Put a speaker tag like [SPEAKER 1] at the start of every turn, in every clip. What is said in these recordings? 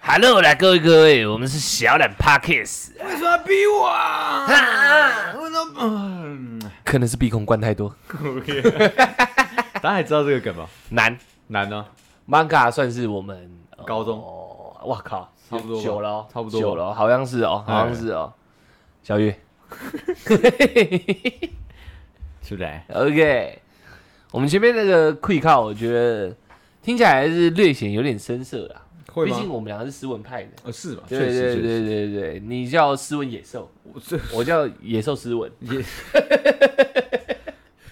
[SPEAKER 1] Hello 啦，各位各位，我们是小懒 Parkes，
[SPEAKER 2] 为什么要逼我啊？
[SPEAKER 1] 啊
[SPEAKER 2] 为什么？嗯，
[SPEAKER 1] 可能是鼻孔灌太多，
[SPEAKER 2] 大家还知道这个梗吗？
[SPEAKER 1] 难。
[SPEAKER 2] 难呢，
[SPEAKER 1] Manga 算是我们、呃
[SPEAKER 2] 高中
[SPEAKER 1] 哦，哇靠，
[SPEAKER 2] 差不多吧
[SPEAKER 1] 久了哦，
[SPEAKER 2] 差不多吧
[SPEAKER 1] 久了哦，好像是哦，
[SPEAKER 2] 哎
[SPEAKER 1] 好像是哦。小月
[SPEAKER 2] 是不是？
[SPEAKER 1] ，OK，我们前面那个 quick call，我觉得听起来还是略显有点生涩啦，
[SPEAKER 2] 会
[SPEAKER 1] 毕
[SPEAKER 2] 吗
[SPEAKER 1] 竟我们两个是斯文派的。
[SPEAKER 2] 呃，是吧？
[SPEAKER 1] 对
[SPEAKER 2] 确实，
[SPEAKER 1] 对
[SPEAKER 2] 确实，
[SPEAKER 1] 对对对，你叫斯文野兽，
[SPEAKER 2] 我这
[SPEAKER 1] 我叫野兽斯文。
[SPEAKER 2] 也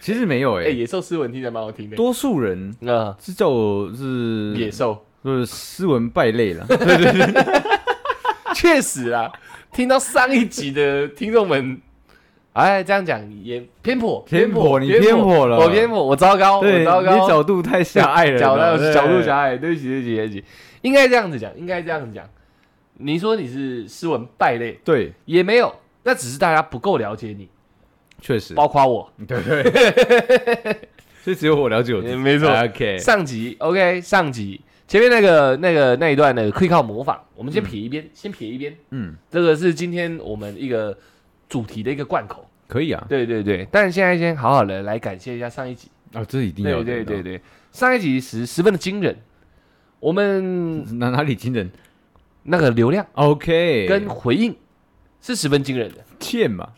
[SPEAKER 2] 其实没 有
[SPEAKER 1] 哎、
[SPEAKER 2] 哎，
[SPEAKER 1] 野兽斯文听起来蛮好听的。
[SPEAKER 2] 多数人
[SPEAKER 1] 啊、
[SPEAKER 2] 是叫我是
[SPEAKER 1] 野兽，
[SPEAKER 2] 就是斯文败类 了。
[SPEAKER 1] 确实啊，听到上一集的听众们，哎，这样讲也偏颇，
[SPEAKER 2] 偏颇你偏颇了
[SPEAKER 1] 我偏颇，我糟糕，
[SPEAKER 2] 对，
[SPEAKER 1] 我哦糟
[SPEAKER 2] 你
[SPEAKER 1] 糕，
[SPEAKER 2] 角度太狭隘 了，
[SPEAKER 1] 角
[SPEAKER 2] 对
[SPEAKER 1] 度角度狭隘，对不起，对不起，对不起，应该这样子讲，应该这样子讲。你说你是斯文败类，
[SPEAKER 2] 对，
[SPEAKER 1] 也没有，那只是大家不够了解你，
[SPEAKER 2] 确实，
[SPEAKER 1] 包括我。
[SPEAKER 2] 对对。 所以只有我了解我自己，啊
[SPEAKER 1] 嗯没错
[SPEAKER 2] ，OK，
[SPEAKER 1] 上集 OK，上集前面那个那个那一段的 quick 靠模仿，我们先撇一边，先撇一边。
[SPEAKER 2] 嗯，
[SPEAKER 1] 这个是今天我们一个主题的一个贯口。
[SPEAKER 2] 可以啊，
[SPEAKER 1] 对对对，但是现在先好好的来感谢一下上一集。
[SPEAKER 2] 啊，这一定要
[SPEAKER 1] 对
[SPEAKER 2] 的
[SPEAKER 1] 对对，对，上一集十十分的惊人，我们
[SPEAKER 2] 哪哪里惊人
[SPEAKER 1] 那个流量
[SPEAKER 2] ？OK，
[SPEAKER 1] 跟回应是十分惊人的，
[SPEAKER 2] 欠嘛，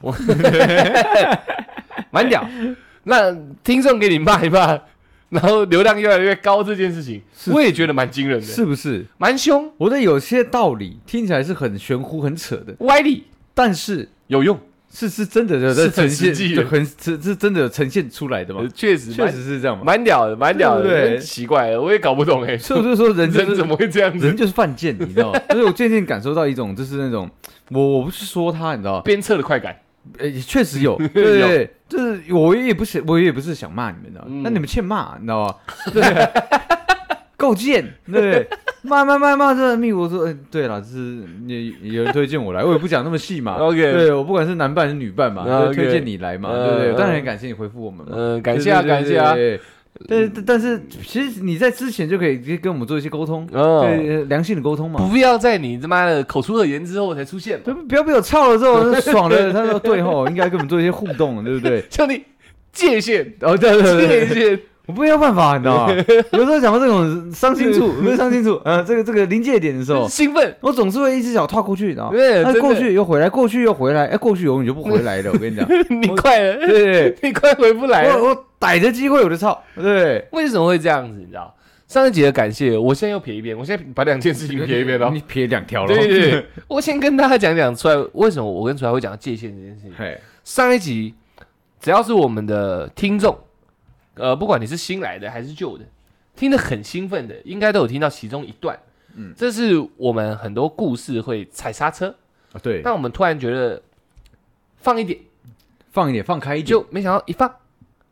[SPEAKER 1] 蛮屌。 那听众给你骂一骂， 然后流量越来越高这件事情，
[SPEAKER 2] 是
[SPEAKER 1] 我也觉得蛮惊人的，
[SPEAKER 2] 是不是？
[SPEAKER 1] 蛮凶，
[SPEAKER 2] 我的有些道理听起来是很玄乎、很扯的，
[SPEAKER 1] 歪理
[SPEAKER 2] 但是
[SPEAKER 1] 有用，
[SPEAKER 2] 是是真的有
[SPEAKER 1] 是
[SPEAKER 2] 在
[SPEAKER 1] 很
[SPEAKER 2] 呈现，
[SPEAKER 1] 实际的
[SPEAKER 2] 就很是是真的有呈现出来的吗
[SPEAKER 1] 呃？确实
[SPEAKER 2] 哦确
[SPEAKER 1] 蛮
[SPEAKER 2] 实是这样嘛，
[SPEAKER 1] 蛮屌的，蛮屌
[SPEAKER 2] 对不
[SPEAKER 1] 的，
[SPEAKER 2] 对
[SPEAKER 1] 很奇怪的，我也搞不懂哎，
[SPEAKER 2] 所以我就说人就
[SPEAKER 1] 人
[SPEAKER 2] 是
[SPEAKER 1] 怎么会这样子
[SPEAKER 2] 人？就是犯贱，你知道吗？ 所以我渐渐感受到一种就是那种，我我不是说他，你知道，
[SPEAKER 1] 鞭策的快感，
[SPEAKER 2] 呃，也确实 有，对对对，就是我也不是，我也不是想骂你们的
[SPEAKER 1] 嗯，
[SPEAKER 2] 那你们欠骂，你知道吗？对， 够贱，对不对？骂骂骂骂这命，我说，嗯，对了，就是你有人推荐我来，我也不讲那么细嘛。
[SPEAKER 1] OK 啊
[SPEAKER 2] 对我不管是男扮还是女扮嘛，
[SPEAKER 1] OK
[SPEAKER 2] 就是推荐你来嘛，对不对？
[SPEAKER 1] 嗯
[SPEAKER 2] 当然很感谢你回复我们嘛，
[SPEAKER 1] 嗯，感谢啊，
[SPEAKER 2] 对
[SPEAKER 1] 感谢啊，。
[SPEAKER 2] 对对对对但是但是，其实你在之前就可以跟我们做一些沟通，
[SPEAKER 1] 嗯
[SPEAKER 2] 啊对呃良性的沟通嘛。
[SPEAKER 1] 不要在你他妈的口出恶言之后才出现嘛。
[SPEAKER 2] 对，不要被我操了 之后爽了，他说对吼，应该跟我们做一些互动，对不对？
[SPEAKER 1] 兄弟，界限，
[SPEAKER 2] 哦， 对对对
[SPEAKER 1] 界
[SPEAKER 2] 对，
[SPEAKER 1] 限，
[SPEAKER 2] 我没有办法，你 知道吗？有时候讲到这种伤心处，不是伤心处，呃，这个这个临界点的时候，
[SPEAKER 1] 兴奋，
[SPEAKER 2] 我总是会一只脚踏过去，你知道吗？
[SPEAKER 1] 对真
[SPEAKER 2] 哦那
[SPEAKER 1] 的
[SPEAKER 2] 过去又回来，过去又回来，哎，过去永远就不回来了。我跟你讲，
[SPEAKER 1] 你快 了，
[SPEAKER 2] 对，
[SPEAKER 1] 你快回不来了。
[SPEAKER 2] 我我逮着机会我就操，对，
[SPEAKER 1] 为什么会这样子？你知道？上一集的感谢，我现在又撇一遍，我现在把两件事情撇一遍哦
[SPEAKER 2] 你。撇两条了，
[SPEAKER 1] 对对， 对，我先跟大家讲讲出来，为什么我跟出来会讲到界限这件事情。
[SPEAKER 2] 嘿，
[SPEAKER 1] 上一集只要是我们的听众，呃，不管你是新来的还是旧的，听得很兴奋的，应该都有听到其中一段。嗯
[SPEAKER 2] 嗯，
[SPEAKER 1] 这是我们很多故事会踩刹车，
[SPEAKER 2] 啊对，
[SPEAKER 1] 但我们突然觉得放一点，
[SPEAKER 2] 放一点，放开一点，
[SPEAKER 1] 就没想到一放，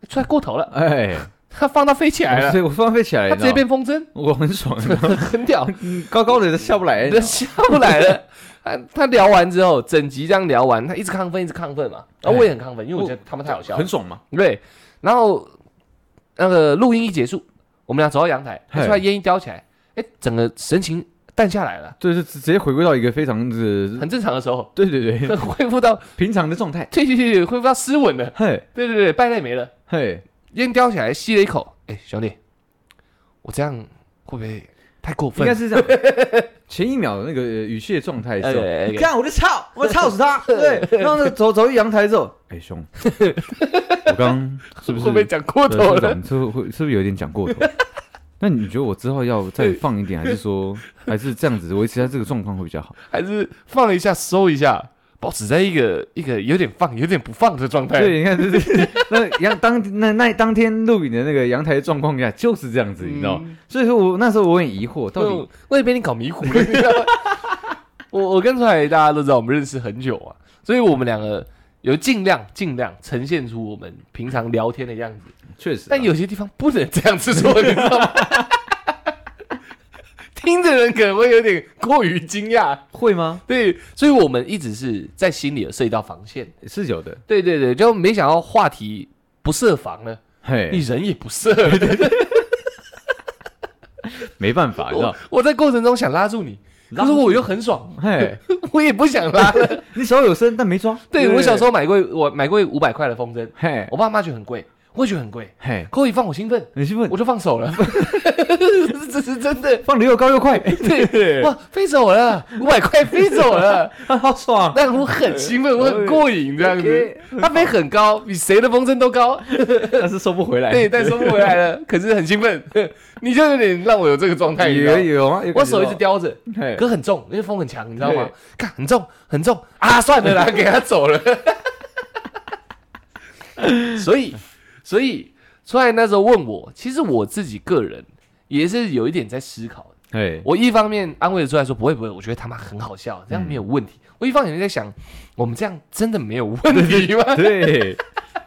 [SPEAKER 1] 出来过头了，
[SPEAKER 2] 哎，
[SPEAKER 1] 它放到飞起来了，哎
[SPEAKER 2] 所以我放飞起来，
[SPEAKER 1] 它
[SPEAKER 2] 你
[SPEAKER 1] 直
[SPEAKER 2] 知道
[SPEAKER 1] 接
[SPEAKER 2] 吗
[SPEAKER 1] 变风 筝，
[SPEAKER 2] 我很爽，你知道吗
[SPEAKER 1] 很屌，
[SPEAKER 2] 高高的下不来，
[SPEAKER 1] 人下不来了。 他他聊完之后，整集这样聊完，他一直亢奋，一直亢奋嘛，然后我也很亢奋，因哎为我觉得他们太好笑了
[SPEAKER 2] 很，爽嘛，
[SPEAKER 1] 对。然后那个录音一结束，我们俩走到阳台，他
[SPEAKER 2] 嘿
[SPEAKER 1] 出来烟一叼起来，哎，整个神情淡下来了，
[SPEAKER 2] 对，就直直接回归到一个非常的，
[SPEAKER 1] 很正常的时候，
[SPEAKER 2] 对对对，
[SPEAKER 1] 恢复到
[SPEAKER 2] 平常的状态，
[SPEAKER 1] 对对对，对恢复到斯文了，
[SPEAKER 2] 嘿，
[SPEAKER 1] 对对对，败类没了。
[SPEAKER 2] 嘿，
[SPEAKER 1] 烟叼起来，吸了一口。哎、兄弟，我这样会不会太过
[SPEAKER 2] 应
[SPEAKER 1] 分
[SPEAKER 2] 该？是这样。前一秒那个呃语气的状态是
[SPEAKER 1] 哎哎哎
[SPEAKER 2] 这样，看我就操，我操死他，对，然后那个走走去阳台之后，哎兄，我刚是不是
[SPEAKER 1] 会不会讲过
[SPEAKER 2] 对
[SPEAKER 1] 头
[SPEAKER 2] 是不是
[SPEAKER 1] 了？
[SPEAKER 2] 讲是不是会是不是有点讲过头？那你觉得我之后要再放一点，还是说还是这样子维持在这个状况会比较好？
[SPEAKER 1] 还是放一下，收一下，保持在一个一个有点放、有点不放的状态？
[SPEAKER 2] 对，你看，这是那阳当那那当天录影的那个阳台状况下就是这样子，你知道吗？所以说我那时候我很疑惑，
[SPEAKER 1] 对，
[SPEAKER 2] 到底
[SPEAKER 1] 我也被你搞迷糊 了。你知道吗我我跟出来大家都知道，我们认识很久啊，所以我们两个有尽量尽量呈现出我们平常聊天的样子，
[SPEAKER 2] 确实啊，
[SPEAKER 1] 但有些地方不能这样子做，你知道 吗？听的人可能会有点过于惊讶。
[SPEAKER 2] 会吗？
[SPEAKER 1] 对，所以我们一直是在心里有设一道防线。
[SPEAKER 2] 是有的，
[SPEAKER 1] 对对对，就没想到话题不设防呢，你
[SPEAKER 2] 嘿，
[SPEAKER 1] 人也不设。对对对
[SPEAKER 2] 没办法，你知道
[SPEAKER 1] 我，我在过程中想拉住你，哎可是我又很爽，
[SPEAKER 2] 嘿，
[SPEAKER 1] 我也不想拉了。
[SPEAKER 2] 你手有伸但没抓。
[SPEAKER 1] 对我小时
[SPEAKER 2] 候，
[SPEAKER 1] 候买过，我买过五百块的风筝，
[SPEAKER 2] 嘿，
[SPEAKER 1] 我爸妈觉得很贵，我也觉得很贵，
[SPEAKER 2] 嘿，
[SPEAKER 1] 可我一放我兴奋，
[SPEAKER 2] 很兴奋，
[SPEAKER 1] 我就放手了，这是真的。
[SPEAKER 2] 放的又高又快，
[SPEAKER 1] 对，哇，飞走了，五百块飞走了，
[SPEAKER 2] 好爽。
[SPEAKER 1] 但我很兴奋，我很过瘾，这样子
[SPEAKER 2] OK。
[SPEAKER 1] 它飞很高，比谁的风筝都高，
[SPEAKER 2] 但是收不回来。
[SPEAKER 1] 对，但收不回来了，可是很兴奋。 你就有点让我有这个状态，你知道吗
[SPEAKER 2] 也有啊，有
[SPEAKER 1] 我手一直叼着，
[SPEAKER 2] 嘿，
[SPEAKER 1] 可很重，因为风很强，你知道吗
[SPEAKER 2] 对？
[SPEAKER 1] 看很重，很重啊！算了啦，给他走 了。所以，所以出来那时候问我，其实我自己个人也是有一点在思考的。
[SPEAKER 2] 嘿，
[SPEAKER 1] 我一方面安慰着出来说不会不会，我觉得他妈很好笑，这样没有问题。我一方面在想，我们这样真的没有问题 吗？
[SPEAKER 2] 对，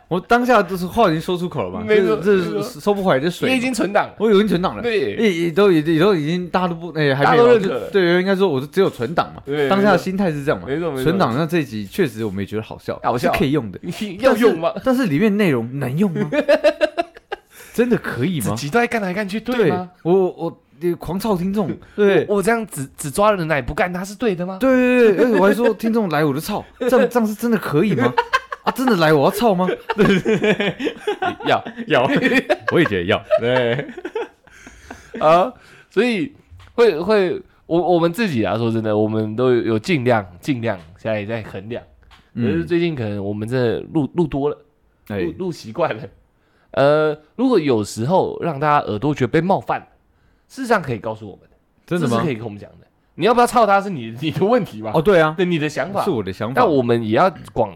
[SPEAKER 2] 我当下就是话已经说出口了嘛，
[SPEAKER 1] 没错
[SPEAKER 2] 这这
[SPEAKER 1] 没
[SPEAKER 2] 是收不回来的水
[SPEAKER 1] 也
[SPEAKER 2] 嘛，
[SPEAKER 1] 已经存档了，
[SPEAKER 2] 我有已经存档了，
[SPEAKER 1] 对
[SPEAKER 2] 也也都也也都已经大家都不哎还
[SPEAKER 1] 大家
[SPEAKER 2] 没
[SPEAKER 1] 都
[SPEAKER 2] 有
[SPEAKER 1] 认可了
[SPEAKER 2] 就对，应该说我就只有存档嘛
[SPEAKER 1] 对，
[SPEAKER 2] 当下
[SPEAKER 1] 没
[SPEAKER 2] 的
[SPEAKER 1] 错
[SPEAKER 2] 心态是这样嘛，
[SPEAKER 1] 没错没错
[SPEAKER 2] 存档那这一集确实我们也觉得好笑，
[SPEAKER 1] 好笑
[SPEAKER 2] 是可以用的，
[SPEAKER 1] 要用 吗？
[SPEAKER 2] 但是？但是里面内容能 用吗？真的可以
[SPEAKER 1] 自
[SPEAKER 2] 吗？
[SPEAKER 1] 己都在干来干去，对
[SPEAKER 2] 对
[SPEAKER 1] 吗？，
[SPEAKER 2] 我我我呃狂操听众，对
[SPEAKER 1] 我这样只只抓人奶不干，他是对的吗？
[SPEAKER 2] 对对对，而且我还说听众来我就操，这样这样是真的可以吗？啊，真的来我要操吗？
[SPEAKER 1] 要
[SPEAKER 2] 要，我也觉得要，对，
[SPEAKER 1] 啊，所以会会我我们自己啊，说真的，我们都有有尽量尽量，现在也在衡量。可是
[SPEAKER 2] 嗯，
[SPEAKER 1] 最近可能我们真的录录多了，
[SPEAKER 2] 哎
[SPEAKER 1] 录录习惯了。呃，如果有时候让大家耳朵觉得被冒犯，事实上可以告诉我们，
[SPEAKER 2] 真的
[SPEAKER 1] 这
[SPEAKER 2] 吗
[SPEAKER 1] 是可？以跟我们讲的。你要不要操他是你你的问题吧？
[SPEAKER 2] 哦，，对啊，
[SPEAKER 1] 对你的想法
[SPEAKER 2] 是。我的想法
[SPEAKER 1] 但。我们也要广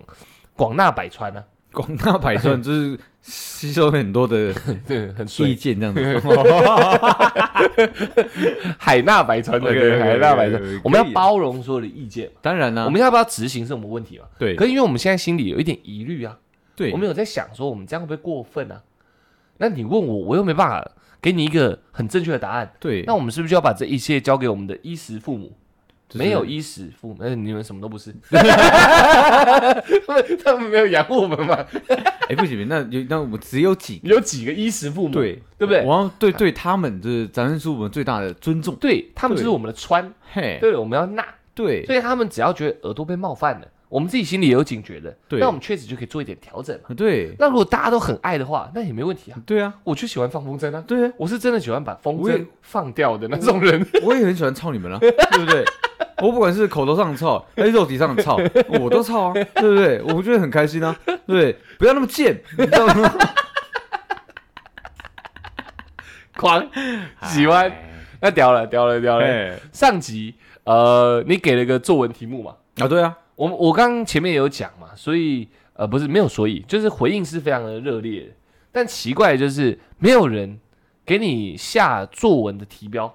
[SPEAKER 1] 广纳百川啊，
[SPEAKER 2] 广大百川就是吸收很多的
[SPEAKER 1] 对，很
[SPEAKER 2] 意
[SPEAKER 1] 水
[SPEAKER 2] 见这样子。
[SPEAKER 1] 海纳百川的，
[SPEAKER 2] OK，
[SPEAKER 1] 对，
[SPEAKER 2] OK，
[SPEAKER 1] 海纳百川
[SPEAKER 2] OK，OK，。
[SPEAKER 1] 我们要
[SPEAKER 2] 可以啊
[SPEAKER 1] 包容所有的意见嘛，
[SPEAKER 2] 当然啦、
[SPEAKER 1] 我们要不要执行是我们问题嘛？
[SPEAKER 2] 对
[SPEAKER 1] 可是因为我们现在心里有一点疑虑啊，
[SPEAKER 2] 对，
[SPEAKER 1] 我们有在想说我们这样会不会过分啊？那你问我，我又没办法给你一个很正确的答案。
[SPEAKER 2] 对，
[SPEAKER 1] 那我们是不是就要把这一切交给我们的衣食父母？
[SPEAKER 2] 就是
[SPEAKER 1] 没有衣食父母，那你们什么都不 是， 他们他们没有养我们嘛？
[SPEAKER 2] 哎、不行，那有那我们只有几
[SPEAKER 1] 有几个衣食父母？
[SPEAKER 2] 对
[SPEAKER 1] 对不对？
[SPEAKER 2] 我要对对他们就是展现出我们最大的尊重。
[SPEAKER 1] 对他们就是
[SPEAKER 2] 对
[SPEAKER 1] 我们的川，
[SPEAKER 2] 嘿，
[SPEAKER 1] 对了，我们要纳，
[SPEAKER 2] 对
[SPEAKER 1] 所以他们只要觉得耳朵被冒犯了，我们自己心里也有警觉的，
[SPEAKER 2] 对
[SPEAKER 1] 那我们确实就可以做一点调整嘛。
[SPEAKER 2] 对
[SPEAKER 1] 那如果大家都很爱的话，那也没问题啊。
[SPEAKER 2] 对啊，
[SPEAKER 1] 我就喜欢放风筝啊，
[SPEAKER 2] 对啊，
[SPEAKER 1] 我是真的喜欢把风
[SPEAKER 2] 我
[SPEAKER 1] 筝
[SPEAKER 2] 也
[SPEAKER 1] 放掉的那种人。
[SPEAKER 2] 我也很喜欢操你们啊，对不对？我不管是口头上操，还是肉体上操，我都操啊，对不对？我觉得很开心啊，对不对？不要那么贱，你知道吗？
[SPEAKER 1] 狂喜欢，那屌了，屌了，屌了！
[SPEAKER 2] 哎，
[SPEAKER 1] 上集呃，你给了个作文题目嘛，
[SPEAKER 2] 啊，对啊，
[SPEAKER 1] 我我刚前面有讲嘛，所以呃不是没有所以，就是回应是非常的热烈的，但奇怪的就是没有人给你下作文的题标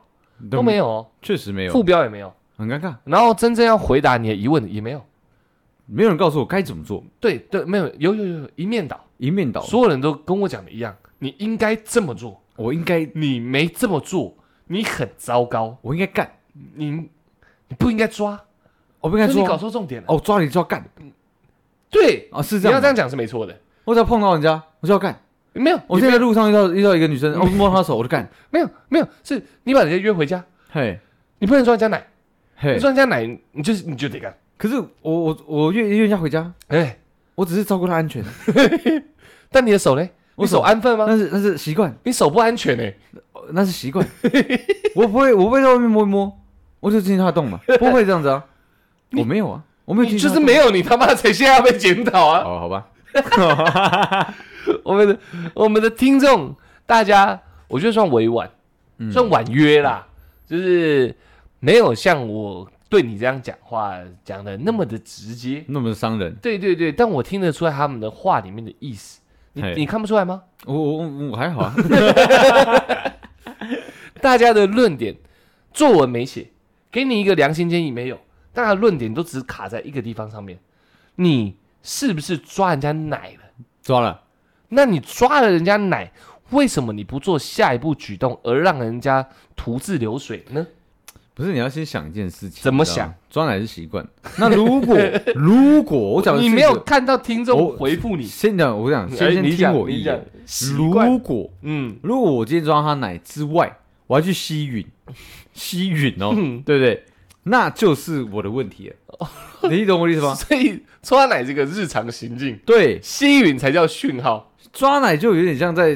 [SPEAKER 1] 都没有哦，
[SPEAKER 2] 确实没
[SPEAKER 1] 副
[SPEAKER 2] 有，
[SPEAKER 1] 标也没有，
[SPEAKER 2] 很尴尬，
[SPEAKER 1] 然后真正要回答你的疑问的也没有，
[SPEAKER 2] 没有人告诉我该怎么做，
[SPEAKER 1] 对对，没有有有有一面倒，
[SPEAKER 2] 一面倒，
[SPEAKER 1] 所有人都跟我讲的一样，你应该这么做，
[SPEAKER 2] 我应该
[SPEAKER 1] 你没这么做，你很糟糕，
[SPEAKER 2] 我应该干，
[SPEAKER 1] 你你不应该抓，
[SPEAKER 2] 我不应该
[SPEAKER 1] 所以
[SPEAKER 2] 抓
[SPEAKER 1] 你，搞错重点了。
[SPEAKER 2] 哦，我抓你就要干
[SPEAKER 1] 对，
[SPEAKER 2] 啊，是
[SPEAKER 1] 你
[SPEAKER 2] 这
[SPEAKER 1] 要
[SPEAKER 2] 样
[SPEAKER 1] 这
[SPEAKER 2] 吗。
[SPEAKER 1] 样讲是没错的，
[SPEAKER 2] 我只要碰到人家，我就要干。
[SPEAKER 1] 没有，
[SPEAKER 2] 我
[SPEAKER 1] 你
[SPEAKER 2] 现在在路上遇到遇到一个女生，我摸她手，我就干。
[SPEAKER 1] 没有没有，是你把人家约回家，
[SPEAKER 2] 嘿，
[SPEAKER 1] 你不能抓人家奶。
[SPEAKER 2] 嘿
[SPEAKER 1] 你，说人家奶，你就是你就得干。
[SPEAKER 2] 可是我我我约约人家回家，
[SPEAKER 1] 哎，
[SPEAKER 2] 我只是照顾她安全，
[SPEAKER 1] 但你的手呢？
[SPEAKER 2] 我
[SPEAKER 1] 你手
[SPEAKER 2] 手
[SPEAKER 1] 安分吗？
[SPEAKER 2] 那是那是习惯，
[SPEAKER 1] 你手不安全呢？
[SPEAKER 2] 呃那是习惯。 我不会，我不会在外面摸一摸，我就进去她的洞 嘛，不会这样子啊。我没有啊，我没有
[SPEAKER 1] 你
[SPEAKER 2] 进去
[SPEAKER 1] 就
[SPEAKER 2] 她的
[SPEAKER 1] 是
[SPEAKER 2] 洞。
[SPEAKER 1] 没有你他妈才现在要被检讨啊！
[SPEAKER 2] 哦，好吧，
[SPEAKER 1] 我们的我们的听众大家，我觉得算委婉，
[SPEAKER 2] 嗯
[SPEAKER 1] 算婉约啦，就是没有像我对你这样讲话讲的那么的直接。
[SPEAKER 2] 那么伤人，
[SPEAKER 1] 对对对，但我听得出来他们的话里面的意思，你
[SPEAKER 2] 嘿
[SPEAKER 1] 你看不出来吗？
[SPEAKER 2] 我我我 还好啊。
[SPEAKER 1] 大家的论点，作文没写，给你一个良心建议没有，大家的论点都只卡在一个地方上面，你是不是抓人家奶了？
[SPEAKER 2] 抓了，
[SPEAKER 1] 那你抓了人家奶，为什么你不做下一步举动，而让人家徒自流水呢？
[SPEAKER 2] 不是你要先想一件事情，
[SPEAKER 1] 怎么
[SPEAKER 2] 你知道吗
[SPEAKER 1] 想？
[SPEAKER 2] 抓奶是习惯。那如果如果我讲 的
[SPEAKER 1] 你
[SPEAKER 2] 是
[SPEAKER 1] 没
[SPEAKER 2] 一
[SPEAKER 1] 有
[SPEAKER 2] 个
[SPEAKER 1] 看到听
[SPEAKER 2] 我
[SPEAKER 1] 众回复你，
[SPEAKER 2] 先讲，我讲
[SPEAKER 1] 哎
[SPEAKER 2] 先先
[SPEAKER 1] 你
[SPEAKER 2] 听
[SPEAKER 1] 讲
[SPEAKER 2] 我
[SPEAKER 1] 你
[SPEAKER 2] 意
[SPEAKER 1] 讲
[SPEAKER 2] 见。，
[SPEAKER 1] 习
[SPEAKER 2] 如
[SPEAKER 1] 惯
[SPEAKER 2] 果
[SPEAKER 1] 嗯
[SPEAKER 2] 如果我今天抓他奶之外，我要去吸吮，吸吮哦，
[SPEAKER 1] 嗯
[SPEAKER 2] 对不对？那就是我的问题了。你懂我意 思吗？
[SPEAKER 1] 所以抓奶这个日常行径，
[SPEAKER 2] 对，
[SPEAKER 1] 吸吮才叫讯号，
[SPEAKER 2] 抓奶就有点像在，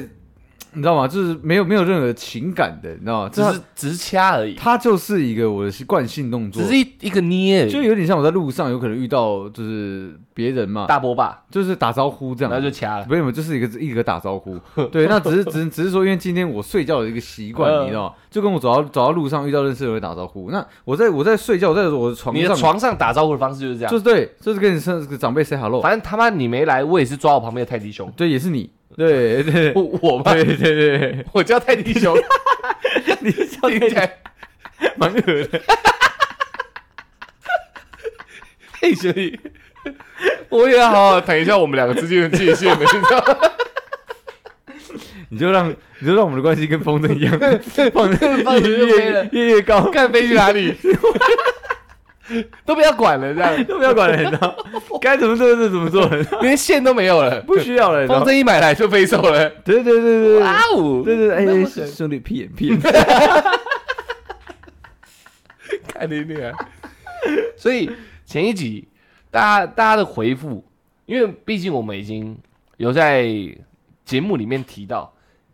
[SPEAKER 2] 你知道吗？就是没有没有任何情感的，你知道吗？
[SPEAKER 1] 只
[SPEAKER 2] 这
[SPEAKER 1] 是只是掐而已，
[SPEAKER 2] 它就是一个我的惯性动作
[SPEAKER 1] 只，是一一个捏而已，
[SPEAKER 2] 就有点像我在路上有可能遇到就是别人嘛，
[SPEAKER 1] 大波霸，
[SPEAKER 2] 就是打招呼这
[SPEAKER 1] 然
[SPEAKER 2] 样
[SPEAKER 1] 后。就掐了。
[SPEAKER 2] 没有，就是一个一个打招呼，对，那只是只是只是说，因为今天我睡觉的一个习惯，
[SPEAKER 1] 嗯
[SPEAKER 2] 你知道吗，就跟我走到走到路上遇到认识的人会打招呼。那我在我在睡觉，我在我的床
[SPEAKER 1] 你的
[SPEAKER 2] 上，
[SPEAKER 1] 床上打招呼的方式就是这样，
[SPEAKER 2] 就是对，就是跟你上长辈 say hello，
[SPEAKER 1] 反正他妈你没来，我也是抓我旁边的泰迪 熊，
[SPEAKER 2] 对，也是你，对对对
[SPEAKER 1] 我我吗？
[SPEAKER 2] 对对对，
[SPEAKER 1] 我叫泰迪熊，
[SPEAKER 2] 你笑
[SPEAKER 1] 听起来，
[SPEAKER 2] 蛮恶的，
[SPEAKER 1] 嘿兄弟，我也要好好谈一下我们两个之间的界限了，你知道吗？
[SPEAKER 2] 你就让你就让我们的关系跟风筝一 样，放
[SPEAKER 1] 放着就飞了
[SPEAKER 2] 越越越高，
[SPEAKER 1] 看飞去哪里，都不要管了，这样
[SPEAKER 2] 都不要管了，你知 道，该怎么做就怎么做，
[SPEAKER 1] 连线都没有了，哦
[SPEAKER 2] 不需要了，你知
[SPEAKER 1] 风
[SPEAKER 2] 道，
[SPEAKER 1] 筝一买来就飞走了。
[SPEAKER 2] 对对对对对
[SPEAKER 1] 哇。哦！
[SPEAKER 2] 对对，哎
[SPEAKER 1] 那
[SPEAKER 2] 哎
[SPEAKER 1] 么，神
[SPEAKER 2] 兄弟，屁眼屁眼，
[SPEAKER 1] 看你脸。所以前一集大家大家的回复，因为毕竟我们已经有在节目里面提到，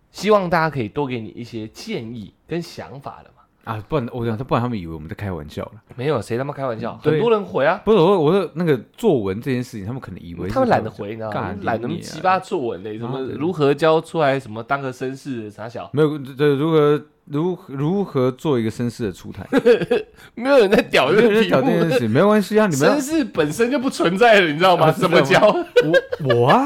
[SPEAKER 1] 希望大家可以多给你一些建议跟想法了嘛。
[SPEAKER 2] 啊，不然我想，不然他们以为我们在开玩笑了。
[SPEAKER 1] 没有谁他妈开玩笑，
[SPEAKER 2] 对
[SPEAKER 1] 很多人回啊，
[SPEAKER 2] 不是我说，我说那个作文这件事情，他们可能以为是
[SPEAKER 1] 他们懒得，回，你知道吗
[SPEAKER 2] 干？
[SPEAKER 1] 懒得
[SPEAKER 2] 你啊
[SPEAKER 1] 鸡巴作文嘞，什么
[SPEAKER 2] 妈的
[SPEAKER 1] 如何教出来什么当个绅士傻小，
[SPEAKER 2] 没有对如何如何如何做一个绅士的出台，
[SPEAKER 1] 没有人在屌这
[SPEAKER 2] 没有
[SPEAKER 1] 个
[SPEAKER 2] 人
[SPEAKER 1] 题
[SPEAKER 2] 挑这件
[SPEAKER 1] 目。
[SPEAKER 2] 事情，没关系啊，你们
[SPEAKER 1] 绅士本身就不存在了，你知道吗？
[SPEAKER 2] 啊是
[SPEAKER 1] 怎么
[SPEAKER 2] 这
[SPEAKER 1] 教
[SPEAKER 2] 样？我我啊，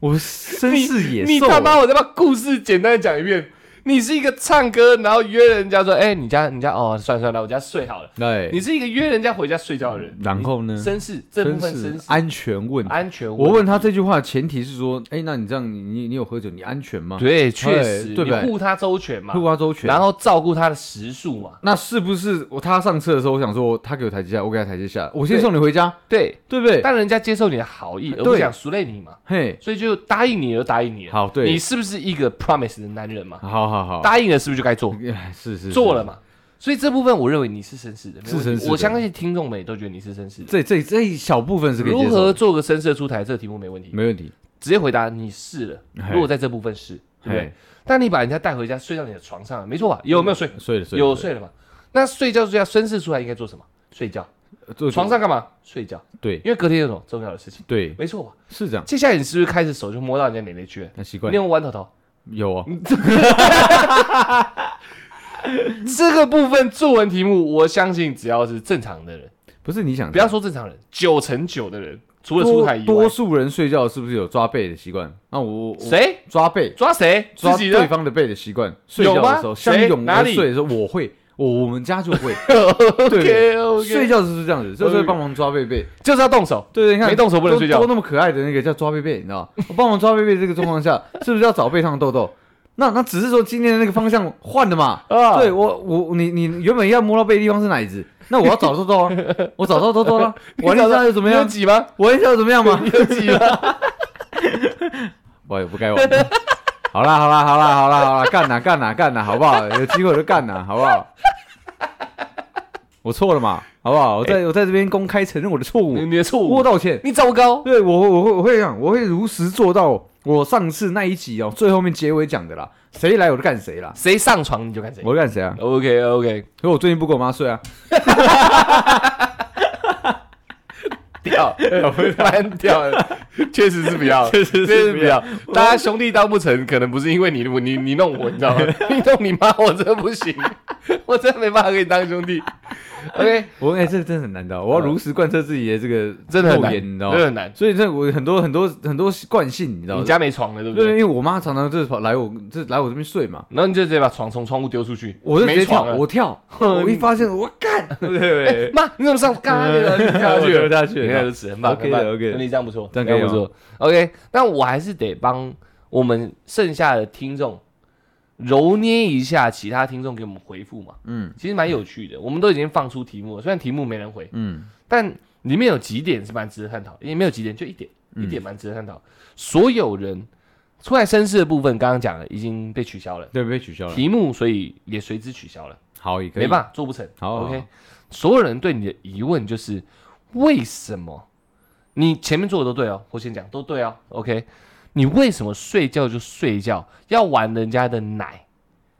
[SPEAKER 2] 我绅士野兽，啊
[SPEAKER 1] 你他妈！我再把故事简单地讲一遍。你是一个唱歌，然后约人家说，哎、你家你家哦，算了算了，我家睡好了。
[SPEAKER 2] 哎，
[SPEAKER 1] 你是一个约人家回家睡觉的人，
[SPEAKER 2] 然后呢？
[SPEAKER 1] 绅士这部分绅士
[SPEAKER 2] 嗯安全问题，
[SPEAKER 1] 安全问题。
[SPEAKER 2] 我问他这句话的前提是说，哎，那你这样，你你你有喝酒，你安全吗？
[SPEAKER 1] 对，确实，
[SPEAKER 2] 对
[SPEAKER 1] 你
[SPEAKER 2] 不对
[SPEAKER 1] 护他周全嘛，
[SPEAKER 2] 护花周全，
[SPEAKER 1] 然后照顾他的食宿嘛，
[SPEAKER 2] 那是不是我他上车的时候，我想说他给我台阶下，我给他台阶下，我先
[SPEAKER 1] 对
[SPEAKER 2] 送你回家，
[SPEAKER 1] 对。
[SPEAKER 2] 对不对？
[SPEAKER 1] 但人家接受你的好意，而不
[SPEAKER 2] 对
[SPEAKER 1] 想熟累你嘛，
[SPEAKER 2] 嘿，
[SPEAKER 1] 所以就答应你而答应你了。
[SPEAKER 2] 好，对，
[SPEAKER 1] 你是不是一个 promise 的男人嘛？
[SPEAKER 2] 好好好，
[SPEAKER 1] 答应了是不是就该做？
[SPEAKER 2] 哎 是是
[SPEAKER 1] 做了，嘛？所以这部分我认为你是绅士的，没
[SPEAKER 2] 是
[SPEAKER 1] 问题
[SPEAKER 2] 绅士的
[SPEAKER 1] 我相信听众们也都觉得你是绅士的
[SPEAKER 2] 是。这这这一小部分是可以接
[SPEAKER 1] 如
[SPEAKER 2] 受的
[SPEAKER 1] 何做个深色出台？这个题目没问题，
[SPEAKER 2] 没问题，
[SPEAKER 1] 直接回答你是了。
[SPEAKER 2] 嘿
[SPEAKER 1] 如果在这部分是，对不对
[SPEAKER 2] 嘿？
[SPEAKER 1] 但你把人家带回家睡到你的床上了，没错吧？有没有睡？
[SPEAKER 2] 睡了睡了
[SPEAKER 1] 有睡了嘛？那睡觉睡觉，绅士出来应该做什么？睡觉，
[SPEAKER 2] 做
[SPEAKER 1] 床上干嘛？睡觉，
[SPEAKER 2] 对
[SPEAKER 1] 因为隔天有什么重要的事情，
[SPEAKER 2] 对
[SPEAKER 1] 没错吧？
[SPEAKER 2] 是这样，
[SPEAKER 1] 接下来你是不是开始手就摸到人家奶奶去了？
[SPEAKER 2] 很奇
[SPEAKER 1] 你有嗯
[SPEAKER 2] 怪
[SPEAKER 1] 没有弯头头？
[SPEAKER 2] 有啊，
[SPEAKER 1] 这个部分作文题目，我相信只要是正常的人，
[SPEAKER 2] 不是你想
[SPEAKER 1] 不要说正常人，九成九的人，除了出
[SPEAKER 2] 多
[SPEAKER 1] 台以外
[SPEAKER 2] 嗯多，数人睡觉是不是有抓背的习惯？那我我
[SPEAKER 1] 谁
[SPEAKER 2] 抓背
[SPEAKER 1] 抓谁？自
[SPEAKER 2] 抓
[SPEAKER 1] 己的
[SPEAKER 2] 对方的背的习惯，睡觉的时候
[SPEAKER 1] 吗
[SPEAKER 2] 相
[SPEAKER 1] 谁
[SPEAKER 2] 拥
[SPEAKER 1] 哪
[SPEAKER 2] 而
[SPEAKER 1] 里
[SPEAKER 2] 睡的时候我会。我我们家就会
[SPEAKER 1] OK
[SPEAKER 2] 睡
[SPEAKER 1] OK，
[SPEAKER 2] 觉就是这样子，就是会帮忙抓背背。
[SPEAKER 1] 就是要动手。
[SPEAKER 2] 对对，你看
[SPEAKER 1] 没动手不能睡觉
[SPEAKER 2] 都都那么可爱的那个叫抓贝贝，你 知道吗？我帮忙抓贝贝这个状况下，是不是要找背上的痘痘？那那只是说今天的那个方向换的嘛。
[SPEAKER 1] 啊
[SPEAKER 2] 对我我你你原本要摸到背的地方是哪一只？那我要找痘痘啊，我找到痘痘了，我一下又怎 么
[SPEAKER 1] 你有
[SPEAKER 2] 样？
[SPEAKER 1] 挤吗？
[SPEAKER 2] 我一下又怎么样嘛？
[SPEAKER 1] 有挤 吗？
[SPEAKER 2] 我也不该玩。好啦好啦好啦好啦好啦，干呐干呐啊干呐，好不好？有机会我就干呐，好不好？我错了嘛，好不好？我在我在这边公开承认我的错误，
[SPEAKER 1] 你的哎错
[SPEAKER 2] 我
[SPEAKER 1] 误，
[SPEAKER 2] 道歉。
[SPEAKER 1] 你糟糕。
[SPEAKER 2] 对我我会我会这样，我会如实做到我上次那一集哦，最后面结尾讲的啦，谁来我就干谁啦，
[SPEAKER 1] 谁上床你就干谁。
[SPEAKER 2] 我就干谁啊？
[SPEAKER 1] OK OK，
[SPEAKER 2] 可我最近不跟我妈睡啊，
[SPEAKER 1] 屌，蛮屌的，确实是不要，确实
[SPEAKER 2] 是不要。
[SPEAKER 1] 大家兄弟当不成，可能不是因为你你你弄我，你知道吗？ 你弄你妈，我真的不行， 我真的没办法跟你当兄弟。OK，
[SPEAKER 2] 我哎、这个真的很难的，我要如实贯彻自己的这个
[SPEAKER 1] 真的很
[SPEAKER 2] 诺
[SPEAKER 1] 难，
[SPEAKER 2] 言你知道
[SPEAKER 1] 真的
[SPEAKER 2] 吗？
[SPEAKER 1] 很难。
[SPEAKER 2] 所以这我很多很多很多惯性，你知道
[SPEAKER 1] 你
[SPEAKER 2] 吗？
[SPEAKER 1] 家没床了，对不
[SPEAKER 2] 对，因
[SPEAKER 1] 对？
[SPEAKER 2] 为我妈常常就是跑来我这来我这边睡嘛，
[SPEAKER 1] 然后你就直接把床从窗户丢出去，
[SPEAKER 2] 我就直
[SPEAKER 1] 没
[SPEAKER 2] 接跳，
[SPEAKER 1] 床了。
[SPEAKER 2] 我 跳，我一发现我干，对不 对？
[SPEAKER 1] 妈，你怎么上嘎去了？你下去了
[SPEAKER 2] 我，跳下去了
[SPEAKER 1] 你看就是很棒
[SPEAKER 2] OK
[SPEAKER 1] 很棒
[SPEAKER 2] OK
[SPEAKER 1] 那你这样不错，
[SPEAKER 2] 这样可以
[SPEAKER 1] 不
[SPEAKER 2] 哦吗
[SPEAKER 1] 错。OK，那我还是得帮我们剩下的听众揉捏一下其他听众给我们回复嘛。
[SPEAKER 2] 嗯
[SPEAKER 1] 其实蛮有趣的，我们都已经放出题目了，虽然题目没人回，
[SPEAKER 2] 嗯，
[SPEAKER 1] 但里面有几点是蛮值得探讨，也没有几点，就一点，
[SPEAKER 2] 嗯
[SPEAKER 1] 一点蛮值得探讨。所有人出来绅士的部分，刚刚讲了已经被取消了
[SPEAKER 2] 对，被取消了，
[SPEAKER 1] 题目，所以也随之取消了。
[SPEAKER 2] 好，也可以，
[SPEAKER 1] 没办法，做不成。
[SPEAKER 2] 好
[SPEAKER 1] o
[SPEAKER 2] 好
[SPEAKER 1] k
[SPEAKER 2] 好
[SPEAKER 1] 哦所有人对你的疑问就是为什么？你前面做的都对哦，我先讲都对哦，OK？你为什么睡觉就睡觉，要玩人家的奶？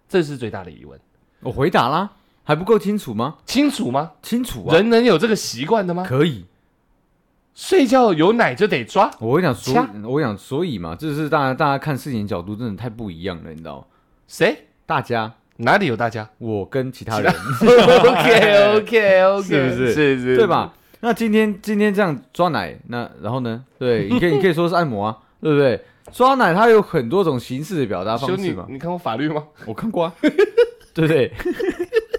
[SPEAKER 1] 这是最大的疑问，
[SPEAKER 2] 我回答啦，还不够清楚吗？
[SPEAKER 1] 清楚吗？
[SPEAKER 2] 清楚啊，
[SPEAKER 1] 人能有这个习惯的吗？
[SPEAKER 2] 可以。
[SPEAKER 1] 睡觉有奶就得抓，
[SPEAKER 2] 我跟你讲，所
[SPEAKER 1] 掐
[SPEAKER 2] 以我讲，所以嘛，这是大家大家看事情角度真的太不一样了，你知道吗？
[SPEAKER 1] 谁
[SPEAKER 2] 大家，
[SPEAKER 1] 哪里有大 家
[SPEAKER 2] 我跟 其他人，
[SPEAKER 1] 啊？OK OK OK，
[SPEAKER 2] 是不是
[SPEAKER 1] 是是，
[SPEAKER 2] 对？吧？那今天今天这样抓奶，那然后呢？对，你可以你可以说是按摩啊，对不对？抓奶它有很多种形式的表达
[SPEAKER 1] 兄
[SPEAKER 2] 方式
[SPEAKER 1] 弟
[SPEAKER 2] 嘛，，
[SPEAKER 1] 你看过法律吗？
[SPEAKER 2] 我看过啊，对不对？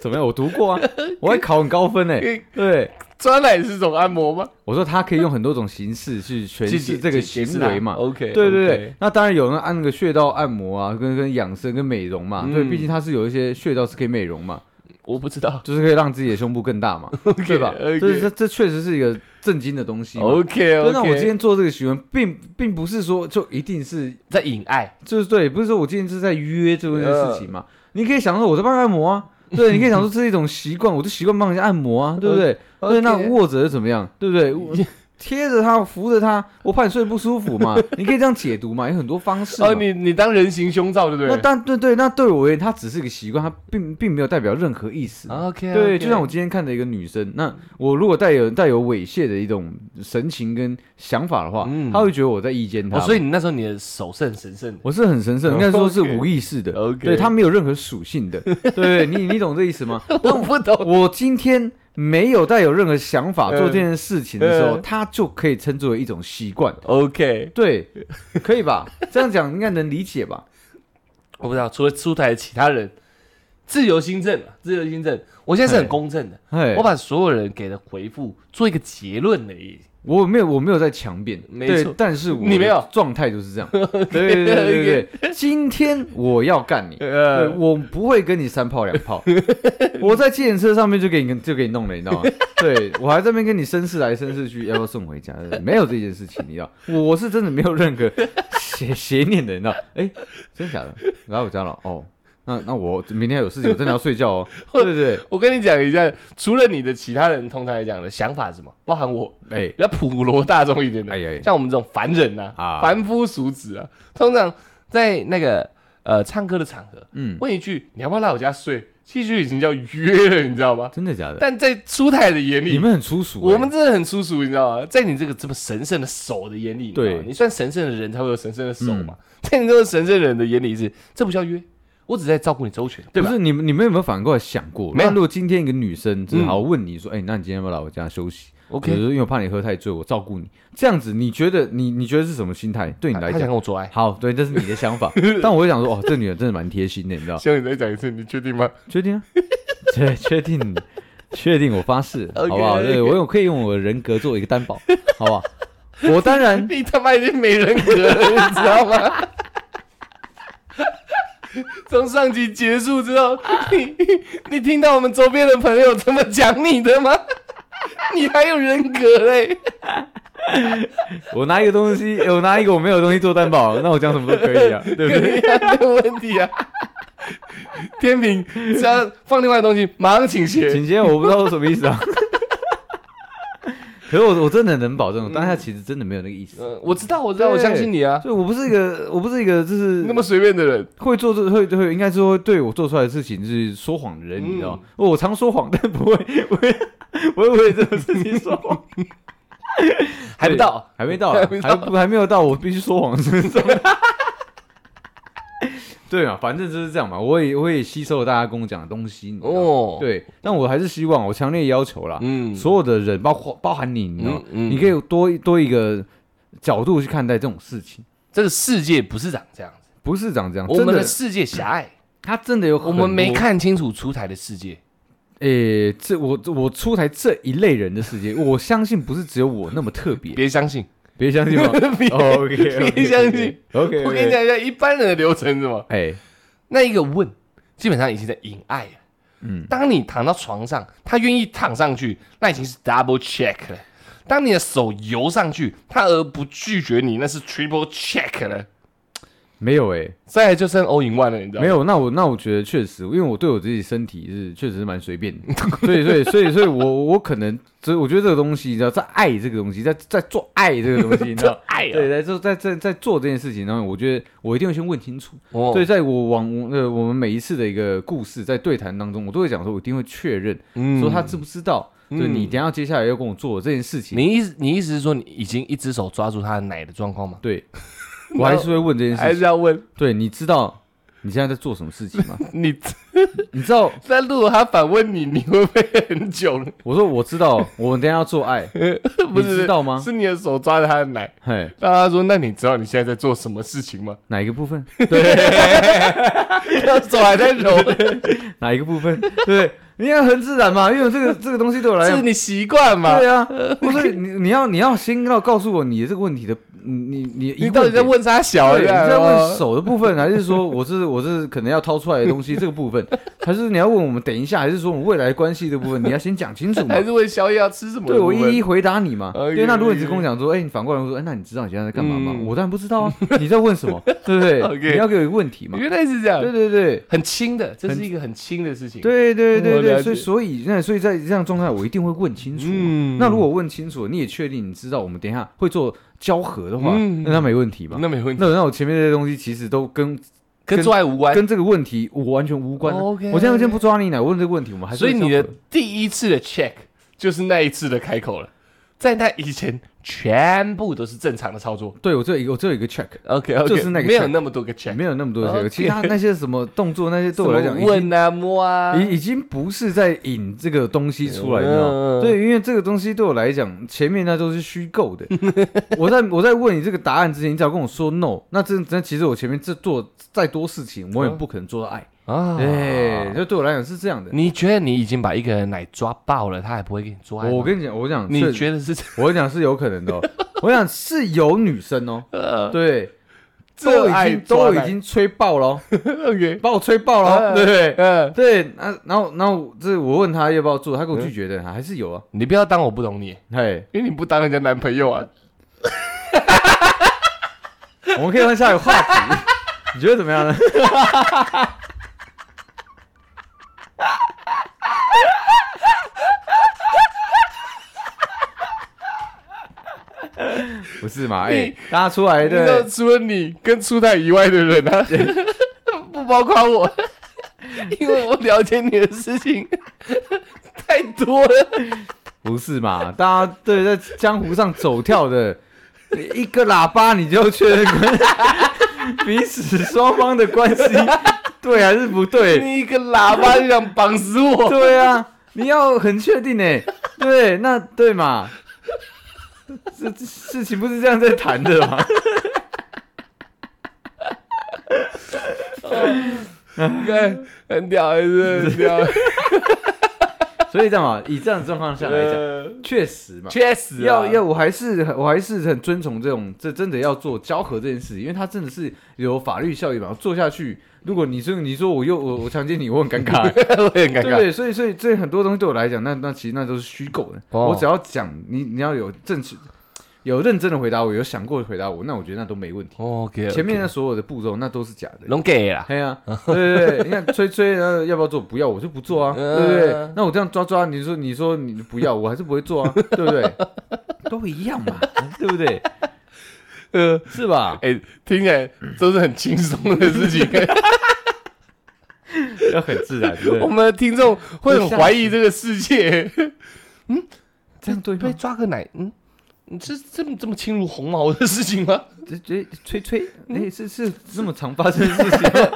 [SPEAKER 2] 怎么样？我读过啊，我还考很高分哎、对不对。
[SPEAKER 1] 抓奶是种按摩吗？
[SPEAKER 2] 我说他可以用很多种形式去诠
[SPEAKER 1] 解
[SPEAKER 2] 释这个行为嘛，
[SPEAKER 1] ？OK，
[SPEAKER 2] 对对对，那当然有那按那个穴道按摩啊，跟跟养生跟美容嘛，
[SPEAKER 1] 嗯
[SPEAKER 2] 对，毕竟它是有一些穴道是可以美容嘛，
[SPEAKER 1] 我不知 道。
[SPEAKER 2] 就是可以让自己的胸部更大嘛，对吧？
[SPEAKER 1] OK
[SPEAKER 2] 这这这确实是一个震惊的东西嘛。
[SPEAKER 1] OK
[SPEAKER 2] 对
[SPEAKER 1] OK，
[SPEAKER 2] 那我今天做这个询问，并并不是说就一定是
[SPEAKER 1] 在引爱，
[SPEAKER 2] 就是对，不是说我今天是在约做这件事情嘛，
[SPEAKER 1] 呃
[SPEAKER 2] 你可以想说我在帮人按摩啊。对，你可以想说这是一种习惯，我就习惯帮人家按摩啊，对不对？
[SPEAKER 1] 呃
[SPEAKER 2] 对，那
[SPEAKER 1] OK
[SPEAKER 2] 握着是怎么样，对不对？我贴着它，扶着它，我怕你睡不舒服嘛， 你可以这样解读嘛，有很多方式嘛。
[SPEAKER 1] 哦，你你当人形胸罩对不
[SPEAKER 2] 那
[SPEAKER 1] 对
[SPEAKER 2] 但对对，那对我而言，它只是一个习惯，它并并没有代表任何意思。
[SPEAKER 1] 啊？OK，哦
[SPEAKER 2] 对，就像我今天看的一个女生，那我如果带有带有猥亵的一种神情跟想法的话，
[SPEAKER 1] 嗯
[SPEAKER 2] 她会觉得我在意奸她
[SPEAKER 1] 哦，
[SPEAKER 2] 嘛。
[SPEAKER 1] 所以你那时候你的手是很神圣的，
[SPEAKER 2] 我是很神圣，应该说是无意识的
[SPEAKER 1] OK
[SPEAKER 2] 对它没有任何属 性的。对你你懂这意思吗？
[SPEAKER 1] 我不懂。
[SPEAKER 2] 我今天没有带有任何想法做这件事情的时候，
[SPEAKER 1] 嗯
[SPEAKER 2] 它就可以称作为一种习惯。
[SPEAKER 1] OK，
[SPEAKER 2] 对，可 以吧？这样讲应该能理解吧？
[SPEAKER 1] 我不知道，除了出台其他人，自由新政啊，自由新政，我现在是很
[SPEAKER 2] 哎
[SPEAKER 1] 公正的，
[SPEAKER 2] 哎
[SPEAKER 1] 我，把所有人给的回复做一个结论而已。
[SPEAKER 2] 我没有，我没有在强辩，
[SPEAKER 1] 没
[SPEAKER 2] 对
[SPEAKER 1] 错，
[SPEAKER 2] 但是我
[SPEAKER 1] 你没有
[SPEAKER 2] 状态就 是这样。对对对对对，今天我要干你，对
[SPEAKER 1] 呃，
[SPEAKER 2] 我不会跟你三炮两 炮，我在计程车上面就给你就给你弄了，你知 道吗？对我还在那边跟你绅士来绅士去，要不要送回家？没有这件事情，你知道，我是真的没有任何 邪邪念的，你知道？哎，真的假的？来我家了哦，那那我明天还有事情，我真的要睡觉 哦。对对对，
[SPEAKER 1] 我跟你讲一下，除了你的其他人，通常来讲的想法是什么？包含我，
[SPEAKER 2] 哎
[SPEAKER 1] 比较普罗大众一点的，
[SPEAKER 2] 哎呀哎呀
[SPEAKER 1] 像我们这种凡人呐、
[SPEAKER 2] 啊
[SPEAKER 1] 凡夫俗子啊，通常在那个呃唱歌的场合，
[SPEAKER 2] 嗯，
[SPEAKER 1] 问一句你要不要来我家睡，其实就已经叫约了，你知道吗？
[SPEAKER 2] 真的假的？
[SPEAKER 1] 但在出台的眼
[SPEAKER 2] 你
[SPEAKER 1] 里，
[SPEAKER 2] 们很粗俗欸，
[SPEAKER 1] 我们真的很粗俗，你知道吗？在你这个这么神圣的手的眼里，你知道吗
[SPEAKER 2] 对嗯
[SPEAKER 1] 你算神圣的人才会有神圣的手嘛， 在你这个神圣的人的眼里是，这不叫约，我只是在照顾你周全，对
[SPEAKER 2] 不
[SPEAKER 1] 吧？
[SPEAKER 2] 是你们，你们有没有反过来想过？
[SPEAKER 1] 没有
[SPEAKER 2] 那如果今天一个女生，正
[SPEAKER 1] 嗯
[SPEAKER 2] 好问你说：“哎、那你今天要不要来我家休息
[SPEAKER 1] OK
[SPEAKER 2] 比如说因为我怕你喝太醉，我照顾你。”这样子，你觉得你你觉得是什么心态？对你
[SPEAKER 1] 他
[SPEAKER 2] 来
[SPEAKER 1] 他想
[SPEAKER 2] 讲，啊
[SPEAKER 1] 跟我做爱，
[SPEAKER 2] 好，对，这是你的想法。 但我会想说，哦，这女人真的蛮贴心的，你知 道？
[SPEAKER 1] 希望你再讲一次，你确定吗？
[SPEAKER 2] 确定啊？确确定，确定，我发誓
[SPEAKER 1] OK，
[SPEAKER 2] 好不好？对
[SPEAKER 1] OK
[SPEAKER 2] 我有可以用我的人格做一个担保，好不好？我当然
[SPEAKER 1] 你他妈已经没人格了，你知道吗？ 从上集结束之后，你你听到我们周边的朋友怎么讲你的吗？你还有人格嘞？
[SPEAKER 2] 我拿一个东西，我拿一个我没有的东西做担保，那我讲什么都可以啊，对不对？
[SPEAKER 1] 对没有问题啊。天平只要放另外的东西，马上倾斜。
[SPEAKER 2] 请接，我不知道是什么意思啊。 可是我我真的能保证，我当下其实真的没有那个意思。
[SPEAKER 1] 嗯，我知道，我知道，我
[SPEAKER 2] 对
[SPEAKER 1] 相信你啊。
[SPEAKER 2] 所以我不是一个，我不是一个，就是
[SPEAKER 1] 那么随便的人，
[SPEAKER 2] 会做这会会，应该是会对我做出来的事情就是说谎的人，
[SPEAKER 1] 嗯
[SPEAKER 2] 你知道吗？我常说谎，但不会，不会，不会为这种事情说谎。
[SPEAKER 1] 还不到，
[SPEAKER 2] 还没到啊，
[SPEAKER 1] 还没
[SPEAKER 2] 还不
[SPEAKER 1] 到
[SPEAKER 2] 还没有到，我必须说谎是不是 对啊，反正就是这样嘛。我也我也吸收了大家跟我讲的东西，你知道吗
[SPEAKER 1] 哦
[SPEAKER 2] 对，但我还是希望，我强烈要求啦，
[SPEAKER 1] 嗯
[SPEAKER 2] 所有的人，包括包含你，你知道吗，
[SPEAKER 1] 嗯嗯
[SPEAKER 2] 你可以多多一个角度去看待这种事情，
[SPEAKER 1] 这个世界不是长这样子，
[SPEAKER 2] 不是长这样，
[SPEAKER 1] 我
[SPEAKER 2] 真
[SPEAKER 1] 们
[SPEAKER 2] 的
[SPEAKER 1] 的，世界狭隘，
[SPEAKER 2] 他真的有，
[SPEAKER 1] 我们没，看清楚出台的世界。
[SPEAKER 2] 诶，这我我出台这一类人的世界，我相信不是只有我那么特 别，
[SPEAKER 1] 别相信，
[SPEAKER 2] 别相信吗
[SPEAKER 1] 别
[SPEAKER 2] ？OK，
[SPEAKER 1] 别相信。
[SPEAKER 2] ，OK，
[SPEAKER 1] 我跟你，讲一下一般人的流程是什么？
[SPEAKER 2] 哎，
[SPEAKER 1] 那一个问，基本上已经在引爱了。
[SPEAKER 2] 嗯
[SPEAKER 1] 当你躺到床上，他愿意躺上去，那已经是 double check 了。当你的手游上去，他而不拒绝你，那是 triple check 了。
[SPEAKER 2] 没有哎、
[SPEAKER 1] 再来就剩欧 n 万了，你知道吗？
[SPEAKER 2] 没有，那我那我觉得确实，因为我对我自己身体是确实是蛮随便的， 所以所以所以所以我我可能，所以我觉得这个东西，你知道，在爱这个东西，在在做爱这个东西，你知
[SPEAKER 1] 这
[SPEAKER 2] 道，
[SPEAKER 1] 爱
[SPEAKER 2] 对，
[SPEAKER 1] 啊，
[SPEAKER 2] 在做在在在做这件事情上面，我觉得我一定会先问清楚。
[SPEAKER 1] 哦
[SPEAKER 2] 所以，在我往呃我们每一次的一个故事在对谈当中，我都会讲说，我一定会确认
[SPEAKER 1] 嗯
[SPEAKER 2] 说他知不知道，
[SPEAKER 1] 嗯
[SPEAKER 2] 就是你等一下接下来要跟我做的这件事情。
[SPEAKER 1] 你意思你意思是说你已经一只手抓住他的奶的状况吗？
[SPEAKER 2] 对，我还是会问这件
[SPEAKER 1] 还
[SPEAKER 2] 事
[SPEAKER 1] 是
[SPEAKER 2] 情。
[SPEAKER 1] 要问
[SPEAKER 2] 对，你知道你现在在做什么事 情吗？
[SPEAKER 1] 你？
[SPEAKER 2] 你知道
[SPEAKER 1] 但如果他反问你，你会不会很久了？
[SPEAKER 2] 我说我知道，我们等一下要做 爱，
[SPEAKER 1] 不
[SPEAKER 2] 你
[SPEAKER 1] 是
[SPEAKER 2] 知道吗？
[SPEAKER 1] 是你的手抓着他的奶，
[SPEAKER 2] 嘿，
[SPEAKER 1] 让他说：“那你知道你现在在做什么事情吗
[SPEAKER 2] 哪一个部分？？”
[SPEAKER 1] 他手还在揉，
[SPEAKER 2] 哪一个部分？对不对，你要很自然嘛，因为这个这个东西对我来
[SPEAKER 1] 这是
[SPEAKER 2] 讲，
[SPEAKER 1] 你习惯嘛？
[SPEAKER 2] 对啊，我说你你要你要先要告诉我你这个问题的，你你
[SPEAKER 1] 你
[SPEAKER 2] 移
[SPEAKER 1] 到
[SPEAKER 2] 动
[SPEAKER 1] 底在
[SPEAKER 2] 点。
[SPEAKER 1] 问他小
[SPEAKER 2] 对，
[SPEAKER 1] 的？
[SPEAKER 2] 你
[SPEAKER 1] 然
[SPEAKER 2] 在
[SPEAKER 1] 后
[SPEAKER 2] 问手的部分，还是说我是我是可能要掏出来的东西这个部分，还是你要问我们等一下，还是说我们未来关系的部分，你要先讲清楚嘛
[SPEAKER 1] 还？是问宵夜要吃什么的
[SPEAKER 2] 对
[SPEAKER 1] 部
[SPEAKER 2] 我
[SPEAKER 1] 分？哎
[SPEAKER 2] 一一回答你嘛。
[SPEAKER 1] OK，
[SPEAKER 2] 对，那如果你只跟我讲说，哎，你反过来说，哎，那你知道你现在在干嘛吗？
[SPEAKER 1] 嗯
[SPEAKER 2] 我当然不知道啊， 你在问什么，对不
[SPEAKER 1] OK
[SPEAKER 2] 对？你要给我一个问题嘛？
[SPEAKER 1] 原来是这样，
[SPEAKER 2] 对对对。
[SPEAKER 1] 很轻的，这是一个很轻的事情。，
[SPEAKER 2] 对对
[SPEAKER 1] 我
[SPEAKER 2] 对
[SPEAKER 1] 了
[SPEAKER 2] 对，
[SPEAKER 1] 解
[SPEAKER 2] 所以所以那所以在这样状态，我一定会问清楚嘛。
[SPEAKER 1] 嗯
[SPEAKER 2] 那如果问清楚，你也确定你知道我们等一下会做交合的话，
[SPEAKER 1] 嗯
[SPEAKER 2] 那那没问题嘛？
[SPEAKER 1] 那没问题，
[SPEAKER 2] 那那我前面这些东西其实都跟
[SPEAKER 1] 跟做爱无关。
[SPEAKER 2] 跟这个问题我完全无关啊。
[SPEAKER 1] 哎 OK，
[SPEAKER 2] 我现在先不抓你奶，我问这个问题，我们还是
[SPEAKER 1] 所
[SPEAKER 2] 会
[SPEAKER 1] 以你的
[SPEAKER 2] 交合
[SPEAKER 1] 第一次的 check 就是那一次的开口了，在那以前全部都是正常的操作。
[SPEAKER 2] 对我只有一个，我只有一个 check，
[SPEAKER 1] OK OK，
[SPEAKER 2] 就是那个
[SPEAKER 1] 没有
[SPEAKER 2] check
[SPEAKER 1] 那么多个 check，
[SPEAKER 2] 没有那么多的
[SPEAKER 1] OK
[SPEAKER 2] check，其他那些什么动作那些对我来讲
[SPEAKER 1] 什
[SPEAKER 2] 已
[SPEAKER 1] 么
[SPEAKER 2] 经。
[SPEAKER 1] 问啊摸啊，
[SPEAKER 2] 已已经不是在引这个东西出来，你知道
[SPEAKER 1] 嗯嗯嗯
[SPEAKER 2] 吗？对，因为这个东西对我来讲，前面那都是虚构的。 我在我在问你这个答案之前，你只要跟我说 no，那真真其实我前面这做再多事情，我也不可能做到爱。
[SPEAKER 1] 啊，
[SPEAKER 2] 对，就对我来讲是这样的。
[SPEAKER 1] 你觉得你已经把一个人奶抓爆了，他还不会跟你做爱吗？
[SPEAKER 2] 我跟你讲，我讲
[SPEAKER 1] 哦你
[SPEAKER 2] 是
[SPEAKER 1] 觉得是这
[SPEAKER 2] 我讲是有可能的 哦、我讲是有女生哦、
[SPEAKER 1] 呃
[SPEAKER 2] 对，都
[SPEAKER 1] 这
[SPEAKER 2] 已
[SPEAKER 1] 爱
[SPEAKER 2] 经都
[SPEAKER 1] 抓
[SPEAKER 2] 已
[SPEAKER 1] 奶
[SPEAKER 2] 经吹爆了哦、
[SPEAKER 1] OK，
[SPEAKER 2] 把我吹爆了 哦、
[SPEAKER 1] 嗯
[SPEAKER 2] 对不对？
[SPEAKER 1] 嗯，
[SPEAKER 2] 对，那然后然后这我问他要不要做，他给我拒绝的，还是有啊，
[SPEAKER 1] 你不要当我不懂你，
[SPEAKER 2] 嘿，
[SPEAKER 1] 因为你不当人家男朋友啊。
[SPEAKER 2] 我们可以换下一个话 题，你觉得怎么样呢？ 不是嘛？哎、
[SPEAKER 1] 你
[SPEAKER 2] 大家出来
[SPEAKER 1] 你知道
[SPEAKER 2] 的，
[SPEAKER 1] 除了你跟初代以外的人 啊，不包括我， 因为我了解你的事情 太多了。
[SPEAKER 2] 不是嘛？大家对在江湖上走跳的，一个喇叭你就确认关 彼此双方的关系对还是不对？
[SPEAKER 1] 你一个喇叭就想绑死我，
[SPEAKER 2] 对啊，你要很确定哎、对，那对嘛？这这事情不是这样在谈的嘛？
[SPEAKER 1] 你看很屌还是很屌？
[SPEAKER 2] 所以这样嘛，以这样的状况下来讲，
[SPEAKER 1] 呃
[SPEAKER 2] 确实嘛，
[SPEAKER 1] 确实啊
[SPEAKER 2] 要要， 我还是我还是很遵从这种，这真的要做交合这件事，因为它真的是有法律效益嘛。做下去，如果你说你说我又我我强奸你，我很尴尬、
[SPEAKER 1] 我也很 尴
[SPEAKER 2] 对
[SPEAKER 1] 尬。
[SPEAKER 2] 对，所以所以这很多东西对我来讲，那那其实那都是虚构的。
[SPEAKER 1] 哦
[SPEAKER 2] 我只要讲你，你要有正确、有认真的回答我，有想过的回答我，那我觉得那都没问题。
[SPEAKER 1] OK，
[SPEAKER 2] 前面的所有的步骤那都是假的。
[SPEAKER 1] 龙给啦，
[SPEAKER 2] 对呀、啊，对对对，你看吹吹，然后要不要做？ 不要，我就不做啊，
[SPEAKER 1] 嗯
[SPEAKER 2] 对不对？那我这样抓抓，你说你说你不要，我还是不会做 啊，对不对？都一样嘛， 对不对？
[SPEAKER 1] 呃，
[SPEAKER 2] 是吧？
[SPEAKER 1] 哎，听起来都是很轻松的事 情。
[SPEAKER 2] 要很自然，对 不
[SPEAKER 1] 我
[SPEAKER 2] 对？
[SPEAKER 1] 们的听众会很怀疑这个世界。
[SPEAKER 2] 这样对
[SPEAKER 1] 被
[SPEAKER 2] 吗？
[SPEAKER 1] 抓个奶，嗯，你这这么这么轻如鸿毛的事情吗？
[SPEAKER 2] 这这吹吹，哎，是是这么常发生的事 情吗？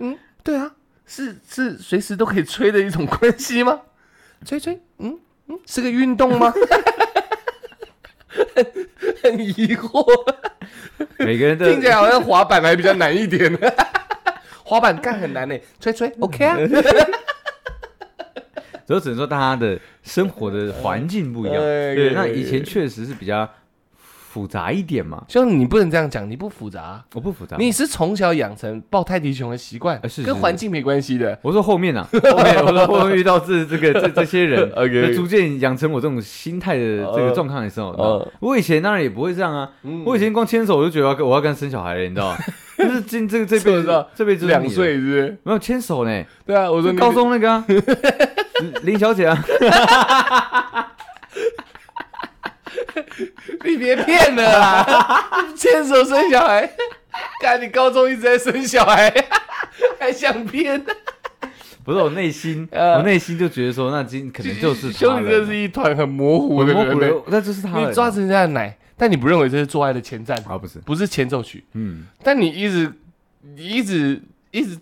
[SPEAKER 1] 嗯，对啊，是是随时都可以吹的一种关系吗？吹吹，嗯嗯，是个运动吗？ 很很疑惑，
[SPEAKER 2] 每个人的
[SPEAKER 1] 听起来好像滑板还比较难一点。 滑板干很难呢、欸吹吹，OK 啊，
[SPEAKER 2] 所以只能说大家的生活的环境不一 样。
[SPEAKER 1] 哎
[SPEAKER 2] 对，
[SPEAKER 1] 对
[SPEAKER 2] 那
[SPEAKER 1] 对
[SPEAKER 2] 以前确实是比较复杂一点嘛。
[SPEAKER 1] 就你不能这样讲，你不复杂啊、
[SPEAKER 2] 我不复杂，
[SPEAKER 1] 你是从小养成抱泰迪熊的习惯
[SPEAKER 2] 呃是，
[SPEAKER 1] 跟
[SPEAKER 2] 是
[SPEAKER 1] 环境没关系的。
[SPEAKER 2] 我说后 面啊，后面我说后面遇到这这个这这些人
[SPEAKER 1] OK
[SPEAKER 2] 就逐渐养成我这种心态的这个状况的时候，
[SPEAKER 1] 呃嗯
[SPEAKER 2] 我以前当然也不会这样啊，我以前光牵手我就觉得我要跟我要跟生小孩了，你知道吗？可是今这个这辈
[SPEAKER 1] 是不是
[SPEAKER 2] 子这辈子
[SPEAKER 1] 两岁是不是？
[SPEAKER 2] 没有牵手呢，
[SPEAKER 1] 对啊，我说你
[SPEAKER 2] 高中那个啊 林小姐啊，
[SPEAKER 1] 你别骗了啦！ 牵手生小孩， 看你高中一直在生小孩， 还想骗？
[SPEAKER 2] 不是我内 心，
[SPEAKER 1] 呃
[SPEAKER 2] 我内心就觉得说，那今可能就是
[SPEAKER 1] 兄
[SPEAKER 2] 他
[SPEAKER 1] 弟，
[SPEAKER 2] 了
[SPEAKER 1] 这是一团很模糊的
[SPEAKER 2] 很模
[SPEAKER 1] 人
[SPEAKER 2] 糊
[SPEAKER 1] 类。
[SPEAKER 2] 的，那就是他了
[SPEAKER 1] 你抓着人家的奶，但你不认为这是做爱的前站，
[SPEAKER 2] 啊，不是，
[SPEAKER 1] 不是前奏曲，
[SPEAKER 2] 嗯，
[SPEAKER 1] 但你一直你一直一直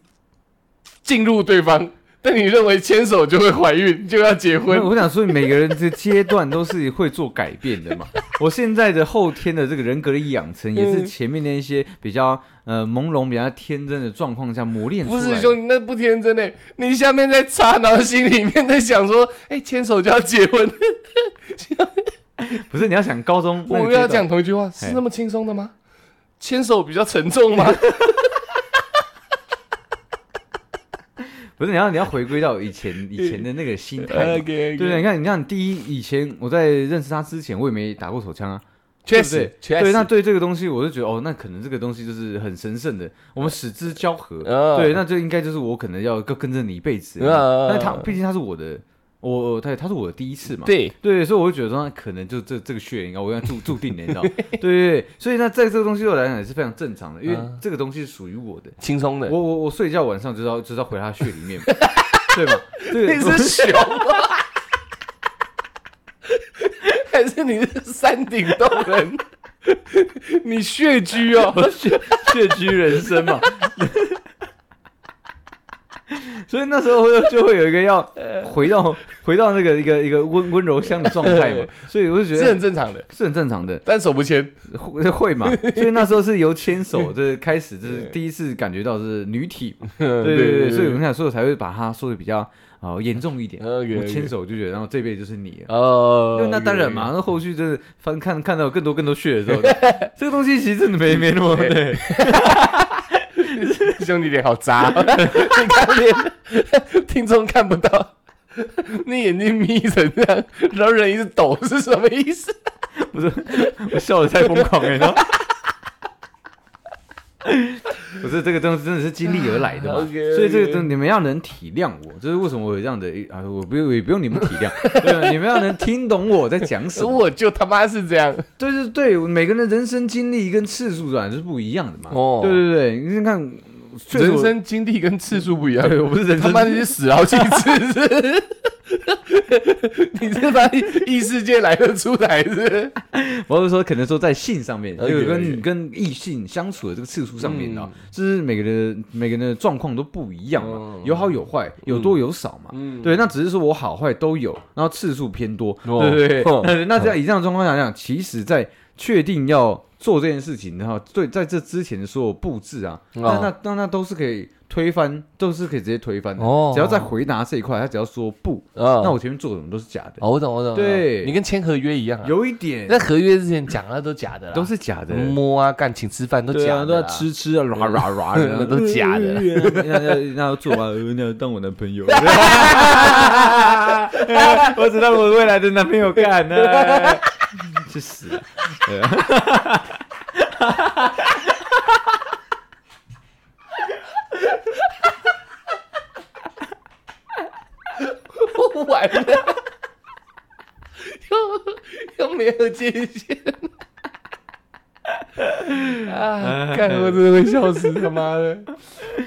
[SPEAKER 1] 进入对方，但你认为牵手就会怀孕，就要结婚
[SPEAKER 2] 我，我想说，每个人的阶段都是会做改变的 嘛。我现在的后天的这个人格的养成，也是
[SPEAKER 1] 嗯
[SPEAKER 2] 前面那一些比较呃朦胧、比较天真的状况下磨练出
[SPEAKER 1] 不
[SPEAKER 2] 来的。
[SPEAKER 1] 是兄弟，那不天真嘞！你下面在插，然后心里面在想说，哎、牵手就要结婚，
[SPEAKER 2] 不是你要哎想高中，
[SPEAKER 1] 我们要讲，同一句话，是那么轻松的吗？牵手比较沉重吗？
[SPEAKER 2] 不是你要你要回归到以前以 前的那个心态
[SPEAKER 1] OK，OK
[SPEAKER 2] 嘛。 对，你看，你看，第一，以前我在认识他之前，我也没打过手枪啊，
[SPEAKER 1] 确
[SPEAKER 2] 对
[SPEAKER 1] 实
[SPEAKER 2] 不，
[SPEAKER 1] 确
[SPEAKER 2] 对，对，那
[SPEAKER 1] 实，
[SPEAKER 2] 对这个东西，我就觉得哦，那可能这个东西就是很神圣的，我们使之交合，
[SPEAKER 1] 嗯
[SPEAKER 2] 对，那就应该就是我可能要跟跟着你一辈子，
[SPEAKER 1] 嗯
[SPEAKER 2] 但是他毕竟他是我的，我对，他是我的第一次嘛，
[SPEAKER 1] 对，
[SPEAKER 2] 对，所以我就觉得说，那可能就这这个血缘，我要注注定的，你 知道吗，对对对，所以那在这个东西对我来讲也是非常正常的，因为
[SPEAKER 1] 嗯
[SPEAKER 2] 这个东西是属于我的，
[SPEAKER 1] 轻松的。
[SPEAKER 2] 我我我睡觉晚上就是要就是要回他血里面嘛，对吧？对，
[SPEAKER 1] 你是熊吗？ 还是你是山顶洞人？ 你血居哦，
[SPEAKER 2] 我血血居人生嘛。 所以那时候就就会有一个要回到回到那个一个一个温温柔乡的状态嘛，所以我就觉
[SPEAKER 1] 是
[SPEAKER 2] 得
[SPEAKER 1] 很正常的，
[SPEAKER 2] 是很正常的，
[SPEAKER 1] 但手不牵。
[SPEAKER 2] 会 会嘛。所以那时候是由牵手，就是开始，就是第一次感觉到是女体，
[SPEAKER 1] 对
[SPEAKER 2] 对对对，所以我想说才会把它说的比较呃严重一点。
[SPEAKER 1] OK，OK
[SPEAKER 2] 我牵手就觉得，然后这辈子就是你了。啊
[SPEAKER 1] 哦
[SPEAKER 2] 那那当然嘛，那后续真的翻看看到更多更多 血的时候，这个东西其实真的没没那么对。
[SPEAKER 1] OK，OK，兄弟脸好渣， 你看脸，听众看不到，你眼睛眯成这样，然后人一直抖，是什么意思？
[SPEAKER 2] 不是，我笑的太疯狂了、你知道吗不是这个东西真的是经历而来的嘛
[SPEAKER 1] OK，OK
[SPEAKER 2] 所以这个东你们要能体谅我，这是为什么我有这样的啊，我不用也不用你们体 谅，对吧？你们要能听懂我在讲什
[SPEAKER 1] 是
[SPEAKER 2] 么，
[SPEAKER 1] 我就他妈是这样，
[SPEAKER 2] 对对对，每个人的人生经历跟次数软是不一样的嘛，
[SPEAKER 1] 哦
[SPEAKER 2] 对对对，你看，确实
[SPEAKER 1] 人
[SPEAKER 2] 我
[SPEAKER 1] 生经历跟次数不一样。
[SPEAKER 2] 对我不是人
[SPEAKER 1] 他
[SPEAKER 2] 生
[SPEAKER 1] 妈你死好几次是不 是？你这把异世界来的出来是不是？
[SPEAKER 2] 我是说，可能说在性上面，
[SPEAKER 1] 了解
[SPEAKER 2] 有
[SPEAKER 1] 了解
[SPEAKER 2] 跟跟异性相处的这个次数上面啊
[SPEAKER 1] 哎嗯，
[SPEAKER 2] 就是每个人每个人的状况都不一样嘛
[SPEAKER 1] 嗯，
[SPEAKER 2] 有好有坏，有多有少嘛。
[SPEAKER 1] 嗯
[SPEAKER 2] 对，那只是说我好坏都有，然后次数偏多，
[SPEAKER 1] 哦
[SPEAKER 2] 对 对
[SPEAKER 1] 哼
[SPEAKER 2] 对。 那这样以上的状况下讲，其实，在确定要做这件事情的话，对，在这之前的所有布置啊，
[SPEAKER 1] 哦
[SPEAKER 2] 那那那那都是可以推翻，都是可以直接推翻的
[SPEAKER 1] 哦。
[SPEAKER 2] 只要在回答这一块，他只要说不，
[SPEAKER 1] 啊
[SPEAKER 2] 那我前面做的什么都是假的，
[SPEAKER 1] 哦，我懂我懂，
[SPEAKER 2] 对
[SPEAKER 1] 你跟签合约一样啊。
[SPEAKER 2] 有一点
[SPEAKER 1] 那合约之前讲的都假的啦，
[SPEAKER 2] 都是假的。
[SPEAKER 1] 摸啊、干请吃饭都
[SPEAKER 2] 对
[SPEAKER 1] 假
[SPEAKER 2] 啊，
[SPEAKER 1] 的，嗯
[SPEAKER 2] 都要。吃吃啊，啦啦 啦的，
[SPEAKER 1] 那都假的
[SPEAKER 2] 那要那要做完，呃那要当我男 朋友，我只当我未来的男朋友干呢，哎去死啊！对啊
[SPEAKER 1] 完了，又又没有界限。啊！看我真的会笑死，他妈的。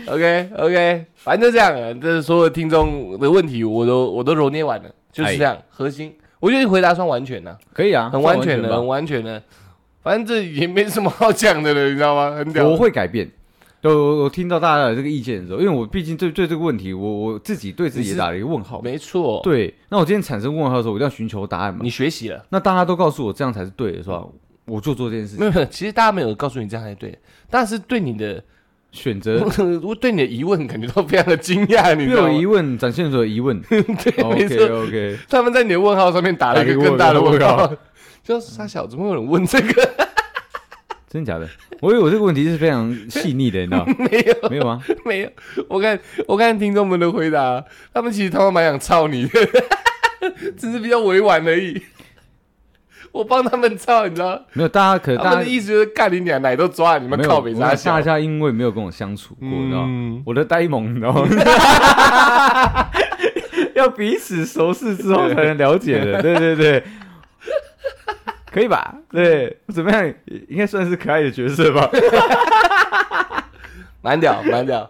[SPEAKER 1] OK OK，反正就这样了，这所有听众的问题我都我都揉捏完了，就是这样。核心，我觉得你回答算完全了，
[SPEAKER 2] 可以啊，
[SPEAKER 1] 很完全
[SPEAKER 2] 算
[SPEAKER 1] 的，很完全的。反正这也没什么好讲的了，你知道吗？很
[SPEAKER 2] 吧。 我
[SPEAKER 1] 屌。
[SPEAKER 2] 会改变。对，我我听到大家的这个意见的时候，因为我毕竟对对这个问题，我我自己对自己
[SPEAKER 1] 你
[SPEAKER 2] 也
[SPEAKER 1] 是
[SPEAKER 2] 打了一个问号。
[SPEAKER 1] 没错，
[SPEAKER 2] 对，那我今天产生问号的时候，我一定要寻求答案嘛
[SPEAKER 1] 你。学习了。
[SPEAKER 2] 那大家都告诉我这样才是对的，是吧？我就做这件事
[SPEAKER 1] 没
[SPEAKER 2] 情，
[SPEAKER 1] 有，没有，其实大家没有告诉你这样才对，但是对你的
[SPEAKER 2] 选择
[SPEAKER 1] 我对你的疑问感觉到非常的惊讶， 你知道
[SPEAKER 2] 又有
[SPEAKER 1] 吗
[SPEAKER 2] 疑？问，展现出了 疑问。
[SPEAKER 1] 没
[SPEAKER 2] OK
[SPEAKER 1] 错
[SPEAKER 2] OK，
[SPEAKER 1] 他们在你的问号上面打了一个更大的问号， 就是傻小，怎么会有人问这个？
[SPEAKER 2] 真假的？我以为我这个问题是非常细腻的，你知道吗？
[SPEAKER 1] 没有，
[SPEAKER 2] 没有啊吗？
[SPEAKER 1] 没有。我看，我看听众们的回答，他 们其实他们蛮想操你的，只是比较委婉而已。我帮他们照，你知道，
[SPEAKER 2] 没有大家可能
[SPEAKER 1] 他
[SPEAKER 2] 大
[SPEAKER 1] 们
[SPEAKER 2] 家
[SPEAKER 1] 的意思就是干你俩奶都抓，你们
[SPEAKER 2] 没有
[SPEAKER 1] 靠北
[SPEAKER 2] 我
[SPEAKER 1] 啥
[SPEAKER 2] 大
[SPEAKER 1] 笑？
[SPEAKER 2] 家因为没有跟我相处过，你知道吗，
[SPEAKER 1] 嗯，
[SPEAKER 2] 我的呆萌，你知道吗？ 要彼此熟识之后才能了解 的，对对对，可以吧？对，怎么样？应该算是可爱的角 色吧？
[SPEAKER 1] 蛮屌，蛮屌。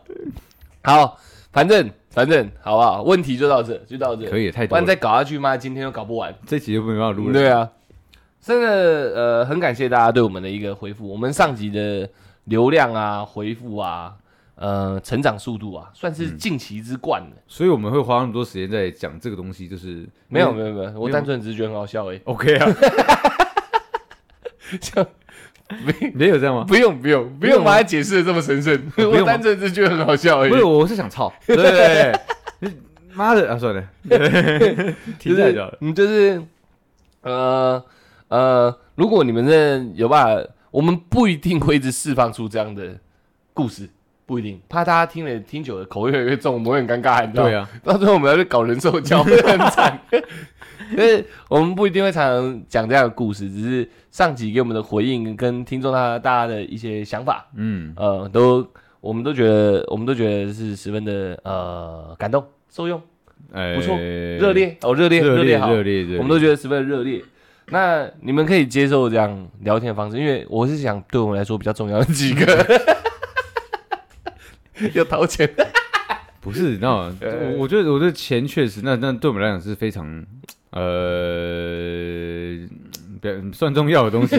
[SPEAKER 1] 好，反正反正好不好？问题就到这，就到这，
[SPEAKER 2] 可以太
[SPEAKER 1] 不
[SPEAKER 2] 多
[SPEAKER 1] 然
[SPEAKER 2] 了，
[SPEAKER 1] 再搞下去，妈今天又搞不完。
[SPEAKER 2] 这集就没办法录了。
[SPEAKER 1] 对啊，真的呃，很感谢大家对我们的一个回复。我们上集的流量啊、回复啊、呃，成长速度啊，算是近期之冠了。
[SPEAKER 2] 所以我们会花那么多时间在讲这个东西，就是
[SPEAKER 1] 没有没有没有，我单纯只是觉得很好笑而已。
[SPEAKER 2] OK 啊？
[SPEAKER 1] 像没
[SPEAKER 2] 你也有这样吗？
[SPEAKER 1] 不用不用不
[SPEAKER 2] 用
[SPEAKER 1] 用
[SPEAKER 2] 吗
[SPEAKER 1] 把它解释的这么神圣，
[SPEAKER 2] 用 吗
[SPEAKER 1] 我单纯只是觉得很好笑而已
[SPEAKER 2] 不。是，我是 想操，对，妈的啊，算了，
[SPEAKER 1] 就
[SPEAKER 2] 停在这
[SPEAKER 1] 是
[SPEAKER 2] 了。
[SPEAKER 1] 嗯，就是呃呃，如果你们真的有办法，我们不一定会一直释放出这样的故事，不一定，怕大家听了听久了口味越来越重，我们会很尴尬，你知道吗
[SPEAKER 2] 对？啊，
[SPEAKER 1] 到最后我们要去搞人兽 交，会很惨。所以我们不一定会常常讲这样的故事，只是上集给我们的回应跟听众大大家的一些想法，
[SPEAKER 2] 嗯，
[SPEAKER 1] 呃，都我们都觉得我们都觉得是十分的呃感动、受用、
[SPEAKER 2] 哎
[SPEAKER 1] 不错热，烈哦，热烈
[SPEAKER 2] 热
[SPEAKER 1] 烈
[SPEAKER 2] 烈，
[SPEAKER 1] 好，
[SPEAKER 2] 热烈，热烈
[SPEAKER 1] 我们都觉得十分的热烈。那你们可以接受这样聊天的方式，因为我是想对我们来说比较重要的几个， 要掏钱，
[SPEAKER 2] 不是，你 知道吗？
[SPEAKER 1] 呃
[SPEAKER 2] 我我觉得，我觉得钱确实，那那对我们来讲是非常，呃，不要算重要的东 西，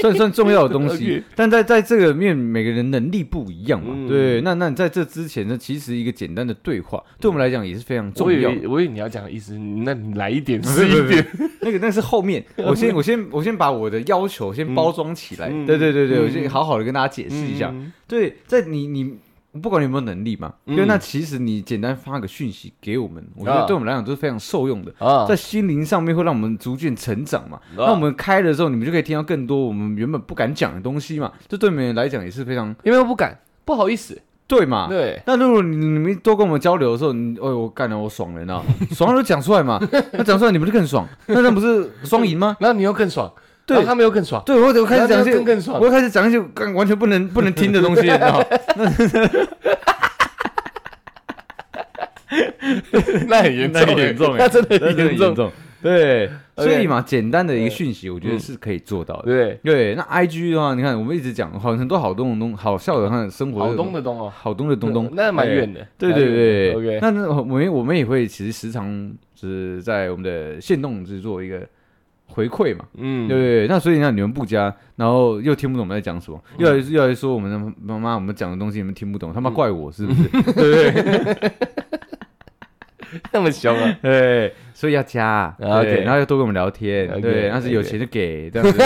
[SPEAKER 2] 算算重要的东西
[SPEAKER 1] OK。
[SPEAKER 2] 但在在这个面，每个人能力不一样嘛。
[SPEAKER 1] 嗯
[SPEAKER 2] 对，那那你在这之前呢，其实一个简单的对话，对我们来讲也是非常
[SPEAKER 1] 我
[SPEAKER 2] 重
[SPEAKER 1] 以
[SPEAKER 2] 要的。
[SPEAKER 1] 为我以为你要讲的意思，那你来一点
[SPEAKER 2] 不
[SPEAKER 1] 是一点，
[SPEAKER 2] 那个那是后 面，我先我先我先把我的要求先包装起来。
[SPEAKER 1] 嗯
[SPEAKER 2] 对对对对，
[SPEAKER 1] 嗯
[SPEAKER 2] 我先好好的跟大家解释一下。
[SPEAKER 1] 嗯
[SPEAKER 2] 对，在你你不管你有没有能力嘛，
[SPEAKER 1] 嗯
[SPEAKER 2] 对，那其实你简单发个讯息给我们，我觉
[SPEAKER 1] 啊
[SPEAKER 2] 得对我们来讲都是非常受用的，
[SPEAKER 1] 啊
[SPEAKER 2] 在心灵上面会让我们逐渐成长嘛。那我们开的时候，你们就可以听到更多我们原本不敢讲的东西嘛，这对你们来讲也是非常
[SPEAKER 1] 因为我不敢，不好意思，
[SPEAKER 2] 对嘛。
[SPEAKER 1] 对，
[SPEAKER 2] 那如果你你们多跟我们交流的时候，你哦，我干了，我爽了呢， 爽了就讲出来 嘛，那讲出来你们就更爽，那那不是双赢吗？
[SPEAKER 1] 然后你又更爽，
[SPEAKER 2] 对
[SPEAKER 1] 然后他们又更爽，
[SPEAKER 2] 对，我我开始讲一
[SPEAKER 1] 然后你
[SPEAKER 2] 些
[SPEAKER 1] 又更更爽
[SPEAKER 2] 我，又开始讲一些更完全不能不能听的东西，你知道吗？
[SPEAKER 1] 那很严重，
[SPEAKER 2] 那很严重 欸
[SPEAKER 1] 那真的
[SPEAKER 2] 那
[SPEAKER 1] 很
[SPEAKER 2] 真的
[SPEAKER 1] 严
[SPEAKER 2] 很
[SPEAKER 1] 重
[SPEAKER 2] 严，重。对，
[SPEAKER 1] OK 嗯
[SPEAKER 2] 所以嘛，简单的一个讯息，我觉得是可以做到的。
[SPEAKER 1] 对，
[SPEAKER 2] 对，那 I G 的话，你看我们一直讲好很多好东东，好笑的，看生活
[SPEAKER 1] 好东的东哦，
[SPEAKER 2] 好东的东东，
[SPEAKER 1] 那蛮远的，
[SPEAKER 2] 对。对对对
[SPEAKER 1] ，OK，
[SPEAKER 2] 那那我们我们也会其实时常是在我们的线动是做一个回馈嘛，
[SPEAKER 1] 嗯
[SPEAKER 2] 对不对？那所以呢，你们不加，然后又听不懂我们在讲什么，
[SPEAKER 1] 嗯
[SPEAKER 2] 又来又来说我们的妈妈我们讲的东西你们听不懂，他妈怪我是不是？
[SPEAKER 1] 嗯
[SPEAKER 2] 对不对？
[SPEAKER 1] 那么凶 啊，
[SPEAKER 2] 对，所以要加，
[SPEAKER 1] 啊
[SPEAKER 2] 对，
[SPEAKER 1] OK 啊
[SPEAKER 2] 然后要多跟我们聊天，
[SPEAKER 1] OK，
[SPEAKER 2] 对，要是有
[SPEAKER 1] OK
[SPEAKER 2] 钱就给这 样子。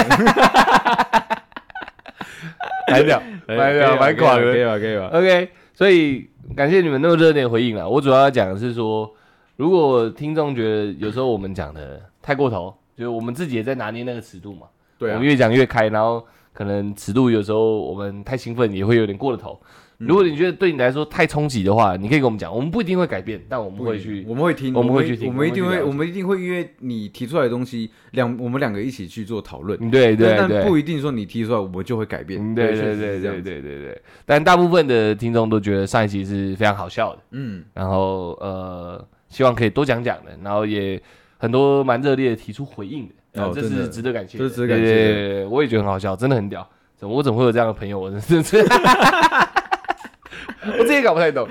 [SPEAKER 1] 来 屌，
[SPEAKER 2] 蛮
[SPEAKER 1] 蛮屌，哎啊蛮广的
[SPEAKER 2] 啊可以。吧？可以吧？
[SPEAKER 1] OK，所以感谢你们那么热烈的回应啦。我主要要讲的是说，如果听众觉得有时候我们讲的太过头，就是我们自己也在拿捏那个尺度嘛。
[SPEAKER 2] 对
[SPEAKER 1] 我
[SPEAKER 2] 啊
[SPEAKER 1] 们，越讲越开，然后可能尺度有时候我们太兴奋也会有点过了头。
[SPEAKER 2] 嗯
[SPEAKER 1] 如果你觉得对你来说太冲击的话，你可以跟我们讲，我们不一定会改变，但我们会去
[SPEAKER 2] 我们会听，
[SPEAKER 1] 我们会去听
[SPEAKER 2] 我们一定
[SPEAKER 1] 我们会
[SPEAKER 2] 会，
[SPEAKER 1] 去了解
[SPEAKER 2] 我们一定会，因为你提出来的东西，两我们两个一起去做讨论。
[SPEAKER 1] 嗯，对对
[SPEAKER 2] 但
[SPEAKER 1] 对
[SPEAKER 2] 但，不一定说你提出来，我们就会改变
[SPEAKER 1] 嗯。对对
[SPEAKER 2] 确实
[SPEAKER 1] 对
[SPEAKER 2] 是这样
[SPEAKER 1] 对
[SPEAKER 2] 子，
[SPEAKER 1] 对对对。但大部分的听众都觉得上一集是非常好笑的。
[SPEAKER 2] 嗯，
[SPEAKER 1] 然后呃，希望可以多讲讲的，然后也很多蛮热烈的提出回应的，啊
[SPEAKER 2] 哦
[SPEAKER 1] 这
[SPEAKER 2] 真的
[SPEAKER 1] 是值得感谢的，
[SPEAKER 2] 这是值得感谢的
[SPEAKER 1] 对对对对对我也觉得很好笑，真的很屌，怎么我怎么会有这样的朋友？我真是， 我自己也搞不太懂。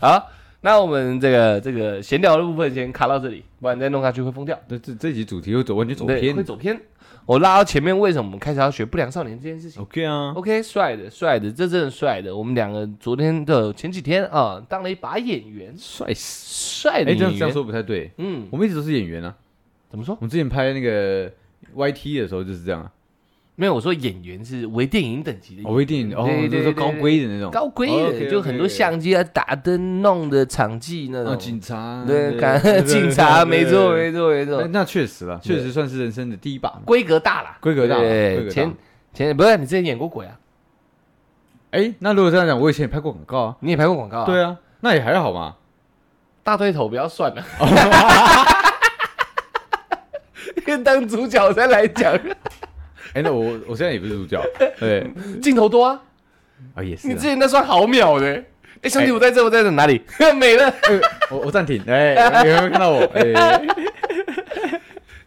[SPEAKER 1] 好，那我们这个这个闲聊的部分先卡到这里，不然再弄下去会疯掉，
[SPEAKER 2] 那这这集主题又走完全走
[SPEAKER 1] 对
[SPEAKER 2] 偏
[SPEAKER 1] 会。走偏。我拉到前面，为什么我们开始要学不良少年这件事情？
[SPEAKER 2] OK 啊，
[SPEAKER 1] OK，帅的，帅的，这真的帅的。我们两个昨天的前几天啊，当了一把演员，
[SPEAKER 2] 帅死！
[SPEAKER 1] 帅的
[SPEAKER 2] 哎，
[SPEAKER 1] 演
[SPEAKER 2] 这样
[SPEAKER 1] 员。
[SPEAKER 2] 这样说不太对，
[SPEAKER 1] 嗯，
[SPEAKER 2] 我们一直都是演员啊。
[SPEAKER 1] 怎么说？
[SPEAKER 2] 我们之前拍那个 YT 的时候就是这样啊，
[SPEAKER 1] 没有，我说演员是微电影等级的演员，
[SPEAKER 2] 我一定哦，
[SPEAKER 1] 对对
[SPEAKER 2] 就是说高规的那种，
[SPEAKER 1] 高规
[SPEAKER 2] 哦
[SPEAKER 1] 的，
[SPEAKER 2] ，OK，OK，
[SPEAKER 1] 就很多
[SPEAKER 2] OK
[SPEAKER 1] 相机啊、打灯弄的场记
[SPEAKER 2] 啊，
[SPEAKER 1] 那种。
[SPEAKER 2] 警察，
[SPEAKER 1] 对， 感警察，没错，没错，没
[SPEAKER 2] 错。那
[SPEAKER 1] 错，
[SPEAKER 2] 那确实了，确实算是人生的第一把嘛。
[SPEAKER 1] 规格大啦，
[SPEAKER 2] 规格大规格
[SPEAKER 1] 对，
[SPEAKER 2] 大
[SPEAKER 1] 前前不是你之前演过鬼啊，
[SPEAKER 2] 哎，那如果这样讲，我以前也拍过广告啊。
[SPEAKER 1] 你也拍过广告啊？
[SPEAKER 2] 对啊，那也还好嘛。 哦
[SPEAKER 1] 大对头不要算了。跟当主角再来 讲，
[SPEAKER 2] 哎，那我我现在也不是主角，对，
[SPEAKER 1] 镜头多啊。
[SPEAKER 2] 啊也是
[SPEAKER 1] 你
[SPEAKER 2] 啊
[SPEAKER 1] 之，前那算毫秒的、欸。哎、兄弟，
[SPEAKER 2] 哎
[SPEAKER 1] 我在这，我在这哪里？ 没了，
[SPEAKER 2] 哎 我我暂停，哎，有没有看到我？哎，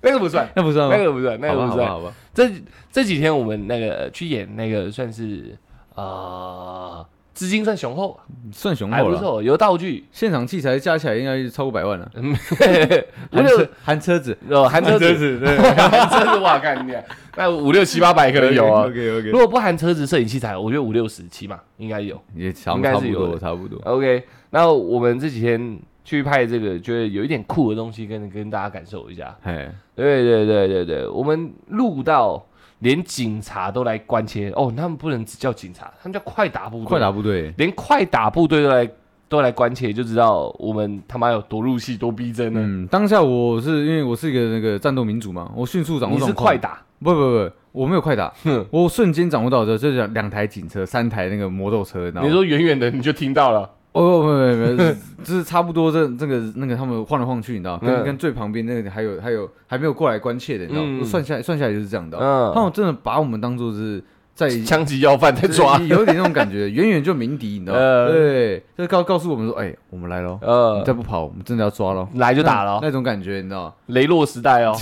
[SPEAKER 1] 那个不算，
[SPEAKER 2] 那不算吗
[SPEAKER 1] 那？个不算，那个
[SPEAKER 2] 嗯好
[SPEAKER 1] 不
[SPEAKER 2] 吧好吧
[SPEAKER 1] 算。
[SPEAKER 2] 好吧，
[SPEAKER 1] 这这几天我们那个去演那个算是呃资金算雄厚啊，
[SPEAKER 2] 算雄
[SPEAKER 1] 还
[SPEAKER 2] 厚
[SPEAKER 1] 不
[SPEAKER 2] 了。
[SPEAKER 1] 错，有道 具，
[SPEAKER 2] 现场器材加起来应该超过百万了，
[SPEAKER 1] 五
[SPEAKER 2] 含
[SPEAKER 1] 六
[SPEAKER 2] 车含车子，
[SPEAKER 1] 呃含车子，
[SPEAKER 2] 子，对，
[SPEAKER 1] 含车子哇，干你啊！那五六七八百可能有啊。
[SPEAKER 2] OK OK，
[SPEAKER 1] 如果不含车子、摄影器材，我觉得五六十起码应该有。
[SPEAKER 2] 也差
[SPEAKER 1] 应
[SPEAKER 2] 不
[SPEAKER 1] 该
[SPEAKER 2] 差
[SPEAKER 1] 是
[SPEAKER 2] 不
[SPEAKER 1] 有的
[SPEAKER 2] 多，差不多。
[SPEAKER 1] OK，那我们这几天去拍这个，觉得有一点酷的东西跟跟大家感受一下。
[SPEAKER 2] 哎，
[SPEAKER 1] 对对对对对，我们录到连警察都来关切哦，他们不能只叫警察，他们叫快打部队，
[SPEAKER 2] 快打部队，
[SPEAKER 1] 连快打部队都来都来关切，就知道我们他妈有多入戏多逼真了。
[SPEAKER 2] 嗯，当下我是因为我是一个那个战斗民族嘛，我迅速掌握
[SPEAKER 1] 你
[SPEAKER 2] 状
[SPEAKER 1] 是
[SPEAKER 2] 况。
[SPEAKER 1] 快打，
[SPEAKER 2] 不不不，我没有快打
[SPEAKER 1] 哼，
[SPEAKER 2] 我瞬间掌握到这这两两台警车，三台那个摩托车，然后
[SPEAKER 1] 你说远远的你就听到了，
[SPEAKER 2] 哦不不 不不，就是差不多这这个那个他们晃来晃去，你知道，跟
[SPEAKER 1] 嗯
[SPEAKER 2] 跟最旁边那个还有还有还没有过来关切的，你知道，
[SPEAKER 1] 嗯
[SPEAKER 2] 我算下来算下来就是这样的，
[SPEAKER 1] 嗯
[SPEAKER 2] 他们真的把我们当做是 在
[SPEAKER 1] 枪击要犯在抓
[SPEAKER 2] 就是， 有点那种感觉，远远就鸣笛，你知道，
[SPEAKER 1] 呃
[SPEAKER 2] 对，就告告诉我们说，哎，我们来喽，你
[SPEAKER 1] 呃
[SPEAKER 2] 再，不跑，我们真的要抓喽。
[SPEAKER 1] 来就打了哦、
[SPEAKER 2] 那那种感觉，你知道？
[SPEAKER 1] 雷洛时代 哦，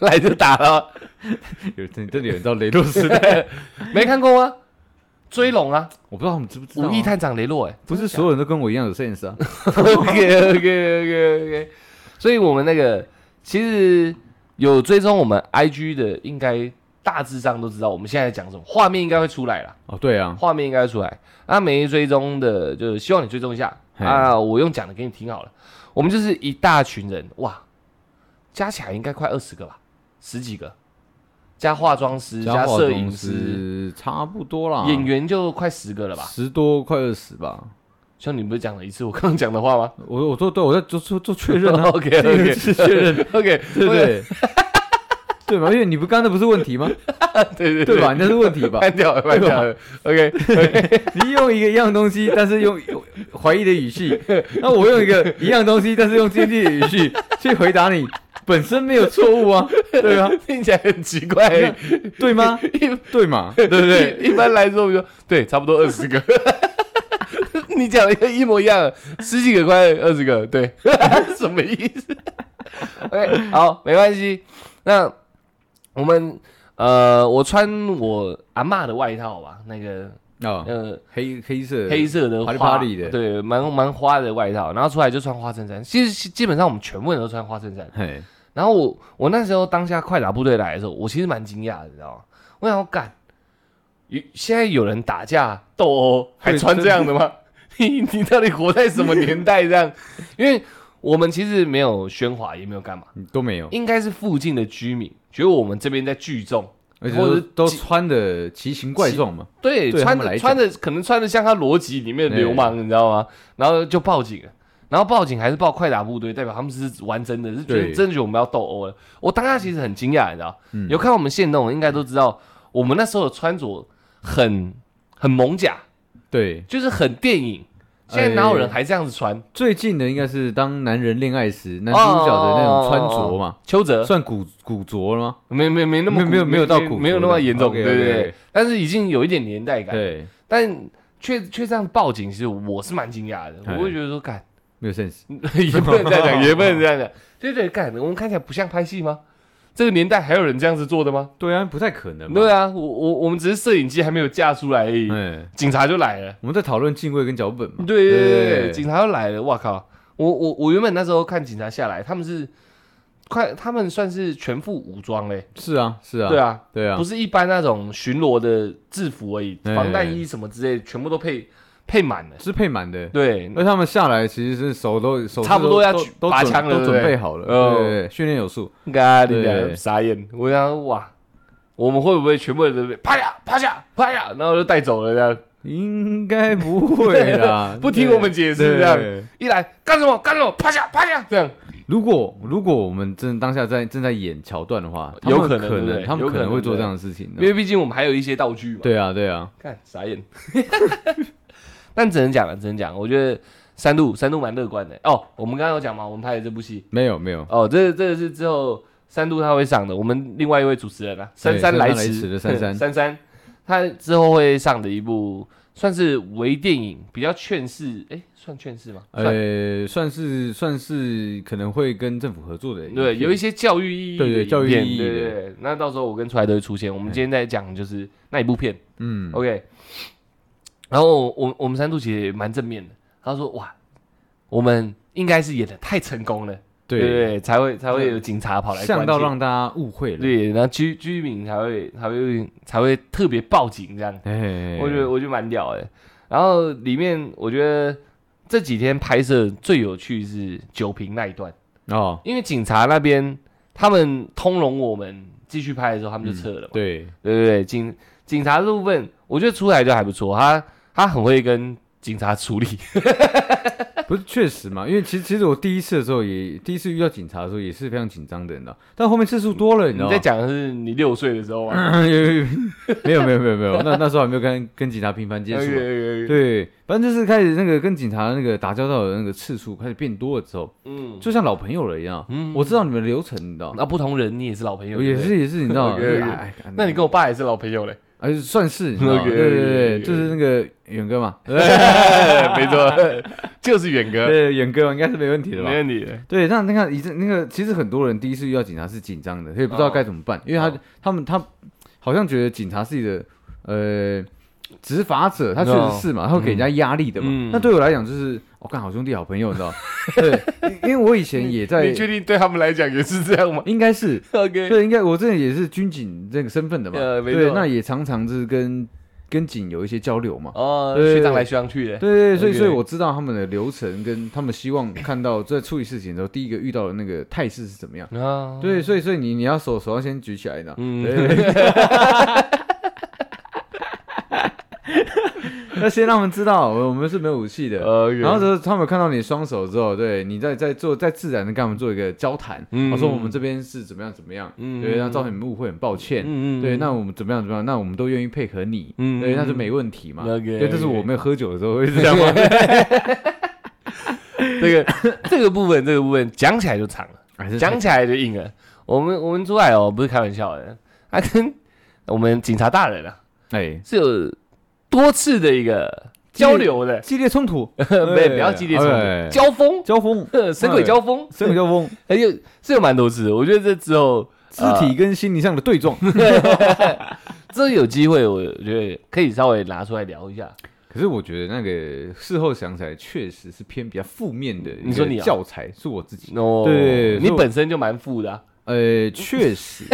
[SPEAKER 1] 来就打了哦，
[SPEAKER 2] 有真真的有人知道雷洛时
[SPEAKER 1] 嗯
[SPEAKER 2] 代，
[SPEAKER 1] 没看过吗？追龙啊，
[SPEAKER 2] 我不知道他们知不知道、
[SPEAKER 1] 武义探长雷 洛、哎，
[SPEAKER 2] 不是所有人都跟我一样有 sense
[SPEAKER 1] 嗯
[SPEAKER 2] 啊。
[SPEAKER 1] OK OK OK OK，所以我们那个其实有追踪我们 IG 的，应该大致上都知道我们现在在讲什么，画面应该会出来啦，
[SPEAKER 2] 哦，对啊，
[SPEAKER 1] 画面应该会出来。那、没追踪的，就是希望你追踪一下
[SPEAKER 2] 嘿
[SPEAKER 1] 啊，我用讲的给你听好了。我们就是一大群人，哇，加起来应该快二十个吧，十几个，加化妆师、加
[SPEAKER 2] 化
[SPEAKER 1] 摄
[SPEAKER 2] 妆
[SPEAKER 1] 影师、
[SPEAKER 2] 师差不多啦，
[SPEAKER 1] 演员就快十个了吧？
[SPEAKER 2] 十多快二十吧。
[SPEAKER 1] 兄弟，你不是讲了一次我刚刚讲的话吗？
[SPEAKER 2] 我我做对，我在做做做确认啊，
[SPEAKER 1] OK OK
[SPEAKER 2] 确认，
[SPEAKER 1] OK，
[SPEAKER 2] 对不对？ 对吧？因为你不刚才不是问题吗？
[SPEAKER 1] 对对
[SPEAKER 2] 对吧？你那是问题 吧？
[SPEAKER 1] 搬掉了，搬掉了。OK，
[SPEAKER 2] 你用一个一样东西，但是用用怀疑的语气； 那我用一个一样东西，但是用坚定的语气去回答你，本身没有错误啊，对啊，
[SPEAKER 1] 听起来很奇怪、
[SPEAKER 2] 对吗？对嘛，对不对？
[SPEAKER 1] 一？一般来说，我们说对，差不多二十个。 你讲了一个一模一样的，十几个快二十个，对， 什么意思？OK，好，没关系。那我们呃，我穿我阿嬷的外套吧，那个
[SPEAKER 2] 啊，
[SPEAKER 1] 呃
[SPEAKER 2] 黑黑色
[SPEAKER 1] 黑色的
[SPEAKER 2] 啪里
[SPEAKER 1] 花
[SPEAKER 2] 啪里的
[SPEAKER 1] 对，蛮蛮花的外套，然后出来就穿花衬衫。其实基本上我们全部人都穿花衬衫，
[SPEAKER 2] 嘿，
[SPEAKER 1] 然后我我那时候当下快打部队来的时候，我其实蛮惊讶的，你知道吗？我想要干，有现在有人打架斗殴还
[SPEAKER 2] 对
[SPEAKER 1] 穿这样的吗？ 你你到底活在什么年代这样？因为我们其实没有喧哗，也没有干嘛，
[SPEAKER 2] 都没有，
[SPEAKER 1] 应该是附近的居民觉得我们这边在聚众，
[SPEAKER 2] 而且
[SPEAKER 1] 或者
[SPEAKER 2] 都
[SPEAKER 1] 是
[SPEAKER 2] 都
[SPEAKER 1] 几
[SPEAKER 2] 穿的奇形怪状嘛，
[SPEAKER 1] 对，
[SPEAKER 2] 对他
[SPEAKER 1] 穿
[SPEAKER 2] 们
[SPEAKER 1] 着
[SPEAKER 2] 来
[SPEAKER 1] 穿着可能穿着像他逻辑里面的流氓，你知道吗？然后就报警了，然后报警还是报快打部队，代表他们是玩真的，是觉得
[SPEAKER 2] 对
[SPEAKER 1] 真的觉得我们要斗殴了。我当下其实很惊讶，你知道，
[SPEAKER 2] 嗯
[SPEAKER 1] 有看我们线动的应该都知道，我们那时候的穿着很很猛甲，
[SPEAKER 2] 对，
[SPEAKER 1] 就是很电影。现在哪有人还这样子穿？
[SPEAKER 2] 最近的应该是当男人恋爱时，男主角的那种穿着嘛，
[SPEAKER 1] 邱泽
[SPEAKER 2] 算古古着了吗？
[SPEAKER 1] 没没没那么
[SPEAKER 2] 没没有
[SPEAKER 1] 古
[SPEAKER 2] 没有到
[SPEAKER 1] 没
[SPEAKER 2] 古
[SPEAKER 1] 没有那
[SPEAKER 2] 着
[SPEAKER 1] 么
[SPEAKER 2] 的
[SPEAKER 1] 严重，对
[SPEAKER 2] OK，
[SPEAKER 1] 对
[SPEAKER 2] OK，
[SPEAKER 1] 对
[SPEAKER 2] OK。
[SPEAKER 1] 但是已经有一点年代感，
[SPEAKER 2] 对，
[SPEAKER 1] 但却却这样报警，其实我是蛮惊讶的，我会觉得说，干，
[SPEAKER 2] 没有 sense。
[SPEAKER 1] 也不能这样讲，也不能这样讲。对对，干，我们看起来不像拍戏吗？这个年代还有人这样子做的吗？
[SPEAKER 2] 对啊，不太可能嘛。
[SPEAKER 1] 对啊，我我我们只是摄影机还没有架出来而已，
[SPEAKER 2] 哎，
[SPEAKER 1] 警察就来了。
[SPEAKER 2] 我们在讨论敬畏跟脚本嘛。
[SPEAKER 1] 对对嗯对对对，警察就来了。哇靠！我我我原本那时候看警察下来，他们是快，他们算是全副武装嘞。
[SPEAKER 2] 是啊，是啊，
[SPEAKER 1] 对啊，
[SPEAKER 2] 对啊
[SPEAKER 1] 不，是一般那种巡逻的制服而已，
[SPEAKER 2] 哎
[SPEAKER 1] 防弹衣什么之类，全部都配配满了。
[SPEAKER 2] 是配满的。
[SPEAKER 1] 对，
[SPEAKER 2] 而他们下来其实是手都手
[SPEAKER 1] 差不多
[SPEAKER 2] 都
[SPEAKER 1] 要
[SPEAKER 2] 都
[SPEAKER 1] 举
[SPEAKER 2] 都
[SPEAKER 1] 拔
[SPEAKER 2] 准
[SPEAKER 1] 枪了
[SPEAKER 2] 都准
[SPEAKER 1] 对不对
[SPEAKER 2] 备好了。
[SPEAKER 1] 哦
[SPEAKER 2] 对对对，训练有素。
[SPEAKER 1] 咖喱
[SPEAKER 2] 对
[SPEAKER 1] 的傻眼，我想哇，我们会不会全部人都被啪呀啪呀啪呀，然后就带走了这样，
[SPEAKER 2] 应该不
[SPEAKER 1] ，
[SPEAKER 2] 会啦
[SPEAKER 1] 不听我们解释这样，
[SPEAKER 2] 样。
[SPEAKER 1] 一来干什么干什么啪呀啪呀这样，
[SPEAKER 2] 如果如果我们真的当下在正在演桥段的话，
[SPEAKER 1] 有
[SPEAKER 2] 他们
[SPEAKER 1] 可
[SPEAKER 2] 可
[SPEAKER 1] 能对不对
[SPEAKER 2] 他们
[SPEAKER 1] 有可
[SPEAKER 2] 可能
[SPEAKER 1] 能
[SPEAKER 2] 会做
[SPEAKER 1] 对
[SPEAKER 2] 这样的事情
[SPEAKER 1] 因。为毕竟我们还有一些道具嘛，
[SPEAKER 2] 对啊，对啊，
[SPEAKER 1] 看傻眼，但只能讲了，只能讲，我觉得三度三度蛮乐观的哦。我们刚刚有讲嘛，我们拍的这部戏
[SPEAKER 2] 没有没有，
[SPEAKER 1] 哦，这这个是之后三度他会上的，我们另外一位主持人啊，
[SPEAKER 2] 对
[SPEAKER 1] 姗姗
[SPEAKER 2] 姗姗
[SPEAKER 1] 来
[SPEAKER 2] 来
[SPEAKER 1] 迟
[SPEAKER 2] 迟的姗 姗
[SPEAKER 1] 姗姗，他之后会上的一部算是微电影，比较劝世，哎，算劝世吗？算
[SPEAKER 2] 呃，算是算是可能会跟政府合作的影片，
[SPEAKER 1] 对，有一些教育意义的
[SPEAKER 2] 对对
[SPEAKER 1] 影
[SPEAKER 2] 教育
[SPEAKER 1] 片
[SPEAKER 2] 意义
[SPEAKER 1] 对
[SPEAKER 2] 的哎
[SPEAKER 1] 对对。那到时候我跟出来都会出现。我们今天在讲就是那一部片
[SPEAKER 2] 嗯，
[SPEAKER 1] ，OK。然后我我们三度其实也蛮正面的，他说哇，我们应该是演的太成功了，对
[SPEAKER 2] 对，
[SPEAKER 1] 对，才会才会有警察跑来
[SPEAKER 2] 像
[SPEAKER 1] 关
[SPEAKER 2] 到
[SPEAKER 1] 切
[SPEAKER 2] 让大家误会了，
[SPEAKER 1] 对，然后居居民才会才会才会特别报警这样，
[SPEAKER 2] 哎，
[SPEAKER 1] 我觉得我觉得蛮屌的。然后里面我觉得这几天拍摄最有趣是酒瓶那一段，
[SPEAKER 2] 哦，
[SPEAKER 1] 因为警察那边他们通融我们继续拍的时候，他们就撤了嘛。
[SPEAKER 2] 嗯对，
[SPEAKER 1] 对对对，警警察这部分我觉得出来就还不错，他他很会跟警察处 理。
[SPEAKER 2] 不是确实嘛，因为其实其实我第一次的时候也第一次遇到警察的时候也是非常紧张的，你知道，但后面次数多了，你知
[SPEAKER 1] 你
[SPEAKER 2] 道
[SPEAKER 1] 在
[SPEAKER 2] 吗？
[SPEAKER 1] 讲的是你六岁的时候
[SPEAKER 2] 嗯
[SPEAKER 1] 吗？
[SPEAKER 2] 没有没有没有没有，那那时候还没有跟跟警察频繁接
[SPEAKER 1] 哎
[SPEAKER 2] 触嘛，
[SPEAKER 1] 对，
[SPEAKER 2] 对，反正就是开始那个跟警察那个打交道的那个次数开始变多了之后，
[SPEAKER 1] 嗯，
[SPEAKER 2] 就像老朋友了一样，
[SPEAKER 1] 嗯
[SPEAKER 2] 我知道你们的流程，你知道，
[SPEAKER 1] 那不同人你也是老朋友，
[SPEAKER 2] 也
[SPEAKER 1] 对不对
[SPEAKER 2] 是也是，你知道，就
[SPEAKER 1] OK，OK
[SPEAKER 2] 是哎，哎
[SPEAKER 1] 那你跟我爸也是老朋友嘞，
[SPEAKER 2] 哎算是，你知道
[SPEAKER 1] OK，OK，OK，
[SPEAKER 2] 对对对，
[SPEAKER 1] OK，OK
[SPEAKER 2] 就是那个远哥嘛， 呃
[SPEAKER 1] 没错，就是远哥，
[SPEAKER 2] 对远哥应该是没问题的吧
[SPEAKER 1] 没？问题的。
[SPEAKER 2] 对，那那个一阵那个，其实很多人第一次遇到警察是紧张的，所以不知道
[SPEAKER 1] 哦
[SPEAKER 2] 该怎么办，因为他、
[SPEAKER 1] 哦
[SPEAKER 2] 他们他好像觉得警察是一个呃执法者，他确实是嘛，他会给人家压力的嘛。
[SPEAKER 1] 嗯
[SPEAKER 2] 那对我来讲就是，我、干好兄弟、好朋友，你知道？对，因为我以前也 在
[SPEAKER 1] 你，确定对他们来讲也是这样吗
[SPEAKER 2] 应该是
[SPEAKER 1] ？OK，
[SPEAKER 2] 对，应该我这也是军警这个身份的嘛，
[SPEAKER 1] 呃没
[SPEAKER 2] 对，
[SPEAKER 1] 错
[SPEAKER 2] 那也常常就是跟跟警有一些交流嘛。
[SPEAKER 1] 哦，
[SPEAKER 2] 对
[SPEAKER 1] 学长来学长去的，
[SPEAKER 2] 对对，对所以
[SPEAKER 1] OK
[SPEAKER 2] 所以我知道他们的流程跟他们希望看到在处理事情的时候，第一个遇到的那个态势是怎么样。
[SPEAKER 1] 啊，
[SPEAKER 2] 对，所以所以你你要手手要先举起来呢。
[SPEAKER 1] 嗯，
[SPEAKER 2] 对 要先让他们知道，我我们是没有武器的。
[SPEAKER 1] 呃，
[SPEAKER 2] 然后之后他们看到你双手之后，对你再再做再自然的跟他们做一个交谈，
[SPEAKER 1] 嗯
[SPEAKER 2] 我说我们这边是怎么样怎么样，
[SPEAKER 1] 嗯
[SPEAKER 2] 对，那造成你们误会，很抱歉。
[SPEAKER 1] 嗯
[SPEAKER 2] 对，那我们怎么样怎么样，那我们都愿意配合你，
[SPEAKER 1] 嗯
[SPEAKER 2] 对，那就没问题嘛。
[SPEAKER 1] OK，
[SPEAKER 2] 对，这是
[SPEAKER 1] OK
[SPEAKER 2] 我没有喝酒的时候 会这样吗？
[SPEAKER 1] 这个这个部分这个部分讲起来就长了，
[SPEAKER 2] 还是
[SPEAKER 1] 讲起来就硬了。我们我们出来哦，不是开玩笑的，他跟我们警察大人啊
[SPEAKER 2] 哎，
[SPEAKER 1] 是有多次的一个交流 的，
[SPEAKER 2] 激烈冲突，
[SPEAKER 1] 没不要激烈冲
[SPEAKER 2] 哎哎
[SPEAKER 1] 突，交锋，
[SPEAKER 2] 交锋，
[SPEAKER 1] 神鬼交锋，
[SPEAKER 2] 什么交锋？
[SPEAKER 1] 而且是有蛮多次的，我觉得这之后
[SPEAKER 2] 肢体跟心理上的对撞。
[SPEAKER 1] 呃这有机会，我觉得可以稍微拿出来聊一下。
[SPEAKER 2] 可是我觉得那个事后想起来，确实是偏比较负面的一个
[SPEAKER 1] 你说你啊
[SPEAKER 2] 教材是我自己，
[SPEAKER 1] 哦，
[SPEAKER 2] 对所以
[SPEAKER 1] 你
[SPEAKER 2] 我
[SPEAKER 1] 本身就蛮富的啊、
[SPEAKER 2] 呃，确实，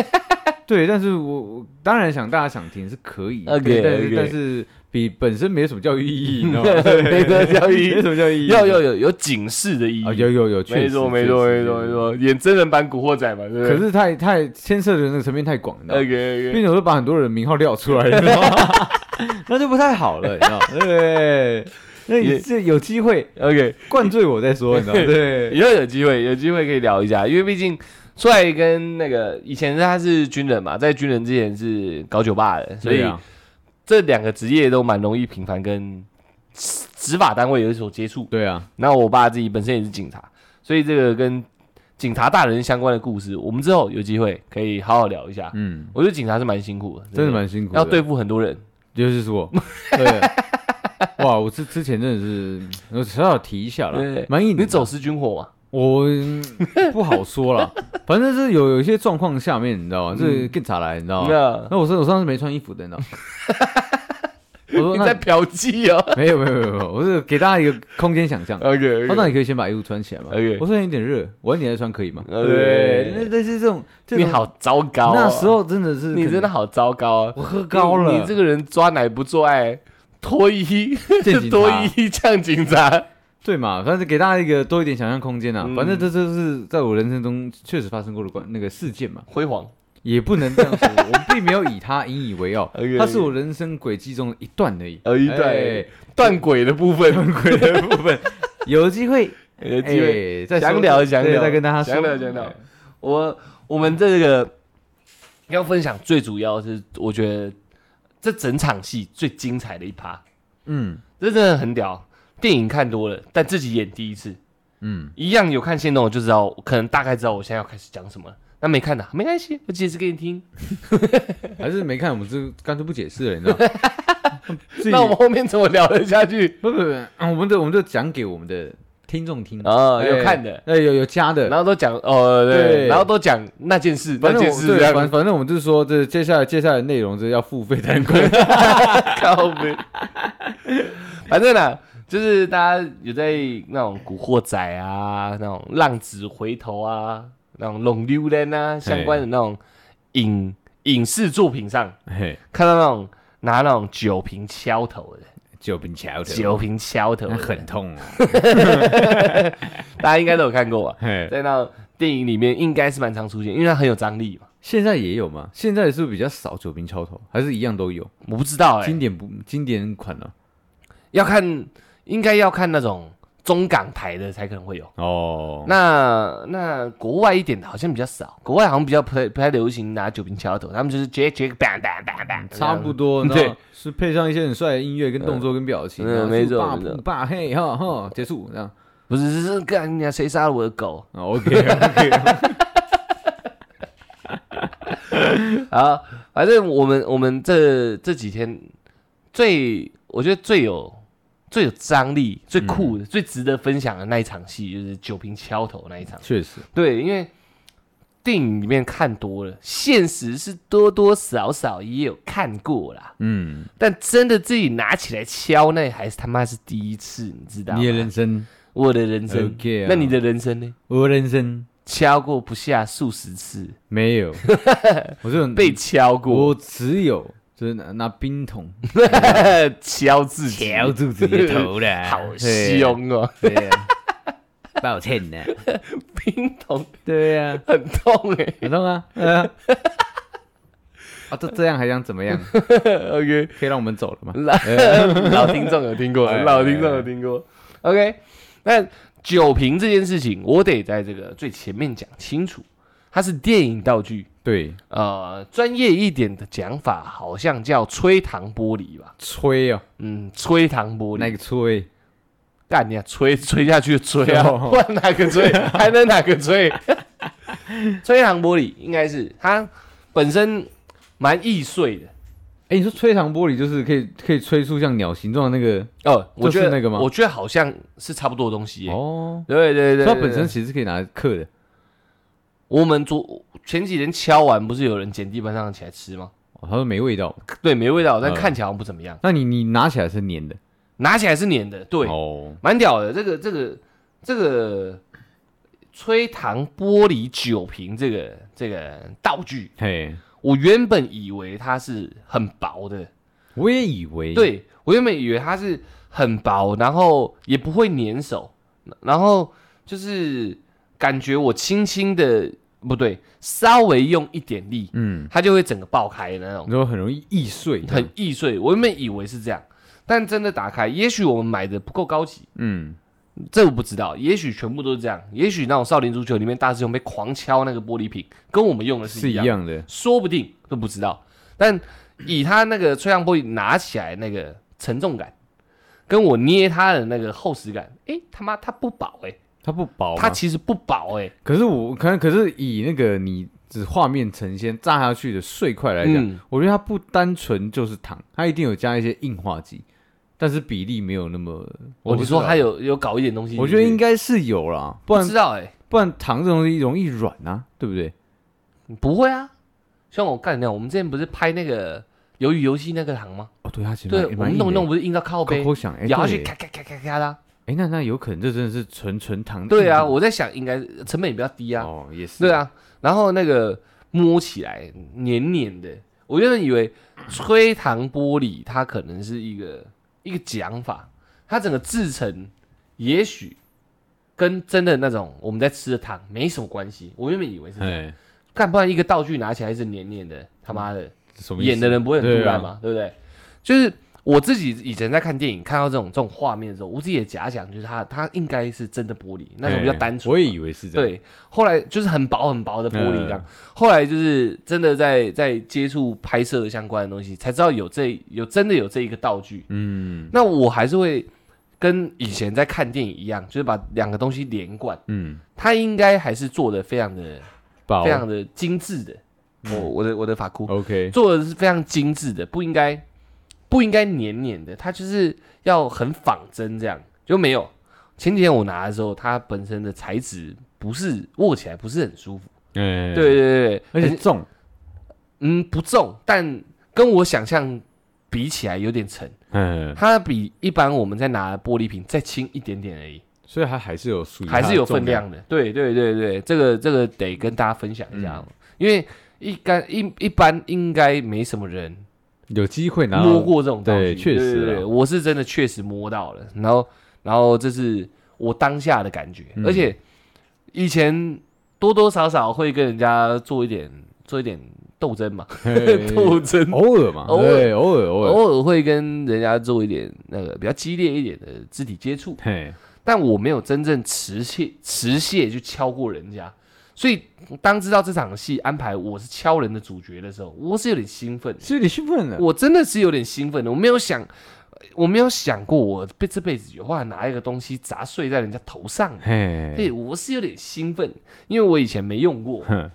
[SPEAKER 2] 对，但是我我当然想大家想听是可以
[SPEAKER 1] OK，
[SPEAKER 2] 对但是
[SPEAKER 1] OK
[SPEAKER 2] 但是比本身没有什么教育意义，你知道吗？
[SPEAKER 1] 没得交
[SPEAKER 2] 没有
[SPEAKER 1] 易，
[SPEAKER 2] 什么教育意义，
[SPEAKER 1] 要要有有警示的意义。
[SPEAKER 2] 嗯啊，有有有，确实
[SPEAKER 1] 没错
[SPEAKER 2] 确实
[SPEAKER 1] 没错
[SPEAKER 2] 确实
[SPEAKER 1] 没错没错，演真人版古惑仔嘛，对呃不对？
[SPEAKER 2] 可是太太牵涉的那个层面太广了。
[SPEAKER 1] OK
[SPEAKER 2] 并
[SPEAKER 1] OK，
[SPEAKER 2] 且我都把很多人的名号撂出 来，你知道吗？那就不太好了，你知道吗？对，那你
[SPEAKER 1] 也
[SPEAKER 2] 这有机会
[SPEAKER 1] OK，
[SPEAKER 2] 灌醉我再说，你 知道吗？对，
[SPEAKER 1] 以后有机会有机会可以聊一下，因为毕竟出来跟那个以前他是军人嘛，在军人之前是搞酒吧的，所以
[SPEAKER 2] 对啊
[SPEAKER 1] 这两个职业都蛮容易频繁跟执执法单位有所接触。
[SPEAKER 2] 对啊，
[SPEAKER 1] 那我爸自己本身也是警察，所以这个跟警察大人相关的故事，我们之后有机会可以好好聊一下。
[SPEAKER 2] 嗯，
[SPEAKER 1] 我觉得警察是蛮辛苦的，
[SPEAKER 2] 真的蛮辛苦的，
[SPEAKER 1] 要对，付很多人。
[SPEAKER 2] 尤其 是我，对，哇，我之之前真的是，我小小提一下了
[SPEAKER 1] 对，
[SPEAKER 2] 蛮硬的，
[SPEAKER 1] 你走私军火嘛？
[SPEAKER 2] 我嗯不好 说了，反正是有有一些状况下面，你知道吗？
[SPEAKER 1] 嗯
[SPEAKER 2] 这更咋来，你知道吗？
[SPEAKER 1] 那
[SPEAKER 2] 那我说我上次没穿衣服的，你知道吗？我说
[SPEAKER 1] 你
[SPEAKER 2] 那
[SPEAKER 1] 在嫖妓哦。
[SPEAKER 2] 没有没有没有没有，我是给大家一个空间 想象。
[SPEAKER 1] OK，
[SPEAKER 2] 哦，那你可以先把衣服穿起来嘛。
[SPEAKER 1] OK
[SPEAKER 2] 我说有点热，晚一点再穿可以吗？
[SPEAKER 1] OK
[SPEAKER 2] 对，那那是这种，这
[SPEAKER 1] 你
[SPEAKER 2] 种，
[SPEAKER 1] 好糟糕哦。
[SPEAKER 2] 那时候真的是，
[SPEAKER 1] 你真的，好糟糕哦，
[SPEAKER 2] 我喝高了，
[SPEAKER 1] 你你这个人抓奶不做爱，脱衣
[SPEAKER 2] 见警 察
[SPEAKER 1] 脱衣呛警察。
[SPEAKER 2] 对嘛？反正给大家一个多一点想象空间啊。
[SPEAKER 1] 嗯
[SPEAKER 2] 反正这就是在我人生中确实发生过的关那个事件嘛，
[SPEAKER 1] 辉煌
[SPEAKER 2] 也不能这样说，我并没有以它引以为 傲
[SPEAKER 1] OK，OK，
[SPEAKER 2] 它是我人生轨迹中的一段而已。
[SPEAKER 1] 呃一段
[SPEAKER 2] 哎
[SPEAKER 1] 断轨的部分，
[SPEAKER 2] 轨的部分，有机会，
[SPEAKER 1] 有机会。
[SPEAKER 2] 哎再说
[SPEAKER 1] 想聊想
[SPEAKER 2] 对
[SPEAKER 1] 聊
[SPEAKER 2] 再跟大家说
[SPEAKER 1] 想聊想聊我我们这个要分享最主要是，我觉得这整场戏最精彩的一趴，
[SPEAKER 2] 嗯，
[SPEAKER 1] 这真的很屌。电影看多了，但自己演第一次，
[SPEAKER 2] 嗯，
[SPEAKER 1] 一样有看线动，我就知道，可能大概知道我现在要开始讲什么了。那没看的没关系，我解释给你听。
[SPEAKER 2] 还是没看，我们就干脆不解释了，你知道？自己
[SPEAKER 1] 那我们后面怎么聊得下 去？
[SPEAKER 2] 不不不，啊我们的我们就讲给我们的听众听
[SPEAKER 1] 哦
[SPEAKER 2] 哎
[SPEAKER 1] 有看的
[SPEAKER 2] 哎，有有加的，
[SPEAKER 1] 然后都讲哦，对，
[SPEAKER 2] 对
[SPEAKER 1] 然后都讲那件事，那
[SPEAKER 2] 反正
[SPEAKER 1] 件
[SPEAKER 2] 我
[SPEAKER 1] 事
[SPEAKER 2] 对
[SPEAKER 1] 这样
[SPEAKER 2] 反反正我们就是说，这接下来接下来的内容是要付费才能看。
[SPEAKER 1] 靠背。反正呢，就是大家有在那种古惑仔啊，那种浪子回头啊，那种龙溜人啊，相关的那种影影视作品上，
[SPEAKER 2] 嘿，
[SPEAKER 1] 看到那种拿那种酒瓶敲头的，
[SPEAKER 2] 酒瓶桥的，
[SPEAKER 1] 酒瓶敲头
[SPEAKER 2] 那
[SPEAKER 1] 的
[SPEAKER 2] 很痛哦。
[SPEAKER 1] 大家应该都有看过吧？
[SPEAKER 2] 嘿，
[SPEAKER 1] 在那种电影里面应该是蛮常出现，因为它很有张力嘛。
[SPEAKER 2] 现在也有吗？现在是不是比较少酒瓶敲头，还是一样都有？
[SPEAKER 1] 我不知道哎、
[SPEAKER 2] 经典不经典款呢？
[SPEAKER 1] 要看应该要看那种中港台的才可能会有。
[SPEAKER 2] 哦，
[SPEAKER 1] 那那国外一点的好像比较少，国外好像比较不太不太流行拿酒瓶敲头，他们就是 j a j a bang bang bang bang，
[SPEAKER 2] 差不多，你知
[SPEAKER 1] 对
[SPEAKER 2] 道是配上一些很帅的音乐、跟动作、跟表情，
[SPEAKER 1] 嗯
[SPEAKER 2] 然后
[SPEAKER 1] 没错
[SPEAKER 2] 就爸
[SPEAKER 1] 没错
[SPEAKER 2] 不爸嘿哈哈，结束这样。
[SPEAKER 1] 不是是干人家谁杀了我的狗
[SPEAKER 2] OK OK，
[SPEAKER 1] 啊！反正我们我们这这几天最我觉得最有最有张力、最酷的、最值得分享的那一场戏，就是酒瓶敲头那一场。
[SPEAKER 2] 确实，
[SPEAKER 1] 对，因为电影里面看多了，现实是多多少少也有看过啦。
[SPEAKER 2] 嗯，
[SPEAKER 1] 但真的自己拿起来敲，那还是他妈是第一次，你知道吗？
[SPEAKER 2] 你的人生，
[SPEAKER 1] 我的人生
[SPEAKER 2] OK 啊
[SPEAKER 1] 那你的人生呢？
[SPEAKER 2] 我的人生
[SPEAKER 1] 敲过不下数十次，
[SPEAKER 2] 没有，我这种
[SPEAKER 1] 被敲过，
[SPEAKER 2] 我只有就是拿拿 冰桶
[SPEAKER 1] 敲自己，
[SPEAKER 2] 敲住自己的头的，
[SPEAKER 1] 好
[SPEAKER 2] 对，
[SPEAKER 1] 凶啊哦！
[SPEAKER 2] 对啊，抱歉呢，
[SPEAKER 1] 冰桶
[SPEAKER 2] 对呀，
[SPEAKER 1] 很痛哎、
[SPEAKER 2] 很 痛啊，对啊，啊，都这样还想怎么样？
[SPEAKER 1] OK，
[SPEAKER 2] 可以让我们走了吗？
[SPEAKER 1] 老听众有听过，
[SPEAKER 2] 哎
[SPEAKER 1] 老听众有听过。OK，那酒瓶这件事情，我得在这个最前面讲清楚，它是电影道具。
[SPEAKER 2] 对，
[SPEAKER 1] 呃，专业一点的讲法好像叫吹糖玻璃吧？
[SPEAKER 2] 吹哦，
[SPEAKER 1] 嗯，吹糖玻
[SPEAKER 2] 那
[SPEAKER 1] 璃，
[SPEAKER 2] 个吹，
[SPEAKER 1] 干你啊，吹吹下去就吹啊，
[SPEAKER 2] 哦
[SPEAKER 1] 不然哪个 吹？还能哪个吹？ 吹糖玻璃应该是它本身蛮易碎的
[SPEAKER 2] 哎，你说吹糖玻璃就是可以可以吹出像鸟形状的那个
[SPEAKER 1] 哦，我觉得
[SPEAKER 2] 就是那个吗
[SPEAKER 1] 我觉得好像是差不多的东西耶、
[SPEAKER 2] 哦，
[SPEAKER 1] 对对对
[SPEAKER 2] 所以它
[SPEAKER 1] 对
[SPEAKER 2] 本身
[SPEAKER 1] 对
[SPEAKER 2] 其实可以拿来刻的。
[SPEAKER 1] 我们昨前几天敲完，不是有人捡地板上的起来吃吗？
[SPEAKER 2] 哦，他说没味道，
[SPEAKER 1] 对，没味道，但
[SPEAKER 2] 嗯
[SPEAKER 1] 看起来好像不怎么样，
[SPEAKER 2] 那你你拿起来是粘的，
[SPEAKER 1] 拿起来是黏的，对，
[SPEAKER 2] 哦，
[SPEAKER 1] 蛮屌的。这个这个这个吹糖玻璃酒瓶这个这个道具，
[SPEAKER 2] 嘿，
[SPEAKER 1] 我原本以为它是很薄的，
[SPEAKER 2] 我也以为，
[SPEAKER 1] 对我原本以为它是很薄，然后也不会粘手，然后就是感觉我轻轻的不对，稍微用一点力，
[SPEAKER 2] 嗯，
[SPEAKER 1] 它就会整个爆开的那种
[SPEAKER 2] 你，说很容易易碎，
[SPEAKER 1] 很易碎。我原本以为是这样，但真的打开，也许我们买的不够高级。
[SPEAKER 2] 嗯，
[SPEAKER 1] 这我不知道，也许全部都是这样，也许那种少林足球里面大师兄被狂敲那个玻璃瓶，跟我们用的是
[SPEAKER 2] 是
[SPEAKER 1] 一
[SPEAKER 2] 一
[SPEAKER 1] 样，
[SPEAKER 2] 样的，
[SPEAKER 1] 说不定都不知道。但以他那个吹上玻璃拿起来那个沉重感，跟我捏它的那个厚实感，诶，他妈它不薄诶，
[SPEAKER 2] 它不薄嘛，
[SPEAKER 1] 它其实不薄诶，
[SPEAKER 2] 可是我可能可是以那个你只画面呈现炸下去的碎块来讲，
[SPEAKER 1] 嗯
[SPEAKER 2] 我觉得它不单纯就是糖，它一定有加一些硬化剂，但是比例没有那么，
[SPEAKER 1] 我
[SPEAKER 2] 不
[SPEAKER 1] 哦你
[SPEAKER 2] 知道
[SPEAKER 1] 说它，有有搞一点东西，
[SPEAKER 2] 我觉得应该是有啦，不
[SPEAKER 1] 不
[SPEAKER 2] 然
[SPEAKER 1] 知道诶，
[SPEAKER 2] 不然糖这种东西容易软啊，对不对？
[SPEAKER 1] 不会啊。像我干掉，我们之前不是拍那个鱿鱼游戏那个行吗？
[SPEAKER 2] 哦，对，它其实
[SPEAKER 1] 对，
[SPEAKER 2] 蛮
[SPEAKER 1] 我
[SPEAKER 2] 蛮
[SPEAKER 1] 们
[SPEAKER 2] 硬
[SPEAKER 1] 弄一
[SPEAKER 2] 的
[SPEAKER 1] 弄不是硬到靠
[SPEAKER 2] 口
[SPEAKER 1] 背，
[SPEAKER 2] 口响，哎、
[SPEAKER 1] 咬下
[SPEAKER 2] 对
[SPEAKER 1] 去咔咔咔咔咔啦。
[SPEAKER 2] 哎、那那有可能这真的是纯纯糖的硬
[SPEAKER 1] 对
[SPEAKER 2] 度
[SPEAKER 1] 啊，我在想应该成本也比较低啊。
[SPEAKER 2] 嗯哦也是，
[SPEAKER 1] 对，啊，然后那个摸起来黏黏的，我原本以为吹糖玻璃它可能是一个一个讲法，它整个制成也许跟真的那种我们在吃的糖没什么关系，我原本以为是这样，
[SPEAKER 2] 哎，
[SPEAKER 1] 干不然一个道具拿起来是黏黏的，他妈的
[SPEAKER 2] 什么意思
[SPEAKER 1] 演的人不会很突
[SPEAKER 2] 对啊
[SPEAKER 1] 然嘛，对不对？就是我自己以前在看电影看到这种这种画面的时候，我自己也假想就是它它应该是真的玻璃，那种比较
[SPEAKER 2] 哎
[SPEAKER 1] 单纯嘛。
[SPEAKER 2] 我也以为是这样，嗯
[SPEAKER 1] 对，后来就是很薄很薄的玻璃这样。后来就是真的在在接触拍摄相关的东西，才知道有这有真的有这一个道具。
[SPEAKER 2] 嗯，
[SPEAKER 1] 那我还是会跟以前在看电影一样，就是把两个东西连贯，
[SPEAKER 2] 嗯，
[SPEAKER 1] 他应该还是做的非常的
[SPEAKER 2] 宝
[SPEAKER 1] 非常的精致的。
[SPEAKER 2] 嗯
[SPEAKER 1] 我我的我的法箍
[SPEAKER 2] OK，
[SPEAKER 1] 做的是非常精致的，不应该不应该黏黏的，它就是要很仿真这样，就没有。前几天我拿的时候，它本身的材质不是握起来不是很舒服，
[SPEAKER 2] 哎，
[SPEAKER 1] 对，对对
[SPEAKER 2] 而
[SPEAKER 1] 对，
[SPEAKER 2] 且重，
[SPEAKER 1] 嗯不重，但跟我想象比起来有点沉，
[SPEAKER 2] 嗯，
[SPEAKER 1] 它比一般我们在拿的玻璃瓶再轻一点点而已，
[SPEAKER 2] 所以它还是有属于它
[SPEAKER 1] 还
[SPEAKER 2] 的
[SPEAKER 1] 是有分
[SPEAKER 2] 重量，
[SPEAKER 1] 量的。对对对对，这个这个得跟大家分享一
[SPEAKER 2] 嗯
[SPEAKER 1] 下，哦因为一干一一般应该没什么人
[SPEAKER 2] 有机会拿
[SPEAKER 1] 摸
[SPEAKER 2] 到，
[SPEAKER 1] 过这种东西，
[SPEAKER 2] 对确实啊
[SPEAKER 1] 对对对我是真的确实摸到了，然后然后这是我当下的感觉，
[SPEAKER 2] 嗯
[SPEAKER 1] 而且以前多多少少会跟人家做一点做一点斗争嘛，
[SPEAKER 2] 嘿
[SPEAKER 1] 斗争。
[SPEAKER 2] 偶尔嘛，
[SPEAKER 1] 偶尔
[SPEAKER 2] 对，偶尔偶尔，
[SPEAKER 1] 偶尔会跟人家做一点那个比较激烈一点的肢体接触，
[SPEAKER 2] 嘿，
[SPEAKER 1] 但我没有真正持械持械去敲过人家，所以当知道这场戏安排我是敲人的主角的时候，我是有点兴奋的，
[SPEAKER 2] 所以你兴奋了，
[SPEAKER 1] 我真的是有点兴奋的，我没有想，我没有想过我被这辈子有办法拿一个东西砸碎在人家头上，
[SPEAKER 2] 嘿，
[SPEAKER 1] 对我是有点兴奋，因为我以前没用过，
[SPEAKER 2] 哼，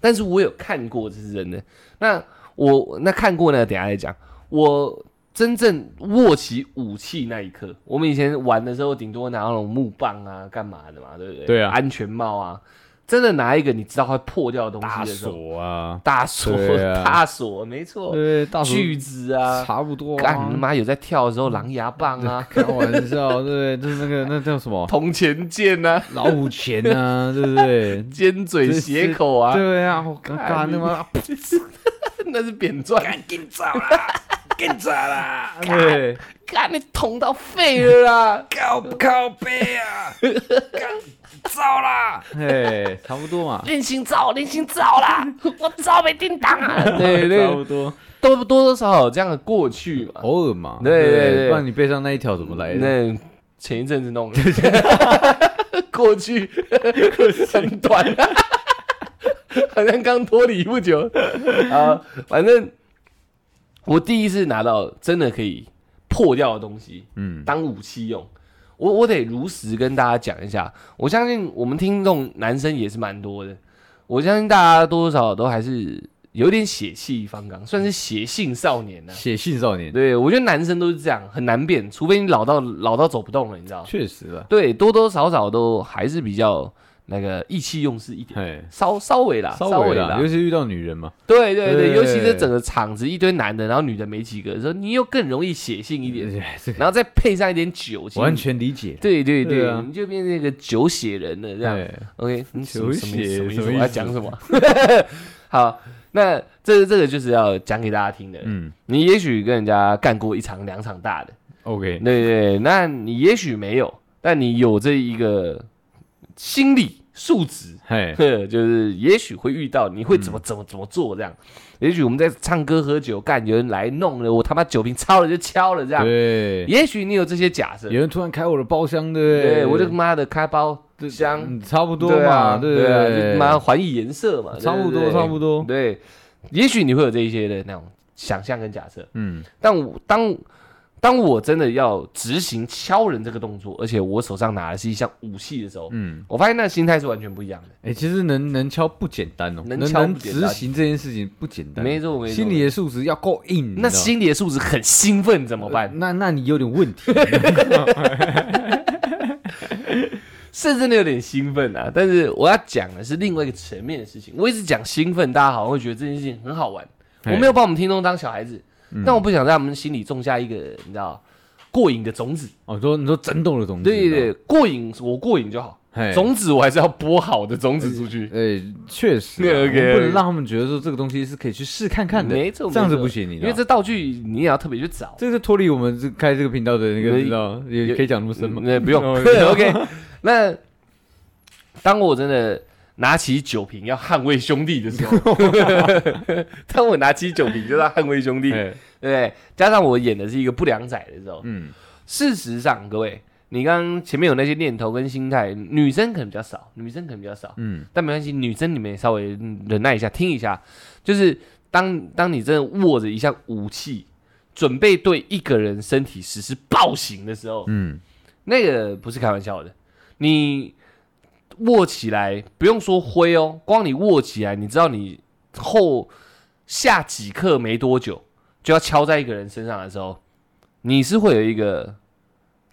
[SPEAKER 1] 但是我有看过，这是真的。那我那看过呢，等一下再讲。我真正握起武器那一刻，我们以前玩的时候，顶多拿那种木棒啊，干嘛的嘛，对不对？
[SPEAKER 2] 对啊
[SPEAKER 1] 安全帽啊，真的拿一个你知道会破掉的东西
[SPEAKER 2] 大
[SPEAKER 1] 的时候，
[SPEAKER 2] 锁啊，
[SPEAKER 1] 大锁，
[SPEAKER 2] 对 啊
[SPEAKER 1] 大锁，没错，
[SPEAKER 2] 对，大锁
[SPEAKER 1] 锯子啊，
[SPEAKER 2] 差不多啊，
[SPEAKER 1] 干你妈有在跳的时候，狼牙棒啊，
[SPEAKER 2] 开玩笑，对，就是那个那叫 什么
[SPEAKER 1] 铜钱剑啊，
[SPEAKER 2] 老虎钳啊，对不对？
[SPEAKER 1] 尖嘴
[SPEAKER 2] 这
[SPEAKER 1] 斜口啊，
[SPEAKER 2] 对啊，我刚
[SPEAKER 1] 干
[SPEAKER 2] 刚
[SPEAKER 1] 你
[SPEAKER 2] 那么
[SPEAKER 1] 那是扁钻，
[SPEAKER 2] 紧走啦，紧走啦，
[SPEAKER 1] 干
[SPEAKER 2] 对，
[SPEAKER 1] 干你捅到废了啊啦！
[SPEAKER 2] 靠不靠背啊？走啦， 嘿，差不多嘛，
[SPEAKER 1] 练心照，练心照啦，我照没叮当啊。 对
[SPEAKER 2] 差
[SPEAKER 1] 对，
[SPEAKER 2] 不多，
[SPEAKER 1] 都多多少少有这样的过去嘛。
[SPEAKER 2] 偶尔嘛，
[SPEAKER 1] 对对对
[SPEAKER 2] 不然你背上那一条怎么来的？
[SPEAKER 1] 那前一阵子 弄的，过去很短，好像刚脱离不久啊。反正我第一次拿到真的可以破掉的东西，
[SPEAKER 2] 嗯，
[SPEAKER 1] 当武器用。我我得如实跟大家讲一下，我相信我们听众男生也是蛮多的，我相信大家多多少少都还是有点血气方刚，算是血性少年啊呢、
[SPEAKER 2] 写信少年，
[SPEAKER 1] 对，我觉得男生都是这样，很难变，除非你老到老到走不动了，你知道？
[SPEAKER 2] 确实了，
[SPEAKER 1] 对，多多少少都还是比较那个意气用事一点，
[SPEAKER 2] 嘿，
[SPEAKER 1] 稍稍微啦，啊稍
[SPEAKER 2] 稍微
[SPEAKER 1] 啦
[SPEAKER 2] 啦，尤，其遇到女人嘛，
[SPEAKER 1] 对对对，
[SPEAKER 2] 对
[SPEAKER 1] 尤其这整个场子一堆男的，然后女的没几个的时候，你又更容易血性一点，
[SPEAKER 2] 哎这个
[SPEAKER 1] 然后再配上一点酒精，
[SPEAKER 2] 完全理解，
[SPEAKER 1] 对对对，
[SPEAKER 2] 对啊
[SPEAKER 1] 你就变成一个酒血人了这样。
[SPEAKER 2] 对，
[SPEAKER 1] OK，你什么
[SPEAKER 2] 酒
[SPEAKER 1] 什么意思
[SPEAKER 2] 血
[SPEAKER 1] 什么意思？
[SPEAKER 2] 什么
[SPEAKER 1] 我
[SPEAKER 2] 意
[SPEAKER 1] 要
[SPEAKER 2] 思
[SPEAKER 1] 讲什么？ 好，那这这个就是要讲给大家听的。
[SPEAKER 2] 嗯
[SPEAKER 1] 你也许跟人家干过一场两场大的，
[SPEAKER 2] ，OK，
[SPEAKER 1] 对对对，那你也许没有，但你有这一个心理素质。
[SPEAKER 2] 嘿，
[SPEAKER 1] 呵就是也许会遇到，你会
[SPEAKER 2] 嗯
[SPEAKER 1] 怎么怎么怎么做这样？也许我们在唱歌喝酒，干有人来弄了，我他妈酒瓶敲了就敲了这样。
[SPEAKER 2] 对，
[SPEAKER 1] 也许你有这些假设，
[SPEAKER 2] 有人突然开我的包厢，对不
[SPEAKER 1] 对我就妈的开包
[SPEAKER 2] 对
[SPEAKER 1] 箱，
[SPEAKER 2] 嗯差不多
[SPEAKER 1] 对
[SPEAKER 2] 嘛，
[SPEAKER 1] 啊，
[SPEAKER 2] 对
[SPEAKER 1] 对
[SPEAKER 2] 不
[SPEAKER 1] 啊，就妈还以颜色嘛，
[SPEAKER 2] 差不多，差不
[SPEAKER 1] 多。
[SPEAKER 2] 多，
[SPEAKER 1] 对，也许你会有这一些的那种想象跟假设，
[SPEAKER 2] 嗯，
[SPEAKER 1] 但我当当我真的要执行敲人这个动作，而且我手上拿的是一项武器的时候，
[SPEAKER 2] 嗯，
[SPEAKER 1] 我发现那个心态是完全不一样的。
[SPEAKER 2] 哎、其实能能敲不简单哦，
[SPEAKER 1] 能
[SPEAKER 2] 能
[SPEAKER 1] 敲不
[SPEAKER 2] 能
[SPEAKER 1] 简
[SPEAKER 2] 执
[SPEAKER 1] 单
[SPEAKER 2] 行这件事情不简单，哦
[SPEAKER 1] 没错没错
[SPEAKER 2] 心理的素质要够硬，
[SPEAKER 1] 那
[SPEAKER 2] 你知道
[SPEAKER 1] 心理的素质很兴奋怎么
[SPEAKER 2] 吗
[SPEAKER 1] 办？
[SPEAKER 2] 那那你有点 问题，
[SPEAKER 1] 是真的有点兴奋啊，但是我要讲的是另外一个层面的事情。我一直讲兴奋，大家好像会觉得这件事情很好玩。我
[SPEAKER 2] 嘿
[SPEAKER 1] 没有把我们听众当小孩子，
[SPEAKER 2] 嗯
[SPEAKER 1] 但我不想在我们心里种下一个你知道过瘾的种子。
[SPEAKER 2] 哦，你说你说争斗的东西，
[SPEAKER 1] 对
[SPEAKER 2] 你嗯知
[SPEAKER 1] 对，过瘾我过瘾就好，
[SPEAKER 2] 道吗，
[SPEAKER 1] 种子我还是要播好的种子出去。
[SPEAKER 2] 嘿，哎，确实 啊、
[SPEAKER 1] 对
[SPEAKER 2] 我
[SPEAKER 1] OK，
[SPEAKER 2] 们不
[SPEAKER 1] OK
[SPEAKER 2] 能让他们觉得说这个东西是可以去试看看的，
[SPEAKER 1] 没错，
[SPEAKER 2] 这样子
[SPEAKER 1] 没错
[SPEAKER 2] 不行，你知
[SPEAKER 1] 因
[SPEAKER 2] 道
[SPEAKER 1] 为
[SPEAKER 2] 吗
[SPEAKER 1] 这道具你也要特别去找。
[SPEAKER 2] 这是脱离我们这开这个频道的那个，
[SPEAKER 1] 没
[SPEAKER 2] 你知道也可以讲那么深吗？
[SPEAKER 1] 嗯哎那不用
[SPEAKER 2] 哦
[SPEAKER 1] ，OK。那当我真的拿起酒瓶要捍卫兄弟的时候， 当我拿起酒瓶就是要捍卫兄弟，对
[SPEAKER 2] 哎
[SPEAKER 1] 不对？加上我演的是一个不良仔的时候，
[SPEAKER 2] 嗯，
[SPEAKER 1] 事实上，各位，你刚刚前面有那些念头跟心态，女生可能比较少，女生可能比较少，
[SPEAKER 2] 嗯，
[SPEAKER 1] 但没关系，女生你们也稍微忍耐一下，听一下，就是当当你真的握着一项武器，准备对一个人身体实施暴行的时候，
[SPEAKER 2] 嗯，
[SPEAKER 1] 那个不是开玩笑的，你握起来不用说挥哦，光你握起来，你知道你后下几刻没多久就要敲在一个人身上的时候，你是会有一个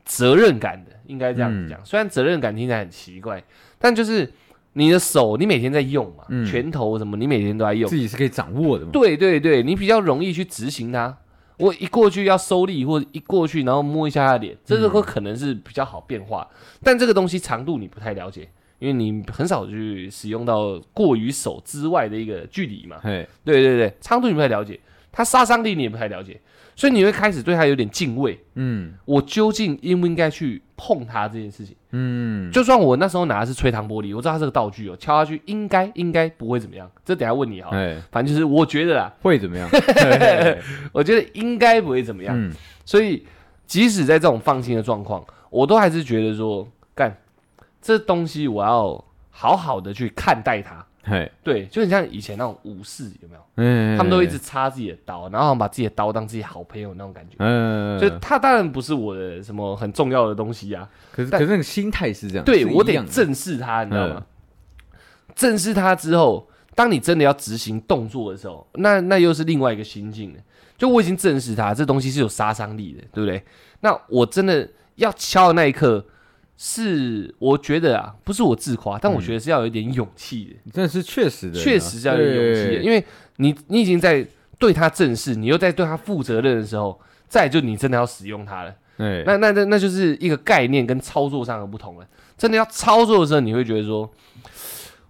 [SPEAKER 1] 责任感的，应该这样子讲。虽然责任感听起来很奇怪，但就是你的手你每天在用嘛，
[SPEAKER 2] 嗯
[SPEAKER 1] 拳头什么你每天都在用
[SPEAKER 2] 自，己是可以掌握的嘛。
[SPEAKER 1] 对对对，你比较容易去执行它。我一过去要收力，或者一过去然后摸一下他的脸，这个可能是比较好变化。但这个东西长度你不太了解，因为你很少去使用到过于手之外的一个距离嘛。
[SPEAKER 2] 嘿，
[SPEAKER 1] 对对对，长度你不太了解，它杀伤力你也不太了解，所以你会开始对它有点敬畏。
[SPEAKER 2] 嗯
[SPEAKER 1] 我究竟应不应该去碰它这件事情？
[SPEAKER 2] 嗯，
[SPEAKER 1] 就算我那时候拿的是吹糖玻璃，我知道它是个道具哦，敲下去应该应该不会怎么样。这等一下问你好了，
[SPEAKER 2] 哎，
[SPEAKER 1] 反正就是我觉得啦，
[SPEAKER 2] 会怎 么样？嘿嘿嘿
[SPEAKER 1] 我觉得应该不会怎么样。
[SPEAKER 2] 嗯
[SPEAKER 1] 所以即使在这种放心的状况，我都还是觉得说，干这东西我要好好的去看待它。
[SPEAKER 2] 嘿，
[SPEAKER 1] 对，就很像以前那种武士，有没有？
[SPEAKER 2] 嗯，
[SPEAKER 1] 他们都一直插自己的刀，然后好像把自己的刀当自己好朋友那种感觉。
[SPEAKER 2] 嗯，
[SPEAKER 1] 就他当然不是我的什么很重要的东西啊呀、
[SPEAKER 2] 可是可
[SPEAKER 1] 但
[SPEAKER 2] 是那个心态是这样，
[SPEAKER 1] 对
[SPEAKER 2] 是
[SPEAKER 1] 我
[SPEAKER 2] 一
[SPEAKER 1] 得
[SPEAKER 2] 样的嗯
[SPEAKER 1] 正视它，你知道吗？正视它之后，当你真的要执行动作的时候，那那又是另外一个心境了。就我已经正视它，这东西是有杀伤力的，对不对？那我真的要敲的那一刻，是我觉得啊，不是我自夸，
[SPEAKER 2] 嗯
[SPEAKER 1] 但我觉得是要有一点勇气
[SPEAKER 2] 真的是确实
[SPEAKER 1] 的，
[SPEAKER 2] 的，
[SPEAKER 1] 确实是要有勇气的，因为你你已经在对它正视，你又在对它负责任的时候，再来就你真的要使用它了。
[SPEAKER 2] 为
[SPEAKER 1] 那那那那就是一个概念跟操作上的不同了。真的要操作的时候，你会觉得说，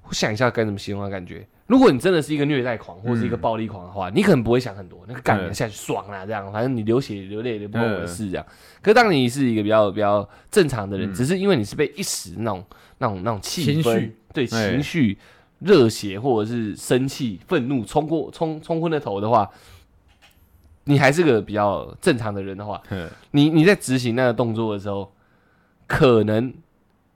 [SPEAKER 1] 我想一下该怎么形容的感觉。如果你真的是一个虐待狂或是一个暴力狂的话，你可能不会想很多，那个感觉
[SPEAKER 2] 嗯
[SPEAKER 1] 下去爽啦，这样反正你流血流泪也不关我的事这样。可是当你是一个比较比较正常的人，只是因为你是被一时那种那种那种气
[SPEAKER 2] 嗯情
[SPEAKER 1] 氛
[SPEAKER 2] 绪
[SPEAKER 1] 对
[SPEAKER 2] 哎
[SPEAKER 1] 情绪、热血或者是生气、愤怒冲过冲冲昏了头的话，你还是个比较正常的人的话，
[SPEAKER 2] 嗯
[SPEAKER 1] 你你在执行那个动作的时候，可能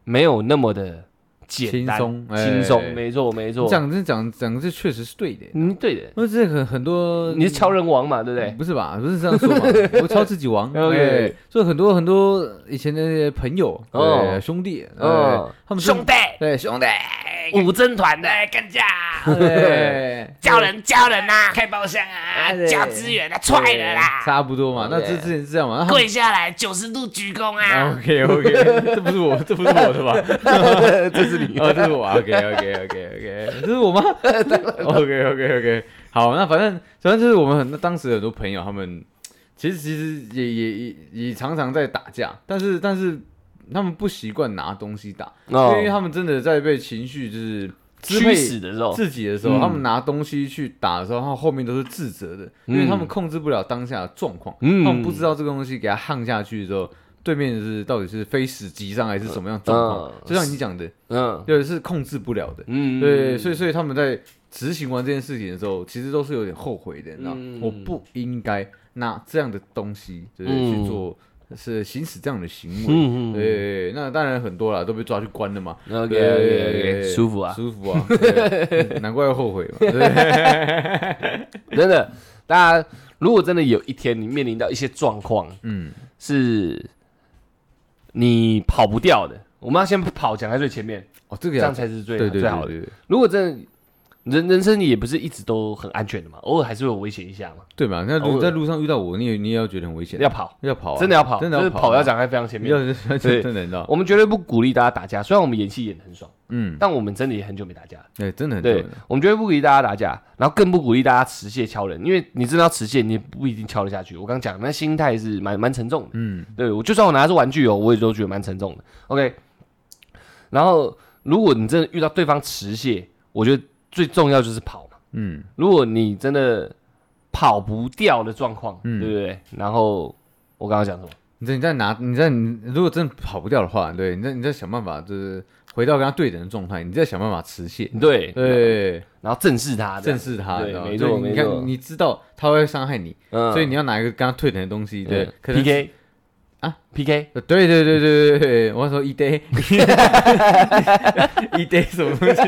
[SPEAKER 1] 没有那么的简单、
[SPEAKER 2] 轻松
[SPEAKER 1] 轻松
[SPEAKER 2] 哎
[SPEAKER 1] 没错，没错，
[SPEAKER 2] 讲这讲讲这确实是对的，
[SPEAKER 1] 嗯，对的，
[SPEAKER 2] 那这很很多
[SPEAKER 1] 你是敲人王嘛，对不对？
[SPEAKER 2] 不是吧？不是这样说 嘛，我超自己王。
[SPEAKER 1] OK
[SPEAKER 2] 哎所以很多很多以前的那些朋友、
[SPEAKER 1] 哦
[SPEAKER 2] 对兄弟，
[SPEAKER 1] 哦
[SPEAKER 2] 哎他们
[SPEAKER 3] 兄弟，
[SPEAKER 2] 对兄弟，
[SPEAKER 3] 五征团的哎干架，
[SPEAKER 2] 对
[SPEAKER 3] 叫人叫人
[SPEAKER 1] 哎
[SPEAKER 3] 呐、开包厢啊
[SPEAKER 2] 哎对，
[SPEAKER 3] 叫资源啊，踹了
[SPEAKER 2] 对
[SPEAKER 3] 啦，
[SPEAKER 2] 差不多嘛。那这
[SPEAKER 1] 对
[SPEAKER 2] 之前是这样嘛？
[SPEAKER 3] 跪下来九十度鞠躬啊，
[SPEAKER 2] OK OK，这 不是我，这不是我的吧？
[SPEAKER 1] 这是你
[SPEAKER 2] 哦，这是我。OK OK OK OK，这是我吗？OK OK OK，好，那反正反正就是我们很当时很多朋友，他们其实其实也也也也常常在打架，但是但是他们不习惯拿东西打，
[SPEAKER 1] 哦
[SPEAKER 2] 因为他们真的在被情绪就是支
[SPEAKER 1] 驱
[SPEAKER 2] 配
[SPEAKER 1] 使的时候，
[SPEAKER 2] 自己的时候，
[SPEAKER 1] 嗯
[SPEAKER 2] 他们拿东西去打的时候，他们后面都是自责的，因为他们控制不了当下的状况，
[SPEAKER 1] 嗯
[SPEAKER 2] 他们哦不知道这个东西给他夯下去之后，对面是到底是非死即伤还是什么样的状
[SPEAKER 1] 嗯
[SPEAKER 2] 况，就像你讲的，
[SPEAKER 1] 嗯
[SPEAKER 2] 对，是控制不了的，
[SPEAKER 1] 嗯，
[SPEAKER 2] 对，所以所以他们在执行完这件事情的时候，其实都是有点后悔的，你知道，
[SPEAKER 1] 嗯
[SPEAKER 2] 我不应该拿这样的东西就是
[SPEAKER 1] 嗯
[SPEAKER 2] 去做，是行使这样的行为，
[SPEAKER 1] 嗯嗯
[SPEAKER 2] 对，那当然很多啦，都被抓去关了嘛。
[SPEAKER 1] ，OK
[SPEAKER 2] 对对
[SPEAKER 1] OK
[SPEAKER 2] 对
[SPEAKER 1] OK，舒服啊，
[SPEAKER 2] 舒服啊，对难怪要后悔嘛。对
[SPEAKER 1] 真的。大家如果真的有一天你面临到一些状况，
[SPEAKER 2] 嗯，
[SPEAKER 1] 是你跑不掉的，我们要先跑讲在最前面，
[SPEAKER 2] 哦，这个
[SPEAKER 1] 这样
[SPEAKER 2] 样
[SPEAKER 1] 才是最
[SPEAKER 2] 对对对
[SPEAKER 1] 最好的。
[SPEAKER 2] 对对
[SPEAKER 1] 如果真的人人生也不是一直都很安全的嘛，偶尔还是会有危险一下嘛，
[SPEAKER 2] 对嘛？那
[SPEAKER 1] 偶
[SPEAKER 2] 路
[SPEAKER 1] 尔
[SPEAKER 2] 在路上遇到我，你也你也要觉得很危险，
[SPEAKER 1] 哦要跑，
[SPEAKER 2] 要跑啊，
[SPEAKER 1] 真的要跑，
[SPEAKER 2] 真的
[SPEAKER 1] 就是
[SPEAKER 2] 要
[SPEAKER 1] 跑要，讲在非常前面。
[SPEAKER 2] 要
[SPEAKER 1] 对
[SPEAKER 2] 真的你知道，
[SPEAKER 1] 我们绝对不鼓励大家打架，虽然我们演戏演的很爽，
[SPEAKER 2] 嗯，
[SPEAKER 1] 但我们真的也很久没打架了。
[SPEAKER 2] 对，真的很
[SPEAKER 1] 对
[SPEAKER 2] 重要，
[SPEAKER 1] 我们绝对不鼓励大家打架，然后更不鼓励大家持械敲人，因为你真的要持械，你也不一定敲得下去。我刚讲那心态是蛮蛮沉重的。
[SPEAKER 2] 嗯
[SPEAKER 1] 对我就算我拿的是玩具哦，我也都觉得蛮沉重的。OK，然后如果你真的遇到对方持械，我觉得最重要就是跑嘛。
[SPEAKER 2] 嗯，
[SPEAKER 1] 如果你真的跑不掉的状况，
[SPEAKER 2] 嗯
[SPEAKER 1] 对不对？然后我刚刚讲什么？
[SPEAKER 2] 你在你在拿你在你如果真的跑不掉的话，对，你在你在想办法，就是回到跟他对等的状态，你再想办法持械，
[SPEAKER 1] 对，
[SPEAKER 2] 对，
[SPEAKER 1] 然后正视他，这
[SPEAKER 2] 正
[SPEAKER 1] 样，
[SPEAKER 2] 视他，
[SPEAKER 1] 对
[SPEAKER 2] 你知道
[SPEAKER 1] 没错
[SPEAKER 2] 吗就是你
[SPEAKER 1] 没错
[SPEAKER 2] 看你知道他会伤害你，
[SPEAKER 1] 嗯
[SPEAKER 2] 所以你要拿一个跟他对等的东西，对
[SPEAKER 1] 嗯，
[SPEAKER 2] 可能
[SPEAKER 1] PK
[SPEAKER 2] 啊
[SPEAKER 1] ，PK
[SPEAKER 2] 呃对对对对 对对，我要说一 day，一 day 什么东西？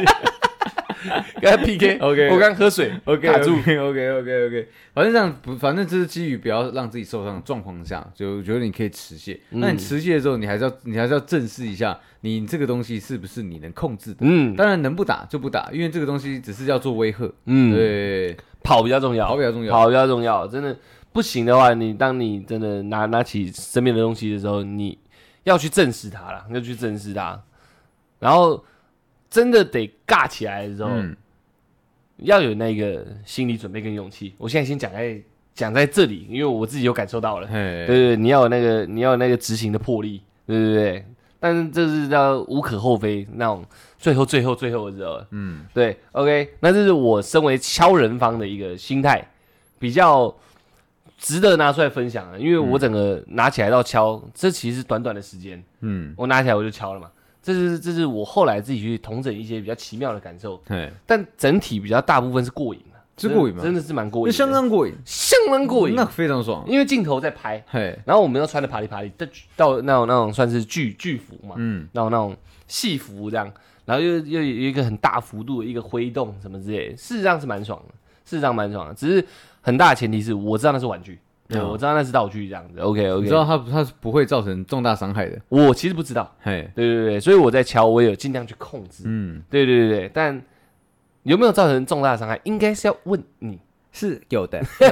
[SPEAKER 1] 跟他 PK。
[SPEAKER 2] OK
[SPEAKER 1] 我刚喝水
[SPEAKER 2] OK
[SPEAKER 1] 卡住。
[SPEAKER 2] OK OK OK OK，反正这样不，反正就是基于不要让自己受伤的状况下，就我觉得你可以持械。
[SPEAKER 1] 嗯
[SPEAKER 2] 那你持械的时候，你还是要你还是要正视一下，你这个东西是不是你能控制的？
[SPEAKER 1] 嗯
[SPEAKER 2] 当然能不打就不打，因为这个东西只是要做威吓。
[SPEAKER 1] 嗯，
[SPEAKER 2] 对，
[SPEAKER 1] 跑比较重要，
[SPEAKER 2] 跑比较重要
[SPEAKER 1] 跑比较重要。真的不行的话，你当你真的拿拿起身边的东西的时候，你要去正视它了，要去正视它。然后真的得尬起来的时候，
[SPEAKER 2] 嗯，
[SPEAKER 1] 要有那个心理准备跟勇气。我现在先讲在讲在这里，因为我自己有感受到了。
[SPEAKER 2] 嘿，
[SPEAKER 1] 对对，对你要有那个你要有那个执行的魄力，对对对。但是这是叫无可厚非那种最后最后最后的时候，
[SPEAKER 2] 嗯，
[SPEAKER 1] 对，OK，那这是我身为敲人方的一个心态，比较值得拿出来分享的，因为我整个拿起来到敲，这其实是短短的时间，
[SPEAKER 2] 嗯，
[SPEAKER 1] 我拿起来我就敲了嘛，这是这是我后来自己去统整一些比较奇妙的感受，
[SPEAKER 2] 嘿，
[SPEAKER 1] 但整体比较大部分是过瘾的，
[SPEAKER 2] 是
[SPEAKER 1] 真的
[SPEAKER 2] 过瘾吗
[SPEAKER 1] 真的是蛮过
[SPEAKER 2] 那
[SPEAKER 1] 瘾的，
[SPEAKER 2] 相当过瘾，
[SPEAKER 1] 相当过瘾
[SPEAKER 2] 那，非常爽。
[SPEAKER 1] 因为镜头在拍，
[SPEAKER 2] 嘿，
[SPEAKER 1] 然后我们又穿的啪里啪里，到到那种那种算是剧剧服嘛，
[SPEAKER 2] 嗯，
[SPEAKER 1] 然后那种戏服这样，然后又又有一个很大幅度的一个挥动什么之类的，事实上是蛮爽的，事实上蛮爽的，只是很大的前提是我知道那是玩具，对，
[SPEAKER 2] 嗯
[SPEAKER 1] 我知道那是道具这样子，OK
[SPEAKER 2] 你
[SPEAKER 1] OK，
[SPEAKER 2] 知道它它是不会造成重大伤害的。
[SPEAKER 1] 我其实不知道，
[SPEAKER 2] 嘿，
[SPEAKER 1] 对对对，所以我在敲，我有尽量去控制，
[SPEAKER 2] 嗯，
[SPEAKER 1] 对对对对，但有没有造成重大的伤害，应该是要问你，
[SPEAKER 2] 是有的。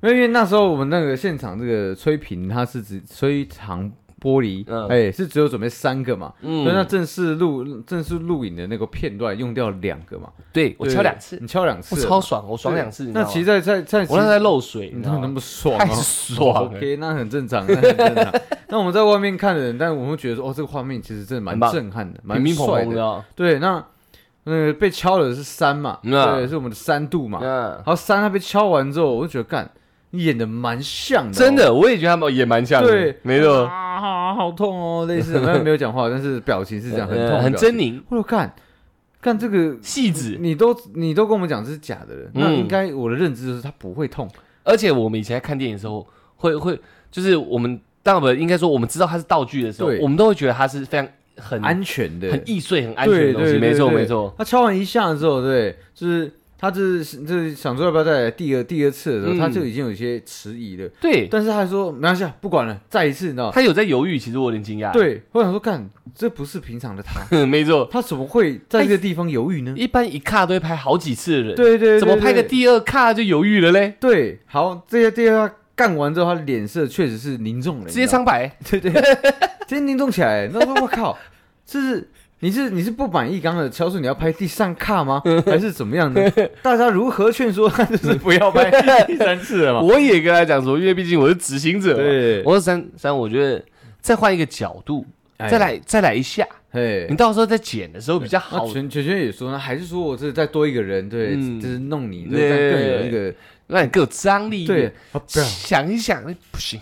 [SPEAKER 2] 对，因为那时候我们那个现场这个吹瓶，它是只吹长玻璃，
[SPEAKER 1] 嗯
[SPEAKER 2] 哎、是只有准备三个嘛，
[SPEAKER 1] 嗯
[SPEAKER 2] 所以那正式录正式录影的那个片段用掉两个嘛，
[SPEAKER 1] 对我
[SPEAKER 2] 对
[SPEAKER 1] 敲两次，
[SPEAKER 2] 你敲两次
[SPEAKER 1] 我
[SPEAKER 2] 了嘛，
[SPEAKER 1] 超爽，我爽两次，
[SPEAKER 2] 对
[SPEAKER 1] 你知
[SPEAKER 2] 那
[SPEAKER 1] 道吗
[SPEAKER 2] 其实在在在，
[SPEAKER 1] 我那时候在漏水，
[SPEAKER 2] 你
[SPEAKER 1] 知道
[SPEAKER 2] 看
[SPEAKER 1] 吗
[SPEAKER 2] 那么爽、啊，
[SPEAKER 1] 太爽了
[SPEAKER 2] OK，那很正常，那很 正常。那我们在外面看的人，但我们会觉得说，哦，这个画面其实真的蛮
[SPEAKER 1] 很棒
[SPEAKER 2] 震撼的，
[SPEAKER 1] 乒
[SPEAKER 2] 蛮
[SPEAKER 1] 乒
[SPEAKER 2] 帅
[SPEAKER 1] 乓乓
[SPEAKER 2] 的。
[SPEAKER 1] 的，哦
[SPEAKER 2] 对，那那个被敲的是三嘛，
[SPEAKER 1] 嗯啊
[SPEAKER 2] 对，是我们的哦三度嘛。
[SPEAKER 1] 嗯
[SPEAKER 2] 然，后三他被敲完之后，我就觉得干，你演的蛮像的、哦
[SPEAKER 1] 真。的，我也觉得他们也蛮像的，
[SPEAKER 2] 对
[SPEAKER 1] 没错，
[SPEAKER 2] 啊，好好痛哦，类 似的，没有没有讲话，但是表情是这样，很
[SPEAKER 1] 呃
[SPEAKER 2] 痛，
[SPEAKER 1] 很狰。狞，
[SPEAKER 2] 我说干，干这个，
[SPEAKER 1] 细致。
[SPEAKER 2] 你都你都跟我们讲这是假的了，那
[SPEAKER 1] 嗯
[SPEAKER 2] 应该我的认知就是他不会痛。
[SPEAKER 1] 而且我们以前在看电影的时候，会会就是我们，当我们应该说我们知道它是道具的时候
[SPEAKER 2] 对，
[SPEAKER 1] 我们都会觉得它是非常很
[SPEAKER 2] 安全的，
[SPEAKER 1] 很易碎、很安全
[SPEAKER 2] 对
[SPEAKER 1] 的东西。
[SPEAKER 2] 对，
[SPEAKER 1] 没错，
[SPEAKER 2] 对
[SPEAKER 1] 没错。。
[SPEAKER 2] 他敲完一下之后，对，就是他这是就是想说要不要再来第二第二次的时候，
[SPEAKER 1] 嗯
[SPEAKER 2] 他就已经有一些迟疑了。
[SPEAKER 1] 对，
[SPEAKER 2] 但是他还说没关系啊，不管了，再一次，你知道吗？
[SPEAKER 1] 他有在犹豫，其实我有点惊讶。
[SPEAKER 2] 对，我想说，干，这不是平常的他，
[SPEAKER 1] 对， 没错。
[SPEAKER 2] 他怎么会在这个地方犹豫呢？
[SPEAKER 1] 一般一卡都会拍好几次的人，
[SPEAKER 2] 哎对对对，
[SPEAKER 1] 怎么拍个
[SPEAKER 2] 对？
[SPEAKER 1] 第二卡就犹豫了嘞？
[SPEAKER 2] 对，好，这些第二他干完之后，他脸色确实是凝重了，
[SPEAKER 1] 直接苍白。
[SPEAKER 2] 你知道吗，对对，直接凝重起来。那我我靠， 这是。你是你是不满意刚刚的敲出你要拍第三卡 吗？还是怎么样呢？大家如何劝说 他就是不要拍 第三次了嘛？
[SPEAKER 1] 我也跟他讲说，因为毕竟我是执行者嘛。
[SPEAKER 2] 对，
[SPEAKER 1] 我说三三，我觉得再换一个角度，
[SPEAKER 2] 哎
[SPEAKER 1] 再，来再来一下，
[SPEAKER 2] 嘿
[SPEAKER 1] 你，到时候再剪的时候比较
[SPEAKER 2] 那
[SPEAKER 1] 好
[SPEAKER 2] 全全全也说呢，还是说我这再多一个人，对，
[SPEAKER 1] 嗯
[SPEAKER 2] 就是弄你，
[SPEAKER 1] 对
[SPEAKER 2] 对，这样更有那个
[SPEAKER 1] 让你更有张力一
[SPEAKER 2] 对
[SPEAKER 1] 点。，
[SPEAKER 2] 啊不要
[SPEAKER 1] 想一想，哎不行，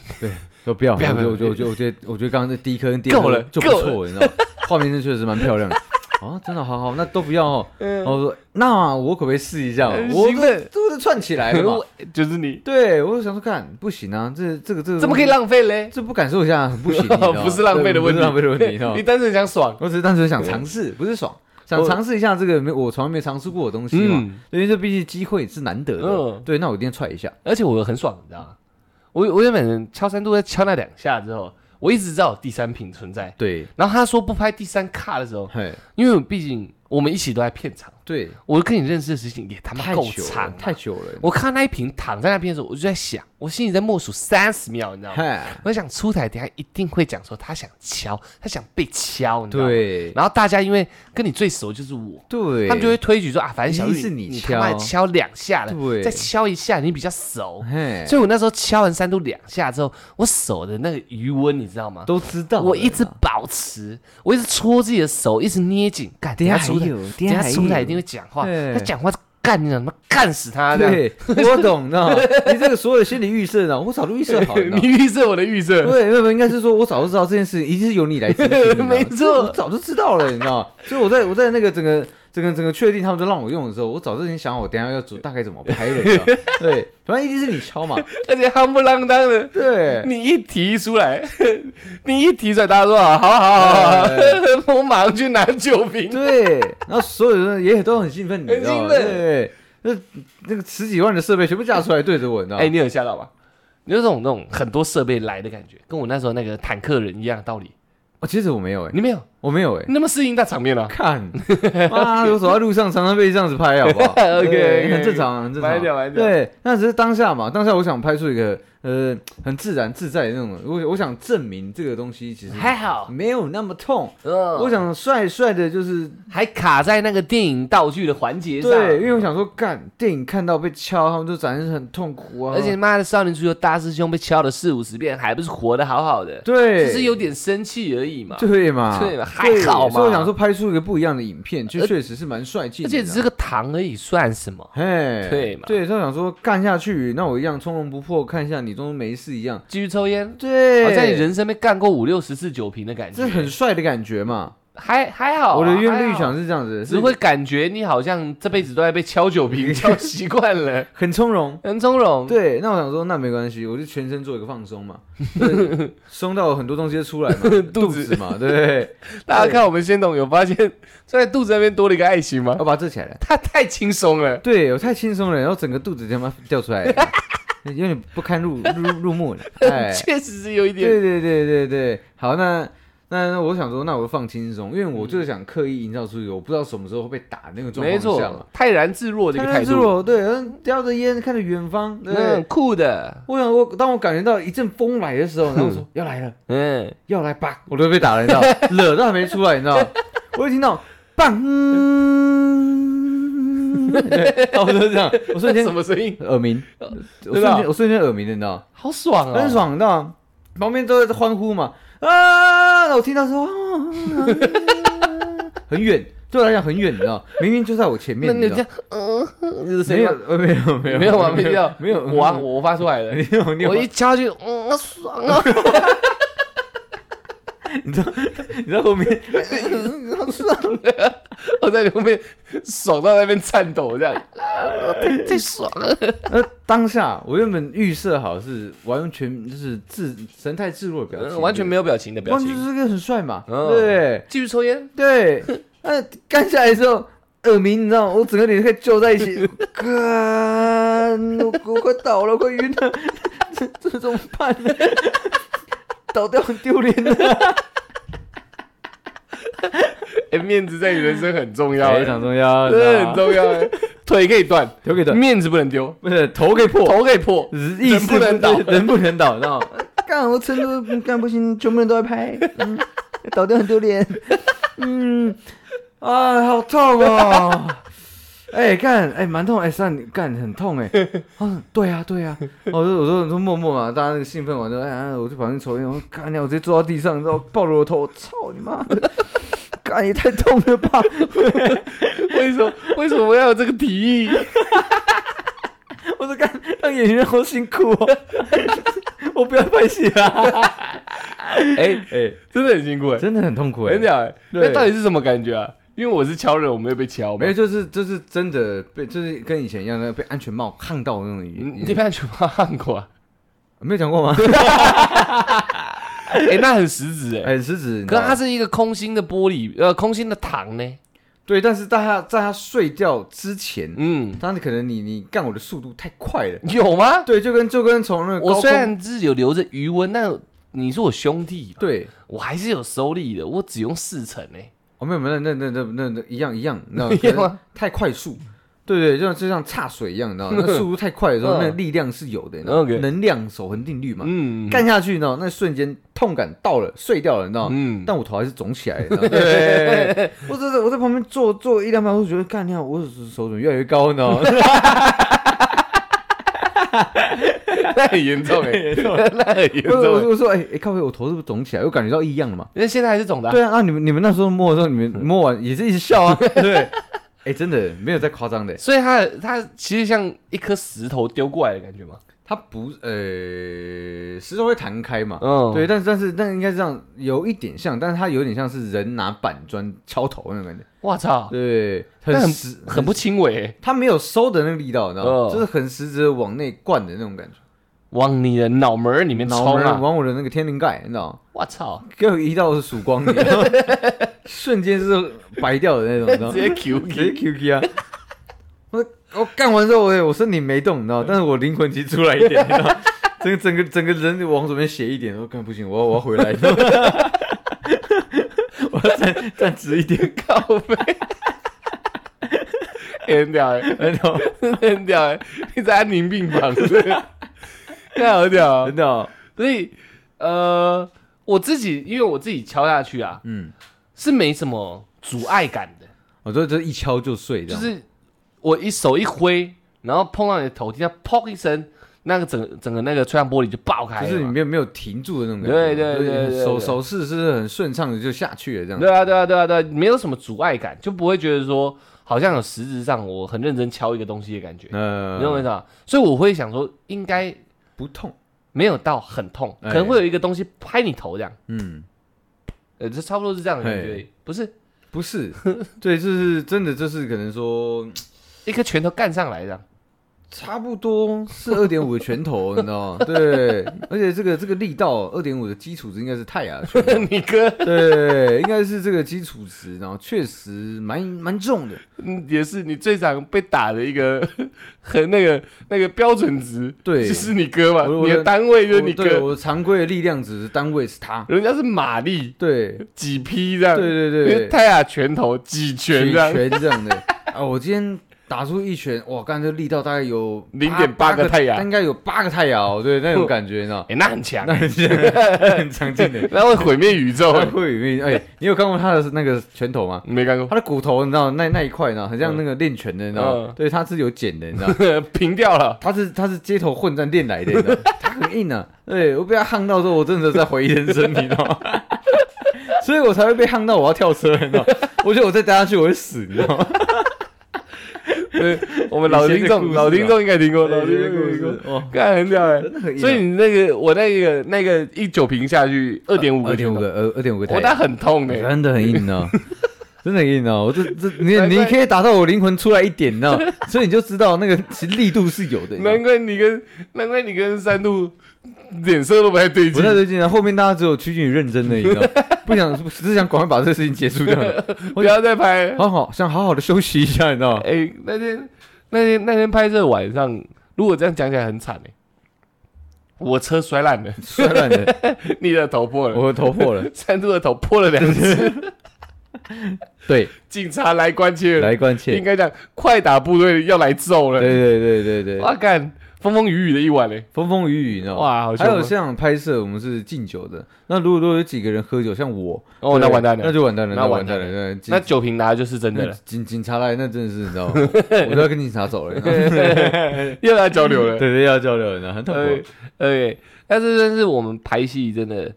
[SPEAKER 2] 说不要，
[SPEAKER 1] 不要
[SPEAKER 2] 我
[SPEAKER 1] 不要
[SPEAKER 2] 觉得我觉得我觉得我觉得刚刚那第一颗跟第二
[SPEAKER 1] 够
[SPEAKER 2] 颗
[SPEAKER 1] 了
[SPEAKER 2] 就不
[SPEAKER 1] 够
[SPEAKER 2] 错，你知道吗，画面是确实蛮漂 亮的。哦，真的好好，那都不要哦。然后我说，那我可不可以试一下？
[SPEAKER 1] 嗯
[SPEAKER 2] 我
[SPEAKER 1] 兴奋
[SPEAKER 2] 都都串起来了 嘛。
[SPEAKER 1] 就是你，
[SPEAKER 2] 对，我就想说，看不行啊，这这个这个
[SPEAKER 1] 怎么可以
[SPEAKER 2] 浪？
[SPEAKER 1] 浪费嘞？
[SPEAKER 2] 这不感受一下很不行，你知道 吗
[SPEAKER 1] 不是浪费的问题，
[SPEAKER 2] 对不是浪费的问题，你知道吗
[SPEAKER 1] 你单纯想爽，
[SPEAKER 2] 我只是单纯想尝试，不是爽，想
[SPEAKER 1] 我
[SPEAKER 2] 尝试一下这个没我从来没尝试过的东西嘛。
[SPEAKER 1] 嗯
[SPEAKER 2] 因为这毕竟机会是难得的，
[SPEAKER 1] 嗯
[SPEAKER 2] 对，那我一定要踹一下。
[SPEAKER 1] 而且我很爽，你知道吗？我我原本敲三度在敲那两下之后，我一直知道有第三品存在。
[SPEAKER 2] 对，
[SPEAKER 1] 然后他说不拍第三卡的时候，
[SPEAKER 2] 嘿，
[SPEAKER 1] 因为毕竟我们一起都在片场，
[SPEAKER 2] 对，
[SPEAKER 1] 我跟你认识的时间也他妈
[SPEAKER 2] 太
[SPEAKER 1] 够
[SPEAKER 2] 久
[SPEAKER 1] 长
[SPEAKER 2] 了
[SPEAKER 1] 了，，
[SPEAKER 2] 太久了。
[SPEAKER 1] 我看那一瓶躺在那边的时候，我就在想，我心里在默数三十秒，你知道吗？
[SPEAKER 2] 嘿，
[SPEAKER 1] 我想出台，等一下一定会讲说他想敲，他想被敲，你知道吗？
[SPEAKER 2] 对，
[SPEAKER 1] 然后大家因为跟你最熟就是我，
[SPEAKER 2] 对，
[SPEAKER 1] 他们就会推举说啊，反正小
[SPEAKER 2] 一
[SPEAKER 1] 玉
[SPEAKER 2] 定是你
[SPEAKER 1] 你
[SPEAKER 2] 敲
[SPEAKER 1] 他妈敲两下
[SPEAKER 2] 对
[SPEAKER 1] 了，再敲一下你比较熟。
[SPEAKER 2] 嘿，
[SPEAKER 1] 所以我那时候敲完三度两下之后，我手的那个余温你知道吗？
[SPEAKER 2] 都知道了啦。
[SPEAKER 1] 我一直保持，我一直戳自己的手，一直捏紧。干，等一下
[SPEAKER 2] 等
[SPEAKER 1] 出
[SPEAKER 2] 一下还
[SPEAKER 1] 来，
[SPEAKER 2] 有等
[SPEAKER 1] 等一
[SPEAKER 2] 一下
[SPEAKER 1] 下出
[SPEAKER 2] 还
[SPEAKER 1] 来
[SPEAKER 2] 有
[SPEAKER 1] 一定会讲话。
[SPEAKER 2] 对
[SPEAKER 1] 他讲话干你他妈干死他！这样，
[SPEAKER 2] 啊对，我懂，你知 道吗？你这个所有的心理预设呢，我早就预设好了。你知道
[SPEAKER 1] 你
[SPEAKER 2] 吗
[SPEAKER 1] 预设我的预设，
[SPEAKER 2] 对，没有，应该是说，我早就知道这件事，一定是由你来执行的。
[SPEAKER 1] 没错
[SPEAKER 2] 我早就知道了，你知道吗？所以我在我在那个整个整个整个确定他们都让我用的时候，我早就已经想好我等一下要煮大概怎么拍了，你知道 对，反正一定是你敲嘛，
[SPEAKER 1] 而且夯不啷当的，
[SPEAKER 2] 对，
[SPEAKER 1] 你一提出来， 你一提出来，大家说 好好好好好， 我马上去拿酒瓶。
[SPEAKER 2] 对，然后所有人也都很兴奋，你知道
[SPEAKER 1] 很兴
[SPEAKER 2] 吗？
[SPEAKER 1] 奋
[SPEAKER 2] 对，那那个十几万的设备全部架出来对着我，你知道
[SPEAKER 1] 哎，
[SPEAKER 2] 吗？
[SPEAKER 1] 你有吓到吧？你有这种那种很多设备来的感觉，跟我那时候那个坦克人一样道理。
[SPEAKER 2] 哦，其实我没有哎，
[SPEAKER 1] 你没有，
[SPEAKER 2] 我没有哎，
[SPEAKER 1] 你那么适应大场面啊了、
[SPEAKER 2] 看， 妈的，我走在路上常常被这样子拍，好不 好
[SPEAKER 1] OK，OK
[SPEAKER 2] 对很正常，很正常。
[SPEAKER 1] 慢一点慢一点
[SPEAKER 2] 对，那只是当下嘛，当下我想拍出一个呃很自然自在的那种，我我想证明这个东西其实
[SPEAKER 1] 还好，
[SPEAKER 2] 没有那么痛。
[SPEAKER 1] 嗯
[SPEAKER 2] 我想帅帅的，就是
[SPEAKER 1] 还卡在那个电影道具的环节上，
[SPEAKER 2] 对，因为我想说，干电影看到被敲，他们就展现很痛苦啊，
[SPEAKER 1] 而且妈的少年足球大师兄被敲了四五十遍，还不是活得好好的，
[SPEAKER 2] 对，
[SPEAKER 1] 只是有点生气而已嘛。
[SPEAKER 2] 对嘛，
[SPEAKER 1] 对嘛还好嘛
[SPEAKER 2] 所以我想说，拍出一个不一样的影片，就确实是蛮帅气的，啊
[SPEAKER 1] 而且只是个糖而已，算什么？
[SPEAKER 2] 嘿，
[SPEAKER 1] 对嘛
[SPEAKER 2] 对，他想说干下去，那我一样从容不迫，看一下你中没事一样，
[SPEAKER 1] 继续抽烟，
[SPEAKER 2] 对，
[SPEAKER 1] 好像你人生被干过五六十次酒瓶的感觉，
[SPEAKER 2] 这很帅的感觉嘛。
[SPEAKER 1] 还还好啊、
[SPEAKER 2] 我的愿
[SPEAKER 1] 还
[SPEAKER 2] 绿
[SPEAKER 1] 好
[SPEAKER 2] 想是这样子，
[SPEAKER 1] 只会感觉你好像这辈子都在被敲酒 瓶敲习惯了，
[SPEAKER 2] 很从容。
[SPEAKER 1] 很从容。
[SPEAKER 2] 对，那我想说，那没关系，我就全身做一个放松嘛， 对松到很多东西就出来嘛， 肚
[SPEAKER 1] 子
[SPEAKER 2] 子嘛，对不 对？
[SPEAKER 1] 大家看我们仙董有发现，在肚子那边多了一个爱心吗
[SPEAKER 2] 我？把它遮起来了。
[SPEAKER 1] 他太轻松了，
[SPEAKER 2] 对我太轻松了，然后整个肚子他妈掉 出来了，有点不堪入入入目了。哎，
[SPEAKER 1] 确实是有一点
[SPEAKER 2] 对对对对对，好，那那那我想说，那我就放轻松，因为我就是想刻意营造出一个我不知道什么时候会被打那个状
[SPEAKER 1] 没
[SPEAKER 2] 况下嘛
[SPEAKER 1] 错。，泰然自若这个态
[SPEAKER 2] 看
[SPEAKER 1] 度，
[SPEAKER 2] 我，对，嗯，叼着烟看着远方，对。
[SPEAKER 1] 嗯，酷的，
[SPEAKER 2] 我想我当我感觉到一阵风来的时候，然后我说要来了，
[SPEAKER 1] 嗯，
[SPEAKER 2] 要来吧，我都被打了，你 知道，惹都还没出来，你知道，我就听到棒， 对然后我就这样，我瞬间
[SPEAKER 1] 什么声音？
[SPEAKER 2] 耳鸣，我瞬
[SPEAKER 1] 真的啊
[SPEAKER 2] 间我瞬间耳鸣的，你知道。
[SPEAKER 1] 好爽啊！
[SPEAKER 2] 很爽，你知道吗？旁边都在欢呼嘛，啊！那我听到说， 啊、很远，对我来讲很远，你知道吗，明明就在我前
[SPEAKER 1] 那
[SPEAKER 2] 面，
[SPEAKER 1] 你
[SPEAKER 2] 你
[SPEAKER 1] 这
[SPEAKER 2] 知
[SPEAKER 1] 样
[SPEAKER 2] 道，，
[SPEAKER 1] 嗯，这是
[SPEAKER 2] 没
[SPEAKER 1] 谁
[SPEAKER 2] 有
[SPEAKER 1] 吗？，
[SPEAKER 2] 呃没有，没有，
[SPEAKER 1] 没有啊，没听到，
[SPEAKER 2] 没有，
[SPEAKER 1] 我啊我发出来 了
[SPEAKER 2] 你，有，你有
[SPEAKER 1] 我，
[SPEAKER 2] 啊
[SPEAKER 1] 一敲就，嗯，爽啊！
[SPEAKER 2] 你在后面，
[SPEAKER 1] 我在后面爽到那边颤抖，这样，啊太太爽了。
[SPEAKER 2] 呃，当下我原本预设好是完全就是自神态自若的表
[SPEAKER 1] 嗯
[SPEAKER 2] 情，
[SPEAKER 1] 完全没有表情的
[SPEAKER 2] 对，
[SPEAKER 1] 表
[SPEAKER 2] 完全就
[SPEAKER 1] 情，
[SPEAKER 2] 是个很帅嘛，
[SPEAKER 1] 嗯
[SPEAKER 2] 对
[SPEAKER 1] 继续抽烟，
[SPEAKER 2] 对， 那干下来之后。耳鸣，你知道吗？我整个脸快揪在一起， 干，我我快倒了，快晕了，这这怎么办呢？ 倒掉很丢脸的。
[SPEAKER 1] 哎，面子在你人生很重要，
[SPEAKER 2] 非
[SPEAKER 1] 哎
[SPEAKER 2] 常重要，
[SPEAKER 1] 真的很重要，哎腿可以断，
[SPEAKER 2] 留给的，
[SPEAKER 1] 面子不能丢，
[SPEAKER 2] 不是头给破，
[SPEAKER 1] 头可以破，
[SPEAKER 2] 意
[SPEAKER 1] 人不能倒
[SPEAKER 2] 人不能倒，你知道吗？ 干，我成都干不行，全部人都在拍，嗯，倒掉很丢脸， 嗯，啊，好痛哦。 哎、干，哎、蛮痛，哎、三，你干很痛哎、 啊，对啊，对啊，我说我说我说默默嘛，大家那个兴奋完之后，哎、哎我就跑进抽烟，我说干你娘，我直接坐到地上，然后抱着我头，我操你妈 的，干也太痛了吧！
[SPEAKER 1] 为什么为什么要有这个提议？
[SPEAKER 2] 我说干，当演员好辛苦哦， 我不要拍戏啊！
[SPEAKER 1] 哎，
[SPEAKER 2] 哎、
[SPEAKER 1] 真的很辛苦哎，
[SPEAKER 2] 真的很痛苦
[SPEAKER 1] 我
[SPEAKER 2] 哎、
[SPEAKER 1] 跟你讲哎，
[SPEAKER 2] 对
[SPEAKER 1] 那到底是什么感觉啊？因为我是敲人，我没有被敲嘛，
[SPEAKER 2] 没有，就是就是真的被，就是跟以前一样，那个被安全帽烫到的那种
[SPEAKER 1] 你
[SPEAKER 2] 语
[SPEAKER 1] 嗯你被安全帽焊过啊？
[SPEAKER 2] 没有讲过吗？
[SPEAKER 1] 哎，那很实质 哎。
[SPEAKER 2] 哎，食指，
[SPEAKER 1] 可是它
[SPEAKER 2] 是
[SPEAKER 1] 是一个空心的玻璃，呃，空心的糖呢。
[SPEAKER 2] 对，但是在他在他睡觉之前，
[SPEAKER 1] 嗯，
[SPEAKER 2] 当时可能你你干我的速度太快了，
[SPEAKER 1] 有吗？
[SPEAKER 2] 对，就跟就跟从那个
[SPEAKER 1] 我
[SPEAKER 2] 高
[SPEAKER 1] 虽
[SPEAKER 2] 空
[SPEAKER 1] 然是有留着余温，但你是我兄弟，
[SPEAKER 2] 对，
[SPEAKER 1] 我还是有收力的，我只用四成欸呢、
[SPEAKER 2] 哦没有没有那那那那那一样一样，那
[SPEAKER 1] 一样吗
[SPEAKER 2] 可能太快速。对对，就像就像岔水一样，你知道吗？那速度太快的时候，
[SPEAKER 1] 嗯
[SPEAKER 2] 那个力量是有的，你知道吗
[SPEAKER 1] OK
[SPEAKER 2] 能量守恒定律嘛。
[SPEAKER 1] 嗯，
[SPEAKER 2] 干下去，你知道，那瞬间痛感到了，碎掉了，你知道吗？
[SPEAKER 1] 嗯
[SPEAKER 2] 但我头还是肿起来，你知道吗？ 对， 我真的我在旁边坐坐一两秒，我就觉得干掉，我手怎么越来越 高呢？
[SPEAKER 1] 那很严重哎、 那很严
[SPEAKER 2] 我我
[SPEAKER 1] 重、欸。
[SPEAKER 2] 我说哎哎，靠背，我头是不是肿起来？我感觉到异样了嘛？
[SPEAKER 1] 那现在还是肿的啊、嗯
[SPEAKER 2] 对啊，那你们你们那时候摸的时候，你们摸完也是一直 笑啊，对。 哎，真的没有在夸张的，
[SPEAKER 1] 所以它它其实像一颗石头丢过来的感觉嘛。
[SPEAKER 2] 他不呃，是都会弹开嘛，
[SPEAKER 1] 嗯，
[SPEAKER 2] 对，，但是但是但应该是这样，有一点像，但是它有点像是人拿板砖敲头那种感觉，
[SPEAKER 1] 我操，
[SPEAKER 2] 对，
[SPEAKER 1] 哦但很
[SPEAKER 2] 实，
[SPEAKER 1] 很不轻微欸，
[SPEAKER 2] 他没有收的那个力道，你知道吗？
[SPEAKER 1] 嗯
[SPEAKER 2] 就是很实质地往内灌的那种感觉，
[SPEAKER 1] 往你的脑门儿里面
[SPEAKER 2] 脑
[SPEAKER 1] 冲
[SPEAKER 2] 门
[SPEAKER 1] 啊！
[SPEAKER 2] 往我的那个天灵盖，你知道吗？
[SPEAKER 1] 我操，
[SPEAKER 2] 给我一道曙光，你知道吗 瞬间是白掉的那种，你知道吗？
[SPEAKER 1] 直接 Q
[SPEAKER 2] 直接 QK 啊！我我干完之后，我也我身体没动，你知道吗，但是我灵魂其实出来一点，你知道吗， 整个整个整个人往左边斜一点，我干不行，我要我要回来，你知道吗 我要站站直一点，
[SPEAKER 1] 靠 背，欸很屌哎，
[SPEAKER 2] 真的哦
[SPEAKER 1] 很屌哎，你在安宁病房， 那好屌哦
[SPEAKER 2] 真。的哦，
[SPEAKER 1] 所以呃，我自己因为我自己敲下去啊，
[SPEAKER 2] 嗯，
[SPEAKER 1] 是没什么阻碍感的，
[SPEAKER 2] 我说这一敲就碎，这
[SPEAKER 1] 就
[SPEAKER 2] 样，
[SPEAKER 1] 是我一手一挥，然后碰到你的头，听到砰一声，那个整整个那个吹向玻璃就爆开
[SPEAKER 2] 就
[SPEAKER 1] 了
[SPEAKER 2] 是你
[SPEAKER 1] 嘛。
[SPEAKER 2] 没有没有停住的那种感觉，
[SPEAKER 1] 对对对
[SPEAKER 2] 就是
[SPEAKER 1] 对对
[SPEAKER 2] 手
[SPEAKER 1] 对
[SPEAKER 2] 手势是很顺畅的就下去了，这样，
[SPEAKER 1] 对啊，对啊，对啊，对啊，没有什么阻碍感，就不会觉得说好像有实质上我很认真敲一个东西的感觉，你懂我意
[SPEAKER 2] 呃，
[SPEAKER 1] 思吗？所以我会想说，应该
[SPEAKER 2] 不痛，
[SPEAKER 1] 没有到很痛，
[SPEAKER 2] 哎
[SPEAKER 1] 可能会有一个东西拍你头这样，
[SPEAKER 2] 嗯，
[SPEAKER 1] 呃，这差不多是这样的感觉
[SPEAKER 2] 嘿，
[SPEAKER 1] 不是
[SPEAKER 2] 不是， 对，就是真的，就是可能说。
[SPEAKER 1] 一颗拳头干上来这样，
[SPEAKER 2] 差不多是二点五的拳头，你知道吗？对，而且这个这个力道，二点五的基础值应该是泰雅的拳头，
[SPEAKER 1] 你哥
[SPEAKER 2] 对，应该是这个基础值，然后确实蛮蛮重的，
[SPEAKER 1] 嗯，也是你最常被打的一个 和那个那个标准值，
[SPEAKER 2] 对
[SPEAKER 1] 就是你哥嘛，
[SPEAKER 2] 我我
[SPEAKER 1] 你的单位就是
[SPEAKER 2] 我
[SPEAKER 1] 你
[SPEAKER 2] 对
[SPEAKER 1] 哥，
[SPEAKER 2] 我常规的力量值单位是它，
[SPEAKER 1] 人家是马力
[SPEAKER 2] 对
[SPEAKER 1] 几劈这样，
[SPEAKER 2] 对对
[SPEAKER 1] 因
[SPEAKER 2] 对
[SPEAKER 1] 为，泰雅拳头几拳
[SPEAKER 2] 拳
[SPEAKER 1] 这样，
[SPEAKER 2] 拳这样的啊！我今天打出一拳，哇，刚才这力道大概有
[SPEAKER 1] 0.8
[SPEAKER 2] 八
[SPEAKER 1] 个太阳？
[SPEAKER 2] 应该有八个太阳哦，对，那种感觉，你知道吗
[SPEAKER 1] 哎，那很强，
[SPEAKER 2] 那很像很常见的。
[SPEAKER 1] 那会毁灭宇宙，
[SPEAKER 2] 他会有一哎、你有看过他的那个拳头吗？
[SPEAKER 1] 你没看过，
[SPEAKER 2] 他的骨头，你知道那那一块呢，很像
[SPEAKER 1] 嗯
[SPEAKER 2] 那个练拳的，你知道吗？
[SPEAKER 1] 嗯
[SPEAKER 2] 对，他是有剪的，你知道吗，
[SPEAKER 1] 平掉了，
[SPEAKER 2] 他是他是街头混战练来的，你知道吗，他很硬啊。对我被他夯到之后，我真的在怀疑人生，你知道吗？所以我才会被夯到，我要跳车，你知道吗？我觉得我再待下去我会死，你知道吗？
[SPEAKER 1] 对我们老
[SPEAKER 2] 以前
[SPEAKER 1] 听
[SPEAKER 2] 的故
[SPEAKER 1] 众
[SPEAKER 2] 事
[SPEAKER 1] 老
[SPEAKER 2] 啊
[SPEAKER 1] 听众应该听过，老
[SPEAKER 2] 对
[SPEAKER 1] 听
[SPEAKER 2] 这
[SPEAKER 1] 众
[SPEAKER 2] 个
[SPEAKER 1] 应该
[SPEAKER 2] 故
[SPEAKER 1] 听过
[SPEAKER 2] 事，哇，
[SPEAKER 1] 看很屌哎
[SPEAKER 2] 真，的很硬啊。
[SPEAKER 1] 所以你那个我那个那个一酒瓶下去二点五
[SPEAKER 2] 二
[SPEAKER 1] 个
[SPEAKER 2] 点
[SPEAKER 1] 拳
[SPEAKER 2] 五
[SPEAKER 1] 头，
[SPEAKER 2] 个，呃，二点五个
[SPEAKER 1] 我
[SPEAKER 2] 台，
[SPEAKER 1] 那很痛哎，
[SPEAKER 2] 真的很硬哦， 真的很硬哦。我这这你
[SPEAKER 1] 难怪
[SPEAKER 2] 你可以打到我灵魂出来一点，你知道吗，所以你就知道那个其实力度是有的。你知道吗
[SPEAKER 1] 难怪你跟难怪你跟三度脸色都不太对
[SPEAKER 2] 不
[SPEAKER 1] 劲
[SPEAKER 2] 太。对劲啊！后面大家只有趋近于认真的，你 知道吗，不想只是想赶快把这个事情结束掉，
[SPEAKER 1] 不要再拍。
[SPEAKER 2] 好好想好好的休息一下，你 知道吗？
[SPEAKER 1] 哎、那天那天那天拍摄晚上，如果这样讲起来很惨哎、我车摔烂了，
[SPEAKER 2] 摔烂的，
[SPEAKER 1] 你的头破了，
[SPEAKER 2] 我的头破了，
[SPEAKER 1] 三度的头破了两 次，
[SPEAKER 2] 对，
[SPEAKER 1] 警察来关切了，
[SPEAKER 2] 来关
[SPEAKER 1] 应
[SPEAKER 2] 切，
[SPEAKER 1] 该讲快打部队要来揍了。
[SPEAKER 2] 对对对对对，
[SPEAKER 1] 哇干，风风雨雨的一晚嘞、
[SPEAKER 2] 风风雨雨，你知道吗？
[SPEAKER 1] 哇，好
[SPEAKER 2] 哦
[SPEAKER 1] 啊
[SPEAKER 2] 还
[SPEAKER 1] 像
[SPEAKER 2] 有像拍摄，我们是敬酒的。那如果如果有几个人喝酒，像我，
[SPEAKER 1] 哦，那
[SPEAKER 2] 对
[SPEAKER 1] 完蛋了，
[SPEAKER 2] 那
[SPEAKER 1] 那
[SPEAKER 2] 就完蛋了，
[SPEAKER 1] 那
[SPEAKER 2] 那完
[SPEAKER 1] 完
[SPEAKER 2] 蛋
[SPEAKER 1] 蛋
[SPEAKER 2] 了，
[SPEAKER 1] 了
[SPEAKER 2] 那警
[SPEAKER 1] 酒瓶拿的就是真的
[SPEAKER 2] 那
[SPEAKER 1] 了，
[SPEAKER 2] 警警察来，那真的是你知道 吗？我我都要跟警察走了，你知道吗
[SPEAKER 1] 又来交流
[SPEAKER 2] 对
[SPEAKER 1] 了。
[SPEAKER 2] 对，要交流，你知道吗很痛
[SPEAKER 1] 对
[SPEAKER 2] 苦。
[SPEAKER 1] 对，但是真是我们拍戏真的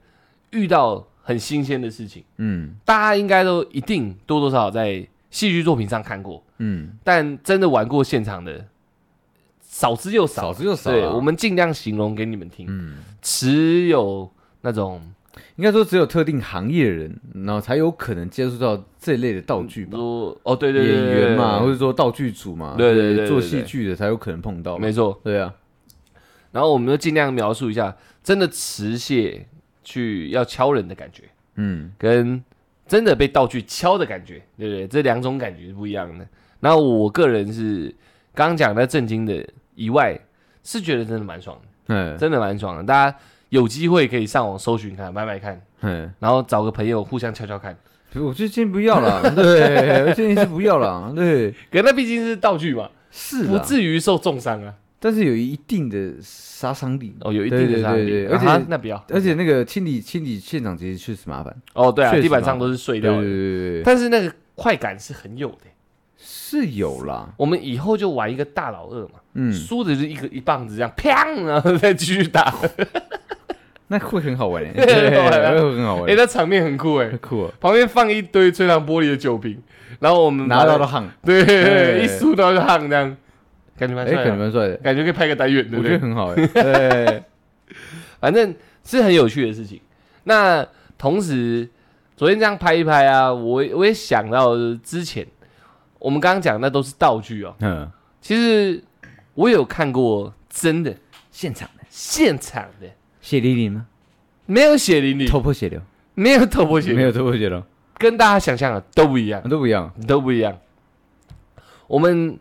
[SPEAKER 1] 遇到很新鲜的事情，
[SPEAKER 2] 嗯
[SPEAKER 1] 大家应该都一定多多少少在戏剧作品上看过，
[SPEAKER 2] 嗯，
[SPEAKER 1] 但真的玩过现场的少之又少。
[SPEAKER 2] 少之又少啊。
[SPEAKER 1] 对，我们尽量形容给你们听，
[SPEAKER 2] 嗯。
[SPEAKER 1] 只有那种
[SPEAKER 2] 应该说只有特定行业的人，然后才有可能接触到这类的道具吧，
[SPEAKER 1] 说哦，对对对，
[SPEAKER 2] 演
[SPEAKER 1] 对
[SPEAKER 2] 员嘛，，或
[SPEAKER 1] 对
[SPEAKER 2] 者说道具组嘛，
[SPEAKER 1] 对对对对
[SPEAKER 2] 做
[SPEAKER 1] 对对
[SPEAKER 2] 戏剧的才有可能碰到
[SPEAKER 1] 对
[SPEAKER 2] 嘛，
[SPEAKER 1] 没错。
[SPEAKER 2] 对啊，
[SPEAKER 1] 然后我们就尽量描述一下真的持械去要敲人的感觉，
[SPEAKER 2] 嗯，
[SPEAKER 1] 跟真的被道具敲的感觉，对不对？这两种感觉是不一样的。那我个人是刚刚讲的震惊的以外，是觉得真的蛮爽的，
[SPEAKER 2] 哎
[SPEAKER 1] 真的蛮爽的。大家有机会可以上网搜寻看，买买看，
[SPEAKER 2] 哎，
[SPEAKER 1] 然后找个朋友互相敲敲看。
[SPEAKER 2] 我就建议不要 了，对，我建议是不要了，对，
[SPEAKER 1] 可那毕竟是道具嘛，
[SPEAKER 2] 是啊
[SPEAKER 1] 不
[SPEAKER 2] 啦，
[SPEAKER 1] 至于受重伤啊。
[SPEAKER 2] 但是有一定的杀伤力，
[SPEAKER 1] 哦，有一定的伤
[SPEAKER 2] 对对对
[SPEAKER 1] 力，
[SPEAKER 2] 对而且
[SPEAKER 1] 啊哈那不要，
[SPEAKER 2] 而且那个清理清理现场其实确实麻烦，
[SPEAKER 1] 哦，对啊，
[SPEAKER 2] 确实
[SPEAKER 1] 地板
[SPEAKER 2] 嘛
[SPEAKER 1] 上都是碎
[SPEAKER 2] 对
[SPEAKER 1] 掉
[SPEAKER 2] 对
[SPEAKER 1] 的，
[SPEAKER 2] 对对，
[SPEAKER 1] 但是那个快感是很有的。
[SPEAKER 2] 是有啦，
[SPEAKER 1] 我们以后就玩一个大老二嘛，
[SPEAKER 2] 嗯，
[SPEAKER 1] 输的就一个一棒子这样，砰，然后再继续打。
[SPEAKER 2] 那会很好玩欸，
[SPEAKER 1] 对
[SPEAKER 2] 对
[SPEAKER 1] 好玩啊
[SPEAKER 2] 会很好
[SPEAKER 1] 哎、欸，
[SPEAKER 2] 玩，
[SPEAKER 1] 那场面很酷 哎、
[SPEAKER 2] 酷哦，
[SPEAKER 1] 旁边放一堆吹搗玻璃的酒瓶，然后我们把
[SPEAKER 2] 拿到了夯。
[SPEAKER 1] 对，
[SPEAKER 2] 对
[SPEAKER 1] 一输到就夯这样，感觉蛮
[SPEAKER 2] 哎，
[SPEAKER 1] 帅
[SPEAKER 2] 可能
[SPEAKER 1] 的，
[SPEAKER 2] 蛮帅的，
[SPEAKER 1] 感觉可以拍个单元，对
[SPEAKER 2] 我
[SPEAKER 1] 不
[SPEAKER 2] 觉
[SPEAKER 1] 对？
[SPEAKER 2] 得很好 哎。对，
[SPEAKER 1] 反正是很有趣的事情。那同时，昨天这样拍一拍啊，我也我也想到之前我们刚刚讲的那都是道具哦，
[SPEAKER 2] 嗯，
[SPEAKER 1] 其实我有看过真的
[SPEAKER 2] 现场的
[SPEAKER 1] 现场的，
[SPEAKER 2] 血淋淋吗？
[SPEAKER 1] 没有血淋淋，
[SPEAKER 2] 头破血流，
[SPEAKER 1] 没有头破血
[SPEAKER 2] 没
[SPEAKER 1] 流，
[SPEAKER 2] 有头破血流，
[SPEAKER 1] 跟大家想象的都不一样。
[SPEAKER 2] 都不一样。
[SPEAKER 1] 都不一样。我们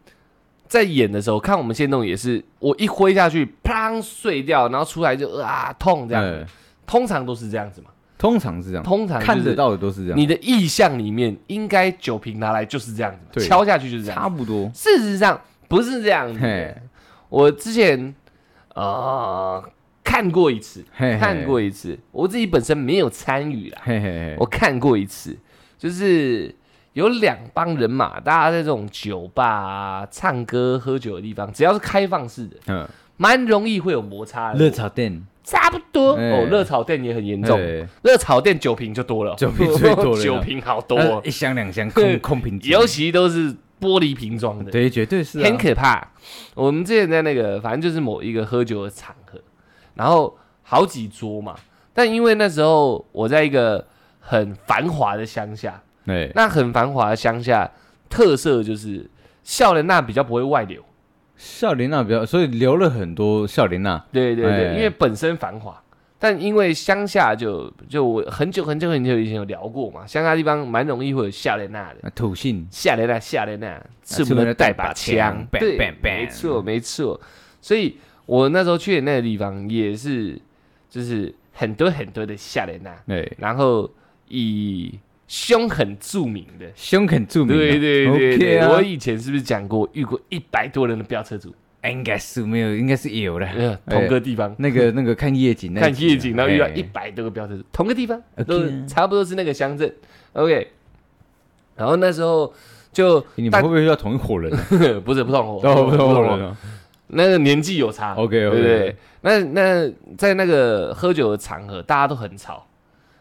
[SPEAKER 1] 在演的时候，看我们现动也是，我一挥下去，砰碎掉，然后出来就啊痛这样、
[SPEAKER 2] 哎
[SPEAKER 1] 通常都是这样子嘛，
[SPEAKER 2] 通常是这样，
[SPEAKER 1] 通常就是
[SPEAKER 2] 看得到的都是这样，
[SPEAKER 1] 你的意象里面应该酒瓶拿来就是这样子嘛，
[SPEAKER 2] 对
[SPEAKER 1] 敲下去就是这
[SPEAKER 2] 差
[SPEAKER 1] 样。
[SPEAKER 2] 不多。
[SPEAKER 1] 事实上不是这样子
[SPEAKER 2] 嘿
[SPEAKER 1] 的。我之前啊、呃看过一次，
[SPEAKER 2] 嘿嘿
[SPEAKER 1] 看过一次，我自己本身没有参与啦。
[SPEAKER 2] 嘿嘿嘿，
[SPEAKER 1] 我看过一次，就是有两帮人马，大家在这种酒吧啊、唱歌、喝酒的地方，只要是开放式的，
[SPEAKER 2] 嗯，
[SPEAKER 1] 蛮容易会有摩擦
[SPEAKER 2] 热
[SPEAKER 1] 的。
[SPEAKER 2] 炒店
[SPEAKER 1] 差不多、
[SPEAKER 2] 哎
[SPEAKER 1] 哦，热炒店也很严重，
[SPEAKER 2] 哎
[SPEAKER 1] 热炒店酒瓶就多了，
[SPEAKER 2] 酒瓶最多 了
[SPEAKER 1] 酒瓶好多、
[SPEAKER 2] 呃
[SPEAKER 1] 哦，
[SPEAKER 2] 一箱两箱
[SPEAKER 1] 对
[SPEAKER 2] 空空瓶子，
[SPEAKER 1] 尤其都是玻璃瓶装的，
[SPEAKER 2] 对，绝对是啊
[SPEAKER 1] 很可怕。我们之前在那个，反正就是某一个喝酒的场合，然后好几桌嘛，但因为那时候我在一个很繁华的乡下，
[SPEAKER 2] 哎，
[SPEAKER 1] 那很繁华的乡下特色就是笑莲娜比较不会外流，
[SPEAKER 2] 笑莲娜比较，所以留了很多笑莲娜，
[SPEAKER 1] 对对对，
[SPEAKER 2] 哎
[SPEAKER 1] 因为本身繁华，但因为乡下就就我很久很久很久以前有聊过嘛，乡下地方蛮容易会有笑莲娜的。
[SPEAKER 2] 那土性
[SPEAKER 1] 夏雷娜，夏雷娜，
[SPEAKER 2] 是
[SPEAKER 1] 是不
[SPEAKER 2] 不是
[SPEAKER 1] 是
[SPEAKER 2] 带
[SPEAKER 1] 带
[SPEAKER 2] 把
[SPEAKER 1] 把
[SPEAKER 2] 枪
[SPEAKER 1] 枪？
[SPEAKER 2] bang,
[SPEAKER 1] 对
[SPEAKER 2] bang,
[SPEAKER 1] 没
[SPEAKER 2] bang
[SPEAKER 1] 错，没错。所以我那时候去的那个地方也是，就是很多很多的夏雷娜，
[SPEAKER 2] 哎，
[SPEAKER 1] 然后以凶狠著名的，
[SPEAKER 2] 凶很著名啊，
[SPEAKER 1] 对对对
[SPEAKER 2] OK
[SPEAKER 1] 对
[SPEAKER 2] 啊
[SPEAKER 1] 我以前是不是讲过遇过一百多人的飙车族，
[SPEAKER 2] 哎应该是没有，应该是有 的。
[SPEAKER 1] 呃，
[SPEAKER 2] 哎
[SPEAKER 1] 同个地方、
[SPEAKER 2] 那个那个看夜景那一 集啊，
[SPEAKER 1] 看夜景，然后遇到
[SPEAKER 2] 哎
[SPEAKER 1] 一百多个飙车族，同个地方
[SPEAKER 2] OK
[SPEAKER 1] 都是差不多是那个乡镇，OK。然后那时候就
[SPEAKER 2] 你
[SPEAKER 1] 大
[SPEAKER 2] 们会不会遇到同一 伙人啊？
[SPEAKER 1] 不是不同
[SPEAKER 2] 哦，
[SPEAKER 1] 我，
[SPEAKER 2] 不同伙
[SPEAKER 1] 我
[SPEAKER 2] 人啊
[SPEAKER 1] 那个年纪有差
[SPEAKER 2] OK，OK
[SPEAKER 1] 对不对？那那在那个喝酒的场合，大家都很吵，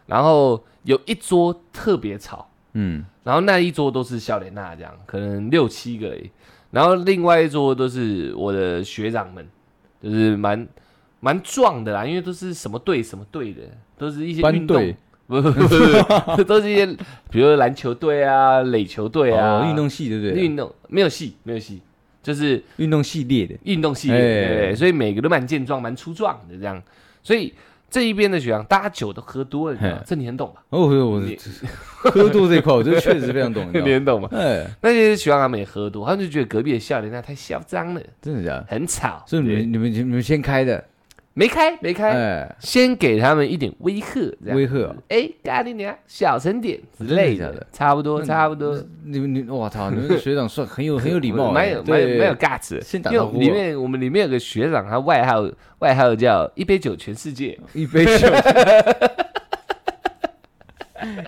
[SPEAKER 1] 然后有一桌特别吵，
[SPEAKER 2] 嗯，
[SPEAKER 1] 然后那一桌都是笑脸娜这样，可能六七个而已，然后另外一桌都是我的学长们，就是蛮蛮壮的啦，因为都是什么队什么队的，都是一些
[SPEAKER 2] 班
[SPEAKER 1] 运动
[SPEAKER 2] 队，
[SPEAKER 1] 不 不不不不，都是一些比如篮球队啊、垒球队啊、
[SPEAKER 2] 哦运动系对不对？
[SPEAKER 1] 运动没有戏没有戏，就是
[SPEAKER 2] 运动系列的，
[SPEAKER 1] 运动系列，
[SPEAKER 2] 哎
[SPEAKER 1] 对对所以每个都蛮健壮、蛮粗壮的这样。所以这一边的学长，大家酒都喝多了，你知道吗
[SPEAKER 2] 嘿
[SPEAKER 1] 这你很懂吧？
[SPEAKER 2] 哦，我我
[SPEAKER 1] 你
[SPEAKER 2] 喝多这一块，我就确实非常懂， 你
[SPEAKER 1] 你
[SPEAKER 2] 知道
[SPEAKER 1] 很懂吧？
[SPEAKER 2] 吗哎，
[SPEAKER 1] 那些学长他们也喝多，他们就觉得隔壁的笑脸那太嚣张了，
[SPEAKER 2] 真的假的？
[SPEAKER 1] 很吵，
[SPEAKER 2] 所以你
[SPEAKER 1] 对
[SPEAKER 2] 们你们你们先开的，
[SPEAKER 1] 没开没开，
[SPEAKER 2] 哎，
[SPEAKER 1] 先给他们一点威吓，这样
[SPEAKER 2] 威吓啊，
[SPEAKER 1] 哎，咖喱娘，小声点之类
[SPEAKER 2] 真的假
[SPEAKER 1] 的
[SPEAKER 2] 的，
[SPEAKER 1] 差不多差不多。
[SPEAKER 2] 你们你我操，你们学长算很有很有礼貌，
[SPEAKER 1] 蛮
[SPEAKER 2] 哎
[SPEAKER 1] 有蛮有
[SPEAKER 2] 对
[SPEAKER 1] 蛮有 guts 的。
[SPEAKER 2] 先打
[SPEAKER 1] 因为
[SPEAKER 2] 招呼啊
[SPEAKER 1] 里面我们里面有个学长，他外号外号叫一杯酒全世界，
[SPEAKER 2] 一杯酒，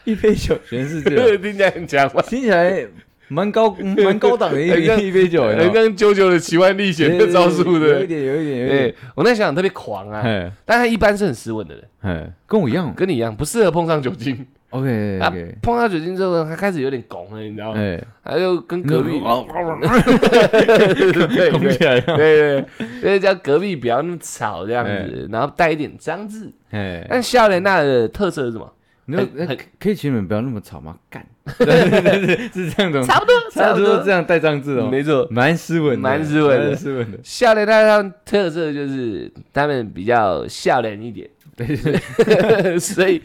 [SPEAKER 2] 一杯酒全世界，
[SPEAKER 1] 听起来很强吧？
[SPEAKER 2] 听起来蛮高蛮高档的一
[SPEAKER 1] 很像
[SPEAKER 2] 一杯酒，
[SPEAKER 1] 很像九九的奇幻历险的招数
[SPEAKER 2] 啊有一
[SPEAKER 1] 的。
[SPEAKER 2] 点有一点有一
[SPEAKER 1] 对
[SPEAKER 2] 点，
[SPEAKER 1] 我那想长特别狂啊，
[SPEAKER 2] 哎
[SPEAKER 1] 但他一般是很斯文的人，
[SPEAKER 2] 哎，跟我一样
[SPEAKER 1] 跟你一样不适合碰上酒精。
[SPEAKER 2] ，OK
[SPEAKER 1] 他
[SPEAKER 2] OK，
[SPEAKER 1] 啊碰到酒精之后，他开始有点拱了，你知道吗？
[SPEAKER 2] 哎，
[SPEAKER 1] 他就跟隔壁，啊 对
[SPEAKER 2] 拱
[SPEAKER 1] 对
[SPEAKER 2] 起来
[SPEAKER 1] 对
[SPEAKER 2] 了，
[SPEAKER 1] 对，所以叫隔壁不要那么吵这样子，然后带一点脏字。
[SPEAKER 2] 哎，
[SPEAKER 1] 但笑莲娜的特色是什么？
[SPEAKER 2] 你说
[SPEAKER 1] 很
[SPEAKER 2] 哎
[SPEAKER 1] 很
[SPEAKER 2] 可以请你们不要那么吵吗？ 干，对对对是这样的吗？
[SPEAKER 1] 差不多，
[SPEAKER 2] 差不多
[SPEAKER 1] 这
[SPEAKER 2] 这样带脏字哦
[SPEAKER 1] 样，，没错。
[SPEAKER 2] 蛮斯文的，
[SPEAKER 1] 蛮斯文的
[SPEAKER 2] 蛮斯 文的，
[SPEAKER 1] 笑莲娜他们特色就是他们比较笑脸一点，
[SPEAKER 2] 对对，
[SPEAKER 1] 所以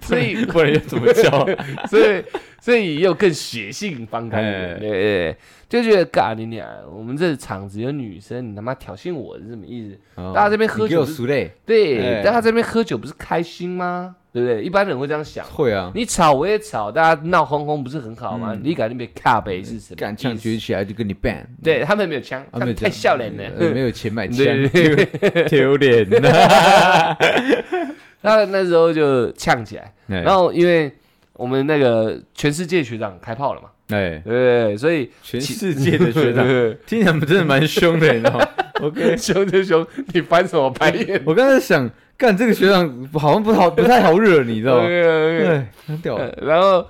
[SPEAKER 1] 所以
[SPEAKER 2] 不然要怎么叫？
[SPEAKER 1] 所以所以又更血性方刚一点，
[SPEAKER 2] 哎
[SPEAKER 1] 对对对，就觉得尬你俩，我们这场子有女生，你他妈挑衅我是什么意思？大家这边喝酒
[SPEAKER 2] 哦你给我
[SPEAKER 1] 是
[SPEAKER 2] 熟嘞，
[SPEAKER 1] 对，
[SPEAKER 2] 哎
[SPEAKER 1] 大家这边喝酒不是开心吗？对不对？一般人会这样想，
[SPEAKER 2] 会啊，
[SPEAKER 1] 你吵我也吵，大家闹哄哄不是很好吗？你敢那边尬呗是什么？
[SPEAKER 2] 嗯敢枪
[SPEAKER 1] 决？
[SPEAKER 2] 举起来就跟你 ban，
[SPEAKER 1] 对他们没有枪，
[SPEAKER 2] 啊
[SPEAKER 1] 他们太笑脸了。
[SPEAKER 2] 呃没有钱买枪，
[SPEAKER 1] 对对
[SPEAKER 2] 丢丢脸呐。
[SPEAKER 1] 他们那时候就呛起来，
[SPEAKER 2] 然
[SPEAKER 1] 然后因为我们那个全世界学长开炮了嘛，
[SPEAKER 2] 哎，
[SPEAKER 1] 对不对？所以
[SPEAKER 2] 全世界的学
[SPEAKER 1] 对
[SPEAKER 2] 长，
[SPEAKER 1] 对对
[SPEAKER 2] 听起来真的蛮凶的，你知 道吗？OK，
[SPEAKER 1] 凶就凶，你翻什么白眼？
[SPEAKER 2] 我刚才想，干这个学长好像不好，
[SPEAKER 1] 啊
[SPEAKER 2] 不太好惹，你知道吗？哎
[SPEAKER 1] 对对对
[SPEAKER 2] 对，很屌，
[SPEAKER 1] 呃呃然后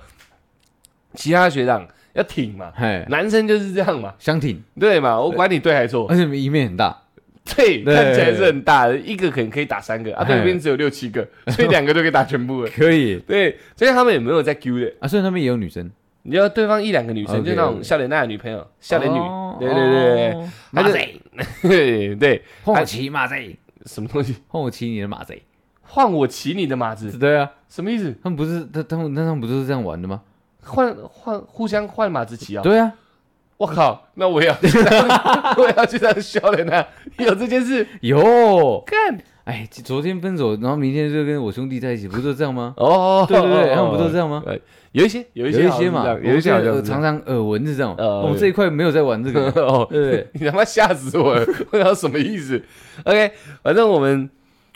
[SPEAKER 1] 其他学长要挺嘛，
[SPEAKER 2] 嘿，
[SPEAKER 1] 男生就是这样嘛，
[SPEAKER 2] 哎相挺，
[SPEAKER 1] 对嘛，我管你对还错，
[SPEAKER 2] 而且赢面很大，
[SPEAKER 1] 对，
[SPEAKER 2] 对哎
[SPEAKER 1] 看起来是很大的，一个可能可以打三个啊，
[SPEAKER 2] 嘿
[SPEAKER 1] 对面只有六七
[SPEAKER 2] ，
[SPEAKER 1] 个，所以两个就可以打全部了
[SPEAKER 2] 可以
[SPEAKER 1] 对，所以他们也没有在 Q 的，
[SPEAKER 2] 啊。所以那边也有女生，
[SPEAKER 1] 你要对方一两个女生，
[SPEAKER 2] OK，
[SPEAKER 1] 就那种
[SPEAKER 2] OK
[SPEAKER 1] 笑脸那的女朋友，笑脸女
[SPEAKER 2] 哦，
[SPEAKER 1] 对对对
[SPEAKER 2] 哦
[SPEAKER 3] 马贼，
[SPEAKER 1] 对对对，
[SPEAKER 2] 换我骑马贼，
[SPEAKER 1] 什么东西？
[SPEAKER 2] 换我骑你的马贼，
[SPEAKER 1] 换我骑你的马子，
[SPEAKER 2] 对啊，
[SPEAKER 1] 什么意思？
[SPEAKER 2] 他们不是他他们那他们不就是这样玩的吗？
[SPEAKER 1] 换换互相换马子骑啊？
[SPEAKER 2] 对啊，
[SPEAKER 1] 我靠，那我也要去当， 我也要去当笑脸啊！有这件事，
[SPEAKER 2] 有，
[SPEAKER 1] 干
[SPEAKER 2] 哎，昨天分手，然后明天就跟我兄弟在一起，不是这样吗？
[SPEAKER 1] 哦，
[SPEAKER 2] 对对对，他们不都
[SPEAKER 1] 都
[SPEAKER 2] 这样吗？
[SPEAKER 1] 呃，有一些，有一
[SPEAKER 2] 有
[SPEAKER 1] 些
[SPEAKER 2] 一
[SPEAKER 1] 好像
[SPEAKER 2] 些
[SPEAKER 1] 是
[SPEAKER 2] 嘛
[SPEAKER 1] 这样，有一些好像
[SPEAKER 2] 我
[SPEAKER 1] 是
[SPEAKER 2] 们
[SPEAKER 1] 这
[SPEAKER 2] 常
[SPEAKER 1] 样
[SPEAKER 2] 常耳闻是这样，
[SPEAKER 1] 呃
[SPEAKER 2] 我们这一块没有在玩这 个，
[SPEAKER 1] 哦，
[SPEAKER 2] 对，
[SPEAKER 1] 你他妈吓死我了！ 我想什么意思？OK，反正我们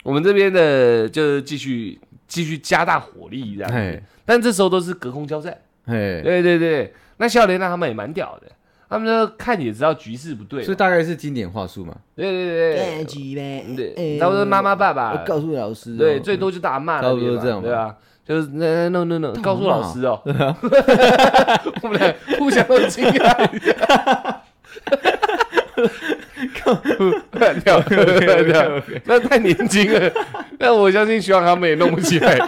[SPEAKER 1] 我们这边的就是继续继续加大火力这样子
[SPEAKER 2] 嘿，
[SPEAKER 1] 但这时候都是隔空交战。
[SPEAKER 2] 嘿，
[SPEAKER 1] 对对对，那笑莲娜他们也蛮屌的，他们就看也知道局势不对
[SPEAKER 2] 所以
[SPEAKER 1] 嘛，
[SPEAKER 2] 大概是经典话术嘛。
[SPEAKER 1] 对对对
[SPEAKER 4] 鸡呗
[SPEAKER 1] 对对，他们说妈妈爸爸
[SPEAKER 2] 呃
[SPEAKER 4] 我，告诉老师哦，
[SPEAKER 1] 对，最多就打骂那边嘛，
[SPEAKER 2] 差不多这样吧
[SPEAKER 1] 对啊。就是那那那那，告诉老师 哦，
[SPEAKER 2] 啊
[SPEAKER 1] 我们俩互相都惊讶， 乱掉乱掉，那太年轻了，那我相信徐航他们也弄不起来。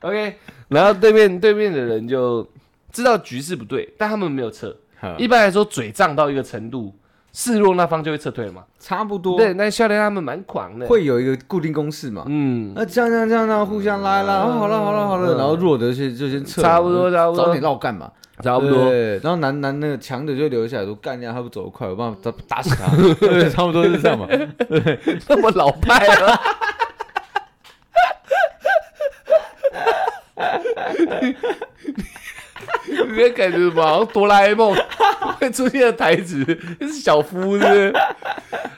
[SPEAKER 1] OK，然后对面对面的人就知道局势不对，但他们没有撤。
[SPEAKER 2] 好
[SPEAKER 1] 一般来说，嘴胀到一个程度，示弱那方就会撤退了嘛。
[SPEAKER 2] 差不多
[SPEAKER 1] 对，那笑莲他们蛮狂的，
[SPEAKER 2] 会有一个固定公式嘛。
[SPEAKER 1] 嗯，
[SPEAKER 2] 那这样这样这样，然后互相拉一拉，啊好了好了好了，然后弱的就先就先撤嘛，
[SPEAKER 1] 差不多差不多
[SPEAKER 2] 找你闹干嘛？
[SPEAKER 1] 差不
[SPEAKER 2] 对
[SPEAKER 1] 多。
[SPEAKER 2] 然后男男那个强的就留下来说干呀，他不走得快，我帮他打死 他。对，差不多是这 样嘛。
[SPEAKER 1] 那么老派啊！你这感觉怎么好像哆啦 A 梦会出现的台词？是小夫是不是？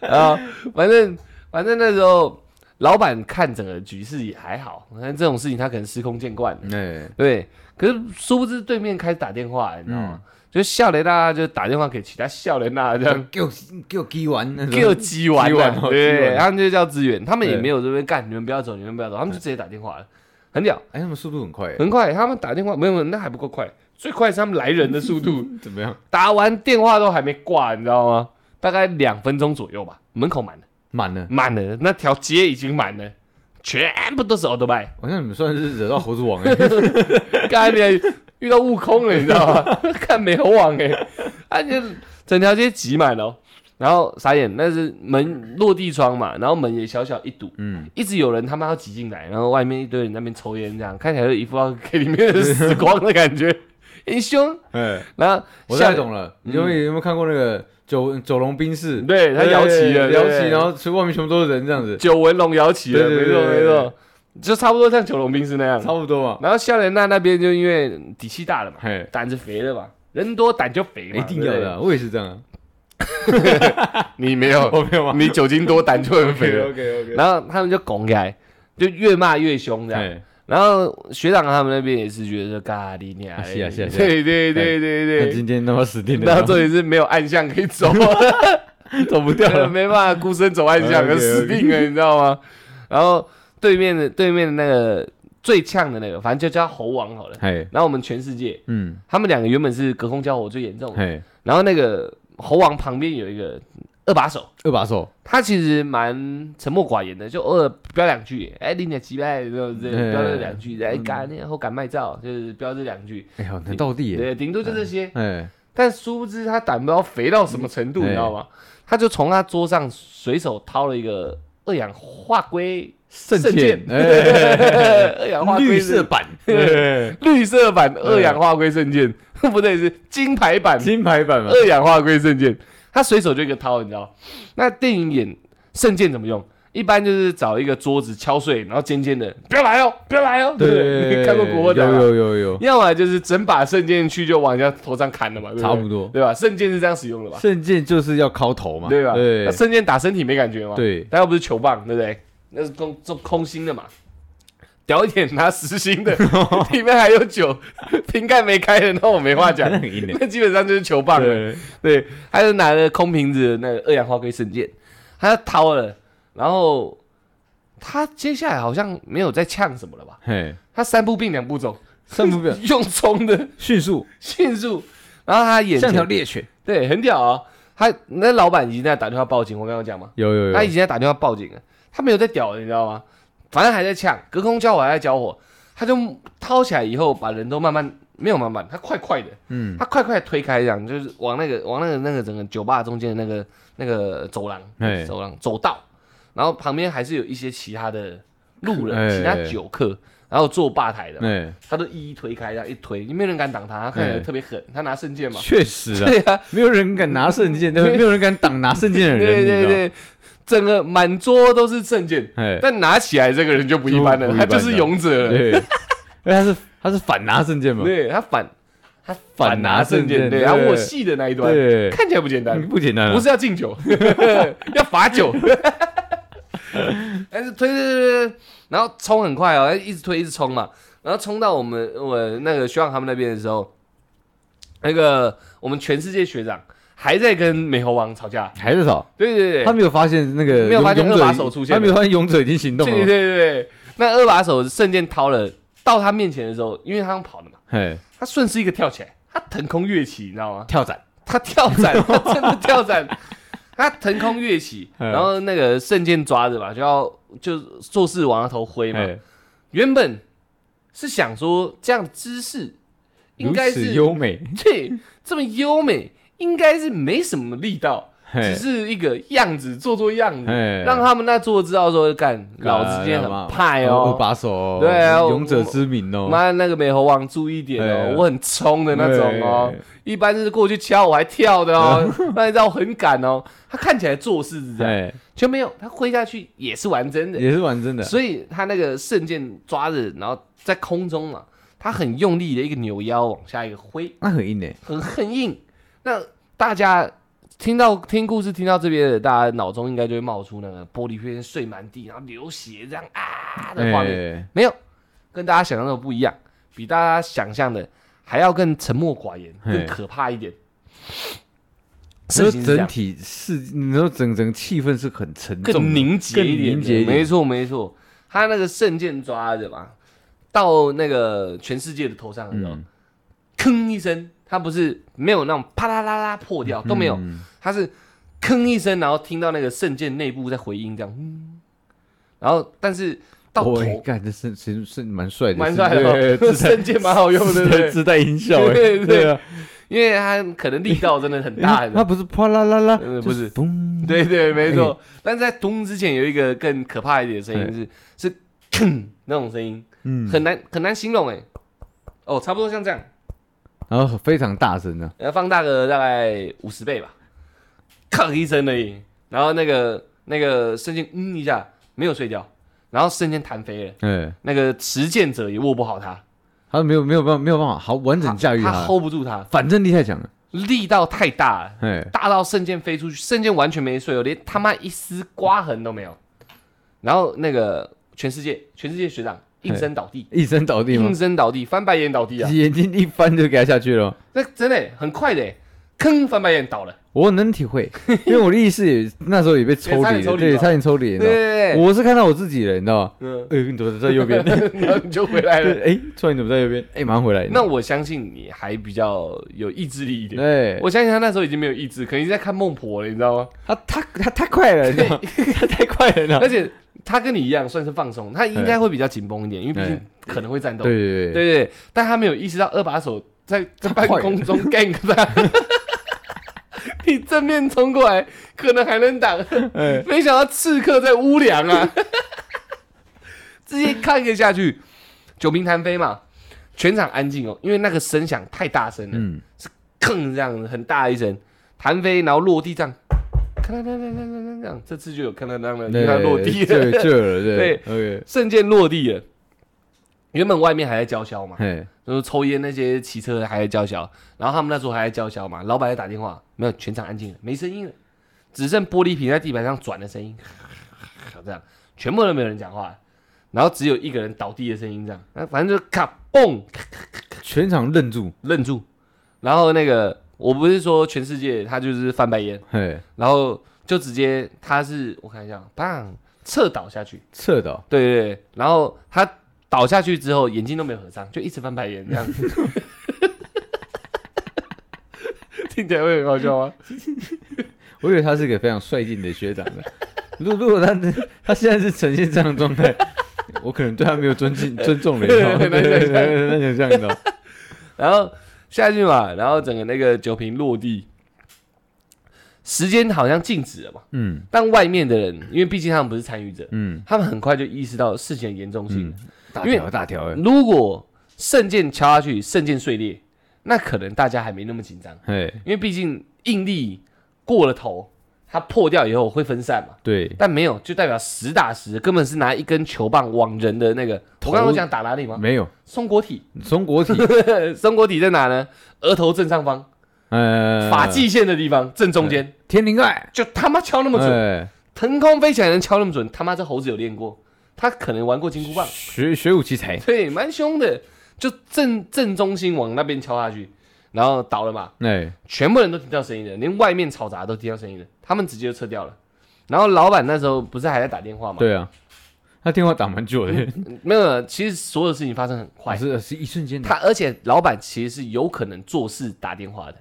[SPEAKER 1] 啊，反正反正那时候老板看整个局势也还好，但这种事情他可能司空见惯了。
[SPEAKER 2] 哎，
[SPEAKER 1] 对，可是殊不知对面开始打电话，你知道吗？就笑雷娜就打电话给其他笑雷娜这样。
[SPEAKER 2] 给我给我踢完， 那
[SPEAKER 1] 给我
[SPEAKER 2] 种
[SPEAKER 1] 鸡完
[SPEAKER 2] 鸡完
[SPEAKER 1] 了，
[SPEAKER 2] 哦鸡
[SPEAKER 1] 对，
[SPEAKER 2] 完
[SPEAKER 1] 他们就叫支援，他们也
[SPEAKER 2] 对
[SPEAKER 1] 没有这边干，你们不要走，你们不要走，他们就直接打电话了，很屌，
[SPEAKER 2] 哎，他们速度很快，
[SPEAKER 1] 很快，他们打电话没有，没有那还不够快，最快是他们来人的速 度，
[SPEAKER 2] 怎么样？
[SPEAKER 1] 打完电话都还没挂，你知道吗？大概两分钟左右吧，门口满了，
[SPEAKER 2] 满了，
[SPEAKER 1] 满了，那条街已经满了，全部都是 o l d b y
[SPEAKER 2] 好像你们算是惹到猴子王 哎。
[SPEAKER 1] 刚才遇到悟空了，你知道吗？ 看美猴王哎、啊，就整条街挤满了哦、然后傻眼，那是门落地窗嘛，然后门也小小一堵，
[SPEAKER 2] 嗯，
[SPEAKER 1] 一直有人他妈要挤进来，然后外面一堆人在那边抽烟，这样看起来就一副要给里面的死光的感 觉，很凶。
[SPEAKER 2] 哎，
[SPEAKER 1] 然后
[SPEAKER 2] 我
[SPEAKER 1] 下
[SPEAKER 2] 太懂了。你有没有有没有看过那个九九龙冰室？
[SPEAKER 1] 对他摇旗了，
[SPEAKER 2] 嗯摇
[SPEAKER 1] 对
[SPEAKER 2] 旗，然后其实外面全部都是人这样子，
[SPEAKER 1] 九纹龙摇旗了，
[SPEAKER 2] 对
[SPEAKER 1] 没
[SPEAKER 2] 对
[SPEAKER 1] 错
[SPEAKER 2] 对
[SPEAKER 1] 没
[SPEAKER 2] 对
[SPEAKER 1] 错，就差不多像九龙冰是那样
[SPEAKER 2] 差。不多 嘛。
[SPEAKER 1] 然后笑莲娜那边就因为底气大了嘛，
[SPEAKER 2] 嘿，
[SPEAKER 1] 胆子肥了嘛，人多胆就肥嘛，
[SPEAKER 2] 一定要
[SPEAKER 1] 对不对
[SPEAKER 2] 的啊，我也是这样啊。
[SPEAKER 1] 你没有，
[SPEAKER 2] 哦我没有吗
[SPEAKER 1] 你酒精多，胆就很肥 了。
[SPEAKER 2] OK OK。
[SPEAKER 1] 然后他们就拱起来，就越骂越凶这样。
[SPEAKER 2] 哎，
[SPEAKER 1] 然后学长他们那边也是觉得咖喱你啊，
[SPEAKER 2] 啊是啊是啊是哎啊
[SPEAKER 1] 对对对
[SPEAKER 2] 那
[SPEAKER 1] 对对。
[SPEAKER 2] 今天他妈死定了，啊
[SPEAKER 1] 然后重点是没有暗巷可以走，
[SPEAKER 2] 走不掉 了。啊
[SPEAKER 1] 没办法孤身走暗巷，
[SPEAKER 2] OK，OK
[SPEAKER 1] 就死定了，你知道吗？然后对面的对面的那个最呛的那个，反正就叫猴王好了。
[SPEAKER 2] 嘿，
[SPEAKER 1] 然后我们全世界，
[SPEAKER 2] 嗯，
[SPEAKER 1] 他们两个原本是隔空交火最严重的，
[SPEAKER 2] 嘿，
[SPEAKER 1] 然后那个猴王旁边有一个二把手。
[SPEAKER 2] 二把手，
[SPEAKER 1] 他其实蛮沉默寡言的，就偶尔飙两句，哎，你的鸡掰，这种这
[SPEAKER 2] 哎
[SPEAKER 1] 飙这两句，哎，干然后敢卖照，就是飙这两句，
[SPEAKER 2] 哎呦，很到地耶。
[SPEAKER 1] 对，顶多就这些。
[SPEAKER 2] 哎，
[SPEAKER 1] 但殊不知他胆包肥到什么程度，
[SPEAKER 2] 哎
[SPEAKER 1] 你知道吗？他就从他桌上随手掏了一个二氧化硅
[SPEAKER 2] 圣 剑，哎，
[SPEAKER 1] 二氧化硅
[SPEAKER 2] 绿
[SPEAKER 1] 是
[SPEAKER 2] 色版，
[SPEAKER 1] 绿色版二氧化硅圣剑， 不对，是金牌版
[SPEAKER 2] 金牌版嘛。
[SPEAKER 1] 二氧化硅圣剑，他随手就一个掏，你知道？那电影演圣剑怎么用？一般就是找一个桌子敲碎，然后尖尖的，不要来哦，不要来哦，对不对？你看过国货的啊
[SPEAKER 2] 有
[SPEAKER 1] 吗？
[SPEAKER 2] 有有有，
[SPEAKER 1] 要么就是整把圣剑去就往人家头上砍了嘛，对不对
[SPEAKER 2] 差不多
[SPEAKER 1] 对吧？圣剑是这样使用的吧？
[SPEAKER 2] 圣剑就是要敲头嘛，
[SPEAKER 1] 对吧？
[SPEAKER 2] 对
[SPEAKER 1] 那圣剑打身体没感觉吗？，
[SPEAKER 2] 对，
[SPEAKER 1] 但又不是球棒，对不对？那是空中空心的嘛。屌一点拿实心 的，里面还有酒，瓶盖没开的，那我没话 讲
[SPEAKER 2] 那，很硬的。
[SPEAKER 1] 那基本上就是球棒啊了。
[SPEAKER 2] 对，
[SPEAKER 1] 对，他就拿着空瓶子的那个二氧化硅圣剑，他就掏了，然后他接下来好像没有再呛什么了吧？
[SPEAKER 2] 嘿，
[SPEAKER 1] 他三步并两步走，
[SPEAKER 2] 三不变，
[SPEAKER 1] 用冲的
[SPEAKER 2] 迅速，
[SPEAKER 1] 迅速，然后他眼
[SPEAKER 2] 像条
[SPEAKER 1] 前
[SPEAKER 2] 猎犬。
[SPEAKER 1] 对很屌哦，他那老板已经在打电话报警，我刚刚讲嘛，
[SPEAKER 2] 有有
[SPEAKER 1] 他已
[SPEAKER 2] 有，
[SPEAKER 1] 经在打电话报警了，他没有在屌了，你知道吗？反正还在呛，隔空交火还在交火，他就掏起来以后，把人都慢慢没有慢慢，他快快的，
[SPEAKER 2] 嗯，
[SPEAKER 1] 他快快地推开，这样就是往那个往那个那个整个酒吧中间的那个那个走廊
[SPEAKER 2] 哎，
[SPEAKER 1] 走廊走道，然后旁边还是有一些其他的路
[SPEAKER 2] 哎
[SPEAKER 1] 人、其他酒客，然后坐吧台的嘛，
[SPEAKER 2] 哎，
[SPEAKER 1] 他都一一推开，这样一推，没有人敢挡他，他看起
[SPEAKER 2] 哎
[SPEAKER 1] 来特别狠，他拿圣剑嘛，
[SPEAKER 2] 确实啊，
[SPEAKER 1] 对啊，
[SPEAKER 2] 没有人敢拿圣剑，对吧，
[SPEAKER 1] 对
[SPEAKER 2] 没有人敢挡拿圣剑的 人，
[SPEAKER 1] 对
[SPEAKER 2] 你知
[SPEAKER 1] 对
[SPEAKER 2] 道吗，
[SPEAKER 1] 对，整个满桌都是圣剑，
[SPEAKER 2] 哎，
[SPEAKER 1] 但拿起来这个人就不一般
[SPEAKER 2] 就
[SPEAKER 1] 了，
[SPEAKER 2] 不一
[SPEAKER 1] 他
[SPEAKER 2] 般
[SPEAKER 1] 就是勇者了，
[SPEAKER 2] 对， 因为他是他是反拿圣剑嘛，
[SPEAKER 1] 对他反他
[SPEAKER 2] 反拿
[SPEAKER 1] 圣
[SPEAKER 2] 圣剑
[SPEAKER 1] 剑，对，
[SPEAKER 2] 对
[SPEAKER 1] 然后我戏的那一段，
[SPEAKER 2] 对，
[SPEAKER 1] 看起来不简单，
[SPEAKER 2] 不简单啊，
[SPEAKER 1] 不是要敬酒，要罚酒。但是推推推推，然后冲很快哦，一直推一直冲嘛，然后冲到我们我那个学长他们那边的时候，那个我们全世界学长还在跟美猴王吵架，
[SPEAKER 2] 还是少，
[SPEAKER 1] 对对对，
[SPEAKER 2] 他没有发现那个
[SPEAKER 1] 没有发现
[SPEAKER 2] 勇
[SPEAKER 1] 二把
[SPEAKER 2] 者
[SPEAKER 1] 手出现
[SPEAKER 2] 他没有发现勇者已经行动
[SPEAKER 1] 对对
[SPEAKER 2] 了，
[SPEAKER 1] 对对，那二把手瞬间掏了到他面前的时候，因为他跑的嘛，
[SPEAKER 2] 哎，
[SPEAKER 1] 他顺势一个跳起来，他腾空跃起，你知道吗？
[SPEAKER 2] 跳伞，
[SPEAKER 1] 他跳伞， 他真的跳伞，他腾空跃起，
[SPEAKER 2] 嗯
[SPEAKER 1] 然后那个圣剑抓着嘛，就要就做事往他头挥嘛。
[SPEAKER 2] 哎，
[SPEAKER 1] 原本是想说这样的姿势应
[SPEAKER 2] 如
[SPEAKER 1] 该
[SPEAKER 2] 此
[SPEAKER 1] 是
[SPEAKER 2] 优美，
[SPEAKER 1] 对这么优美，应该是没什么力道，
[SPEAKER 2] 嘿
[SPEAKER 1] 只是一个样子做做样子，
[SPEAKER 2] 嘿哎
[SPEAKER 1] 让他们那做知道说干老子今天很派
[SPEAKER 2] 二
[SPEAKER 1] 哦。
[SPEAKER 2] 把手哦，
[SPEAKER 1] 对啊我
[SPEAKER 2] 勇者之名哦，
[SPEAKER 1] 妈，那个美猴王注意点
[SPEAKER 2] 哎
[SPEAKER 1] 哦，我很冲的那种哦
[SPEAKER 2] 哎，
[SPEAKER 1] 一般是过去敲我还跳的哦，那你知道我很敢哦。他看起来做事是这样，
[SPEAKER 2] 啊哎，
[SPEAKER 1] 就没有他挥下去也是完真的，
[SPEAKER 2] 也是玩真的，
[SPEAKER 1] 所以他那个圣剑抓着，然后在空中嘛，他很用力的一个扭腰往下一个挥，
[SPEAKER 2] 那很硬诶，
[SPEAKER 1] 很很硬。那大家听到听故事听到这边的，大家脑中应该就会冒出那个玻璃片碎满地，然后流血这样啊的画面。
[SPEAKER 2] 哎，
[SPEAKER 1] 没有，跟大家想象的不一样，比大家想象的还要更沉默寡言，
[SPEAKER 2] 嘿
[SPEAKER 1] 更可怕一点。
[SPEAKER 2] 所
[SPEAKER 1] 事情
[SPEAKER 2] 以
[SPEAKER 1] 是这
[SPEAKER 2] 整
[SPEAKER 1] 样，
[SPEAKER 2] 体是，你说整整气氛是很沉重的，
[SPEAKER 1] 更凝结一
[SPEAKER 2] 更
[SPEAKER 1] 点
[SPEAKER 2] 凝结一
[SPEAKER 1] 的，
[SPEAKER 2] 点
[SPEAKER 1] 没错没错。他那个圣剑抓着嘛，到那个全世界的头上的时候
[SPEAKER 2] 嗯，
[SPEAKER 1] 吭一声，他不是没有那种啪啦啦啦破掉都没有，
[SPEAKER 2] 嗯
[SPEAKER 1] 他是吭一声，然后听到那个圣剑内部在回音这样，嗯，然后但是到头
[SPEAKER 2] 喂哦哎干这是其实是蛮帅的，
[SPEAKER 1] 蛮帅的
[SPEAKER 2] 哎对
[SPEAKER 1] 哦，
[SPEAKER 2] 自 带
[SPEAKER 1] 圣剑蛮好用的，对不对？
[SPEAKER 2] 自带音效，哎
[SPEAKER 1] 对对
[SPEAKER 2] 对啊，
[SPEAKER 1] 因为它可能力道真的很大 的。
[SPEAKER 2] 他不是啪啦啦啦，
[SPEAKER 1] 呃
[SPEAKER 2] 就
[SPEAKER 1] 不是
[SPEAKER 2] 咚，
[SPEAKER 1] 对对，没
[SPEAKER 2] 哎
[SPEAKER 1] 错。但是在咚之前有一个更可怕一点的声音是是吭那种声音，
[SPEAKER 2] 嗯，
[SPEAKER 1] 很难很难形容哎。哦，差不多像这样，
[SPEAKER 2] 然后非常大声的，
[SPEAKER 1] 呃，放大个大概五十倍吧，咔一声而已。然后那个那个瞬间嗯一下没有碎掉，然后瞬间弹飞了。
[SPEAKER 2] 哎，
[SPEAKER 1] 那个持剑者也握不好它，
[SPEAKER 2] 他没有没有办法没有办法好完整驾驭
[SPEAKER 1] 他
[SPEAKER 2] 他，
[SPEAKER 1] hold 不住它，
[SPEAKER 2] 反正力太强了，
[SPEAKER 1] 力道太大了。
[SPEAKER 2] 哎，
[SPEAKER 1] 大到圣剑飞出去，圣剑完全没碎哦，连他妈一丝刮痕都没有。然后那个全世界，全世界学长应声倒地，
[SPEAKER 2] 一声倒地吗
[SPEAKER 1] 应？声倒地，翻白眼倒地啊！
[SPEAKER 2] 眼睛一翻就给他下去了。
[SPEAKER 1] 那真的很快的，吭翻白眼倒了。
[SPEAKER 2] 我能 体会，因为我的意识也那时候也被抽
[SPEAKER 1] 差点
[SPEAKER 2] 离
[SPEAKER 1] 抽
[SPEAKER 2] 了，
[SPEAKER 1] 离
[SPEAKER 2] 对，
[SPEAKER 1] 了
[SPEAKER 2] 差点抽
[SPEAKER 1] 对
[SPEAKER 2] 离了。你知
[SPEAKER 1] 对
[SPEAKER 2] 道
[SPEAKER 1] 对
[SPEAKER 2] 吗我是看到我自己了，你知道吗？
[SPEAKER 1] 嗯，
[SPEAKER 2] 呃，你怎么在 右边？
[SPEAKER 1] 然后你就回来了。
[SPEAKER 2] 对，哎，突然你怎么在右边？哎，马上回来。
[SPEAKER 1] 那我相信你还比较有意志力一点。
[SPEAKER 2] 对，
[SPEAKER 1] 我相信他那时候已经没有意志，可能在看孟婆了，你知道吗？
[SPEAKER 2] 他他他太快了，你知道吗 他太快了你知道吗
[SPEAKER 1] 而。且他跟你一样算是放松，他应该会比较紧绷一点，因为毕竟可能会战斗。
[SPEAKER 2] 对对
[SPEAKER 1] 对
[SPEAKER 2] 对，
[SPEAKER 1] 对，对但他没有意识到二把手在在半空中 gank 他，你正面冲过来可能还能挡，
[SPEAKER 2] 哎，
[SPEAKER 1] 没想到刺客在屋梁啊，直接看个下去，九兵弹飞嘛，全场安静哦，因为那个声响太大声了，
[SPEAKER 2] 嗯，
[SPEAKER 1] 吭、这样很大一声，弹飞然后落地这样，咔啦啦啦啦啦啦这样，这次就有咔啦啦啦，因为
[SPEAKER 2] 对
[SPEAKER 1] 它落地
[SPEAKER 2] 对
[SPEAKER 1] 了，
[SPEAKER 2] 就有了，对
[SPEAKER 1] 对
[SPEAKER 2] ，OK，
[SPEAKER 1] 瞬间落地了，原本外面还在叫嚣嘛。
[SPEAKER 2] 嘿，
[SPEAKER 1] 就是抽烟那些骑车的还在叫嚣，然后他们那时候还在叫嚣嘛，老板在打电话，没有，全场安静了，没声音了，只剩玻璃瓶在地板上转的声音， 这样，全部都没有人讲话，然后只有一个人倒地的声音，这样，那反正就咔嘣
[SPEAKER 2] 全场愣住，
[SPEAKER 1] 愣住，然后那个我不是说全世界他就是翻白眼，
[SPEAKER 2] 嘿，
[SPEAKER 1] 然后就直接他是我看一下，砰侧倒下去，
[SPEAKER 2] 侧倒，
[SPEAKER 1] 对对对，然后他倒下去之后，眼睛都没有合上，就一直翻白眼这样子。听起来会很好笑吗？
[SPEAKER 2] 我以为他是一个非常帅劲的学长的。如如果他他现在是呈现这样的状态，我可能对他没有尊敬尊重了，你知道吗对
[SPEAKER 1] 对
[SPEAKER 2] 对
[SPEAKER 1] 对
[SPEAKER 2] 对对，那就这样你知道吗
[SPEAKER 1] 然后下去嘛，然后整个那个酒瓶落地，时间好像静止了嘛，
[SPEAKER 2] 嗯
[SPEAKER 1] 但外面的人，因为毕竟他们不是参与者，
[SPEAKER 2] 嗯，
[SPEAKER 1] 他们很快就意识到事情的严重性。
[SPEAKER 2] 大
[SPEAKER 1] 因为
[SPEAKER 2] 条大条欸，
[SPEAKER 1] 如果圣剑敲下去，圣剑碎裂，那可能大家还没那么紧张，
[SPEAKER 2] 嘿，
[SPEAKER 1] 因为毕竟应力过了头，它破掉以后会分散嘛。
[SPEAKER 2] 对，
[SPEAKER 1] 但没有，就代表实打实，根本是拿一根球棒往人的那个。我刚刚有讲打哪里吗？
[SPEAKER 2] 没有
[SPEAKER 1] 松果体，
[SPEAKER 2] 中国体，
[SPEAKER 1] 松果体在哪呢？额头正上方，
[SPEAKER 2] 呃，
[SPEAKER 1] 发际线的地方正中间，
[SPEAKER 2] 天灵盖，
[SPEAKER 1] 就他妈敲那么准，
[SPEAKER 2] 哎，
[SPEAKER 1] 腾空飞起来能敲那么准，他妈这猴子有练过，他可能玩过金箍棒，
[SPEAKER 2] 学学武奇才，
[SPEAKER 1] 对，蛮凶的，就正正中心往那边敲下去，然后倒了嘛，
[SPEAKER 2] 哎，
[SPEAKER 1] 全部人都听到声音了，连外面嘈杂都听到声音了，他们直接就撤掉了。然后老板那时候不是还在打电话吗？
[SPEAKER 2] 对啊，他电话打蛮久的，
[SPEAKER 1] 没有，其实所有事情发生很快，
[SPEAKER 2] 是是一瞬间的，
[SPEAKER 1] 他而且老板其实是有可能做事打电话的，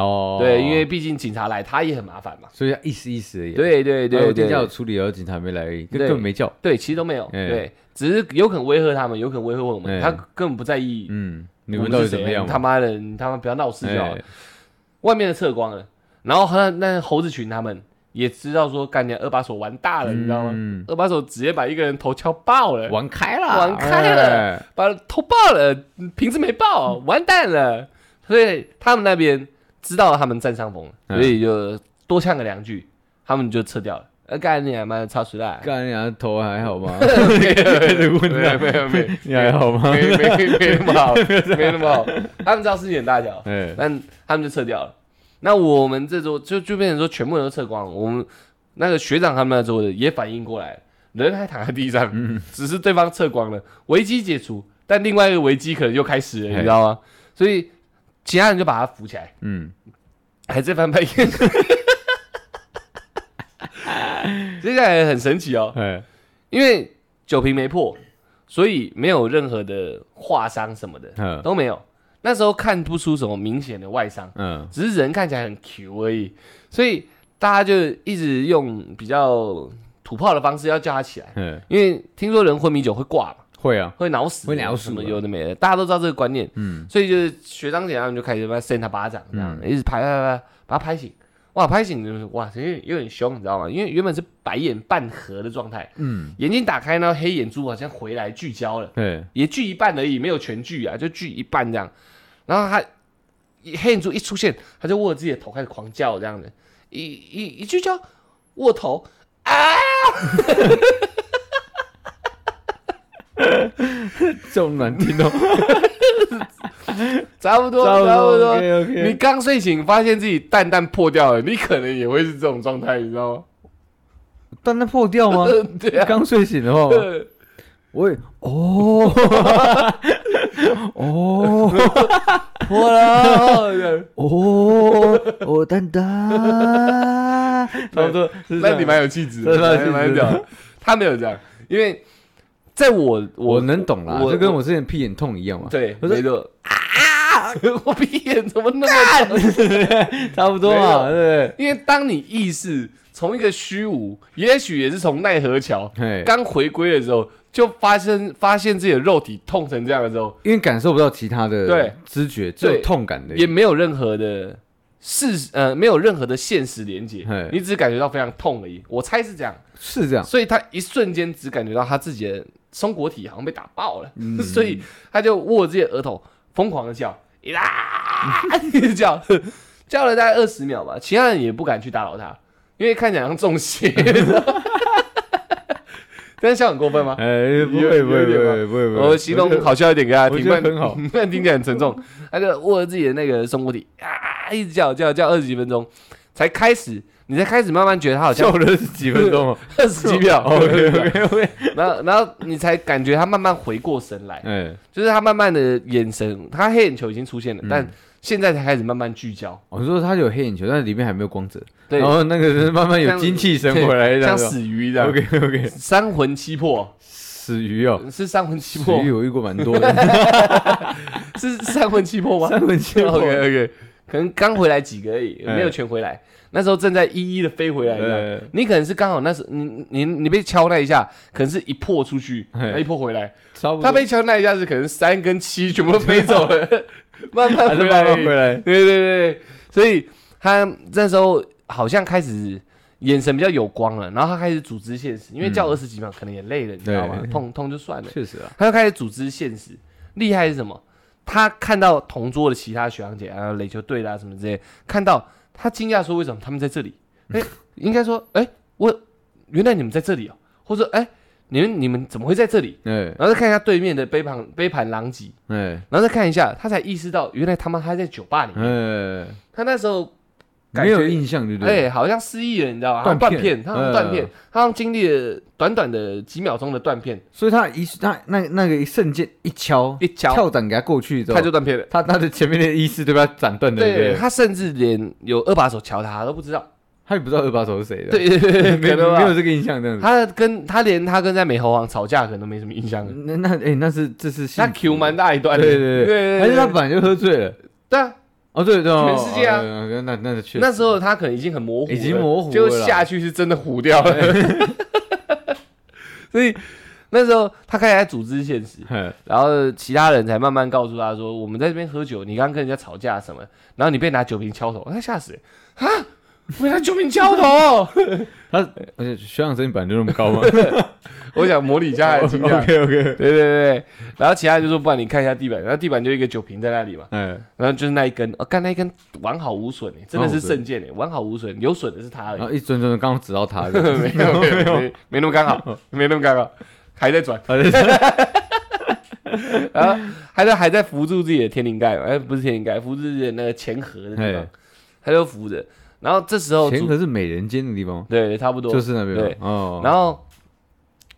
[SPEAKER 2] 哦，
[SPEAKER 1] 对，因为毕竟警察来他也很麻烦嘛。
[SPEAKER 2] 所以要意思意思而已，
[SPEAKER 1] 对对
[SPEAKER 2] 哎
[SPEAKER 1] 对
[SPEAKER 2] 我店
[SPEAKER 1] 对
[SPEAKER 2] 家有
[SPEAKER 1] 对，
[SPEAKER 2] 处理，然后警察没来而已，根
[SPEAKER 1] 对
[SPEAKER 2] 根本没叫，
[SPEAKER 1] 对，其实都没有，
[SPEAKER 2] 哎
[SPEAKER 1] 对，只是有可能威吓他们，有可能威吓我
[SPEAKER 2] 哎
[SPEAKER 1] 们，他根本不在意
[SPEAKER 2] 嗯，你
[SPEAKER 1] 我
[SPEAKER 2] 们
[SPEAKER 1] 们
[SPEAKER 2] 到底
[SPEAKER 1] 是
[SPEAKER 2] 怎么
[SPEAKER 1] 谁啊。
[SPEAKER 2] 样
[SPEAKER 1] 你
[SPEAKER 2] 嘛？
[SPEAKER 1] 他妈的，你他妈不要闹事就好了
[SPEAKER 2] 哎。
[SPEAKER 1] 外面的撤光了，然后他那猴子群他们也知道说，干娘二把手玩大了，你知道
[SPEAKER 2] 嗯
[SPEAKER 1] 吗？二把手直接把一个人头敲爆了，
[SPEAKER 2] 玩开了，
[SPEAKER 1] 玩开了
[SPEAKER 2] 哎，
[SPEAKER 1] 把头爆了，瓶子没爆，完蛋了。所以他们那边知道他们占上风了，
[SPEAKER 2] 嗯
[SPEAKER 1] 所以就多呛了两句，他们就撤掉了。呃，干你妈的插水啦！
[SPEAKER 2] 干你啊，头还 好吗？
[SPEAKER 1] 没
[SPEAKER 2] 开始
[SPEAKER 1] 有
[SPEAKER 2] 问
[SPEAKER 1] 没
[SPEAKER 2] 他，
[SPEAKER 1] 有没有
[SPEAKER 2] 你还好吗？
[SPEAKER 1] 没没没那么好，没那么好。他们知道事情很大条，
[SPEAKER 2] 哎，
[SPEAKER 1] 但他们就撤掉了。那我们这周就就变成说全部人都撤光了。我们那个学长他们那周的也反应过来了，人还躺在地上， 只是对方撤光了，危机解除，但另外一个危机可能又开始了，
[SPEAKER 2] 嘿
[SPEAKER 1] 你知道吗？所以其他人就把他扶起来，
[SPEAKER 2] 嗯，
[SPEAKER 1] 还在翻白眼。 接下来很神奇哦，
[SPEAKER 2] 哎，
[SPEAKER 1] 因为酒瓶没破，所以没有任何的划伤什么的
[SPEAKER 2] 嗯
[SPEAKER 1] 都没有。那时候看不出什么明显的外伤，
[SPEAKER 2] 嗯，
[SPEAKER 1] 只是人看起来很 Q 而已，所以大家就一直用比较土炮的方式要叫他起来，
[SPEAKER 2] 哎，
[SPEAKER 1] 因为听说人昏迷酒会挂嘛，
[SPEAKER 2] 会啊，
[SPEAKER 1] 会脑死，
[SPEAKER 2] 会脑死
[SPEAKER 1] 什么
[SPEAKER 2] 的
[SPEAKER 1] 有的没的，大家都知道这个观念，
[SPEAKER 2] 嗯，
[SPEAKER 1] 所以就是学长姐他们就开始在扇他巴掌，这样、一直拍拍拍，把他拍醒。哇，拍醒就是哇，有点有点凶，你知道吗？因为原本是白眼半合的状态，
[SPEAKER 2] 嗯，
[SPEAKER 1] 眼睛打开呢，黑眼珠好像回来聚焦了，
[SPEAKER 2] 对，
[SPEAKER 1] 也聚一半而已，没有全聚啊，就聚一半这样。然后他一黑眼珠一出现，他就握着自己的头开始狂叫这样子，一一一聚焦握头
[SPEAKER 2] 这种难听 哦，
[SPEAKER 1] 差不多差不多。你
[SPEAKER 2] ，OK，
[SPEAKER 1] 刚睡醒发现自己蛋蛋破掉了，你可能也会是这种状态，你知道吗？
[SPEAKER 2] 蛋蛋破掉吗？
[SPEAKER 1] 对啊，
[SPEAKER 2] 刚睡醒的话吗，
[SPEAKER 1] 呃
[SPEAKER 2] 我也 哦，哦，
[SPEAKER 1] 破 了。
[SPEAKER 2] 哦，我蛋蛋， 差不多，是这
[SPEAKER 1] 那
[SPEAKER 2] 样
[SPEAKER 1] 你蛮有气质
[SPEAKER 2] 对
[SPEAKER 1] 的，
[SPEAKER 2] 蛮有气质
[SPEAKER 1] 蛮蛮屌的。他没有这样，因为在我
[SPEAKER 2] 我
[SPEAKER 1] 我
[SPEAKER 2] 能懂啦，
[SPEAKER 1] 我
[SPEAKER 2] 就跟我之前屁眼痛一样嘛，
[SPEAKER 1] 对
[SPEAKER 2] 我说
[SPEAKER 1] 没错啊， 我闭眼怎么那么痛？
[SPEAKER 2] 差不多嘛，对
[SPEAKER 1] 因为当你意识从一个虚无，也许也是从奈何桥
[SPEAKER 2] 不对？嘿，
[SPEAKER 1] 刚回归的时候，就发生发现自己的肉体痛成这样的时候，
[SPEAKER 2] 因为感受不到其他的
[SPEAKER 1] 对
[SPEAKER 2] 知觉，只有
[SPEAKER 1] 对
[SPEAKER 2] 痛感的，
[SPEAKER 1] 也没有任何的事呃，没有任何的现实连接
[SPEAKER 2] 嘿，
[SPEAKER 1] 你只感觉到非常痛而已。我猜是这样，
[SPEAKER 2] 是这样，
[SPEAKER 1] 所以他一瞬间只感觉到他自己的松果体好像被打爆了，
[SPEAKER 2] 嗯
[SPEAKER 1] 所以他就握着自己的额头疯狂的叫，啊， 一直叫，叫了大概二十秒吧，其他人也不敢去打扰他，因为看起来像中邪。 但是笑很过分吗？
[SPEAKER 2] 哎，不
[SPEAKER 1] 有
[SPEAKER 2] 会不
[SPEAKER 1] 有
[SPEAKER 2] 会
[SPEAKER 1] 一
[SPEAKER 2] 不
[SPEAKER 1] 点
[SPEAKER 2] 会不会，不会
[SPEAKER 1] 我形容好笑一点给大家
[SPEAKER 2] 呃我
[SPEAKER 1] 听，
[SPEAKER 2] 觉
[SPEAKER 1] 不然
[SPEAKER 2] 得很好，
[SPEAKER 1] 不然听起来很沉重。他就握着自己的那个松果体啊，一直叫叫叫二十几分钟，才开始，你才开始慢慢觉得他好像
[SPEAKER 2] 笑了是几分 钟哦，
[SPEAKER 1] 二十几秒
[SPEAKER 2] ，OK OK OK，
[SPEAKER 1] 然后然后你才感觉他慢慢回过神来，
[SPEAKER 2] 哎，
[SPEAKER 1] 就是他慢慢的眼神，他黑眼球已经出现
[SPEAKER 2] 嗯
[SPEAKER 1] 了，但现在才开始慢慢聚焦，
[SPEAKER 2] 我说它有黑眼球，但是里面还没有光泽，
[SPEAKER 1] 对，
[SPEAKER 2] 然后那个是慢慢有
[SPEAKER 1] 像
[SPEAKER 2] 精气神回来，
[SPEAKER 1] 对
[SPEAKER 2] 这
[SPEAKER 1] 像
[SPEAKER 2] 样子哦
[SPEAKER 1] 死鱼这样。
[SPEAKER 2] OK OK，
[SPEAKER 1] 三魂七魄
[SPEAKER 2] 死鱼哦，
[SPEAKER 1] 是三魂七
[SPEAKER 2] 死
[SPEAKER 1] 魄
[SPEAKER 2] 鱼，我遇过蛮多的，
[SPEAKER 1] 是三魂七魄吗？
[SPEAKER 2] 三魂七魄
[SPEAKER 1] OK OK，可能刚回来几个而已，
[SPEAKER 2] 嗯
[SPEAKER 1] 没有全回来。那时候正在一一的飞回来的
[SPEAKER 2] 对，
[SPEAKER 1] 你可能是刚好那时你你你被敲那一下，可能是一破出去，
[SPEAKER 2] 嘿
[SPEAKER 1] 一破回来。
[SPEAKER 2] 差不多
[SPEAKER 1] 他被敲那一下是可能三跟七全部飞走了，慢慢
[SPEAKER 2] 嗯还
[SPEAKER 1] 回
[SPEAKER 2] 是
[SPEAKER 1] 来
[SPEAKER 2] 慢慢回来，
[SPEAKER 1] 对对对，所以他那时候好像开始眼神比较有光了，然后他开始组织现实，因为叫二十几秒可能也累了，你知道吗
[SPEAKER 2] 对？
[SPEAKER 1] 痛痛就算了，
[SPEAKER 2] 确实啊，
[SPEAKER 1] 他就开始组织现实。厉害是什么？他看到同桌的其他学长姐啊、垒球队啦、什么之类，看到他惊讶说：“为什么他们在这里？”哎、应该说：“哎、我原来你们在这里哦、或者哎、你们你们怎么会在这里？”
[SPEAKER 2] 哎
[SPEAKER 1] 然后再看一下对面的杯盘杯盘狼藉，
[SPEAKER 2] 哎
[SPEAKER 1] 然后再看一下，他才意识到原来他妈他在酒吧里面。
[SPEAKER 2] 哎，
[SPEAKER 1] 他那时候感
[SPEAKER 2] 没
[SPEAKER 1] 觉
[SPEAKER 2] 有印象对不
[SPEAKER 1] 哎、
[SPEAKER 2] 对？
[SPEAKER 1] 好像失忆了，你知道吗？
[SPEAKER 2] 断
[SPEAKER 1] 断
[SPEAKER 2] 片
[SPEAKER 1] 片，他好像断片，
[SPEAKER 2] 嗯
[SPEAKER 1] 他好像经历了短短的几秒钟的断片，
[SPEAKER 2] 所以他一那那那个一瞬间一敲
[SPEAKER 1] 一敲
[SPEAKER 2] 跳伞给他过去之后，
[SPEAKER 1] 他就断片了。
[SPEAKER 2] 他他的前面的意识对吧？斩断的，对不对？
[SPEAKER 1] 他甚至连有二把手瞧他都不知道。
[SPEAKER 2] 他也不知道二把手是谁的，
[SPEAKER 1] 对对对，
[SPEAKER 2] 没
[SPEAKER 1] 对可
[SPEAKER 2] 有
[SPEAKER 1] 能啊吧
[SPEAKER 2] 没有这个印象这样子。
[SPEAKER 1] 他跟他连他跟在美猴王吵架可能都没什么印象了。
[SPEAKER 2] 那那哎，那是这是幸
[SPEAKER 1] 他
[SPEAKER 2] 福
[SPEAKER 1] Q 蛮大一段的，
[SPEAKER 2] 对对
[SPEAKER 1] 对对，
[SPEAKER 2] 还是他
[SPEAKER 1] 对
[SPEAKER 2] 本来就喝醉了？
[SPEAKER 1] 对啊，
[SPEAKER 2] 哦，对对，哦
[SPEAKER 1] 全世界啊
[SPEAKER 2] 哦对那那那确实
[SPEAKER 1] 那时候他可能已经很模糊了，
[SPEAKER 2] 已经模糊了
[SPEAKER 1] 就
[SPEAKER 2] 啦
[SPEAKER 1] 下去是真的糊掉了。 所以那时候他开始在组织现实，
[SPEAKER 2] 嘿
[SPEAKER 1] 然后其他人才慢慢告诉他说，我们在这边喝酒，你刚刚跟人家吵架什么，然后你被拿酒瓶敲头，他吓死了啊！被拿酒瓶敲头，
[SPEAKER 2] 他而且学长声音本来就那么 高嘛
[SPEAKER 1] 我想模拟一下他的惊 讶。
[SPEAKER 2] ，OK OK，
[SPEAKER 1] 对对对，然后其他人就说，不然你看一下地板，然后地板就一个酒瓶在那里嘛，
[SPEAKER 2] 哎，
[SPEAKER 1] 然后就是那一根，哦，干那一根完好无损、欸，真的是
[SPEAKER 2] 完好无损
[SPEAKER 1] 圣剑哎，完好无损，有损的是他而已
[SPEAKER 2] 然。后一转转刚好指到他这样 子，
[SPEAKER 1] 没 有没有没没那么刚好，没那么刚好，还在转，
[SPEAKER 2] 他哦在
[SPEAKER 1] 然后还在还在扶住自己的天灵盖嘛，哎，不是天灵盖，扶住自己的那个前河的地方
[SPEAKER 2] 嘿，
[SPEAKER 1] 他就扶着，然后这时候
[SPEAKER 2] 前
[SPEAKER 1] 哦主
[SPEAKER 2] 可是美人尖的地方，
[SPEAKER 1] 对差不多
[SPEAKER 2] 就是那边嘛
[SPEAKER 1] 对，
[SPEAKER 2] 哦，
[SPEAKER 1] 然
[SPEAKER 2] 后
[SPEAKER 1] 后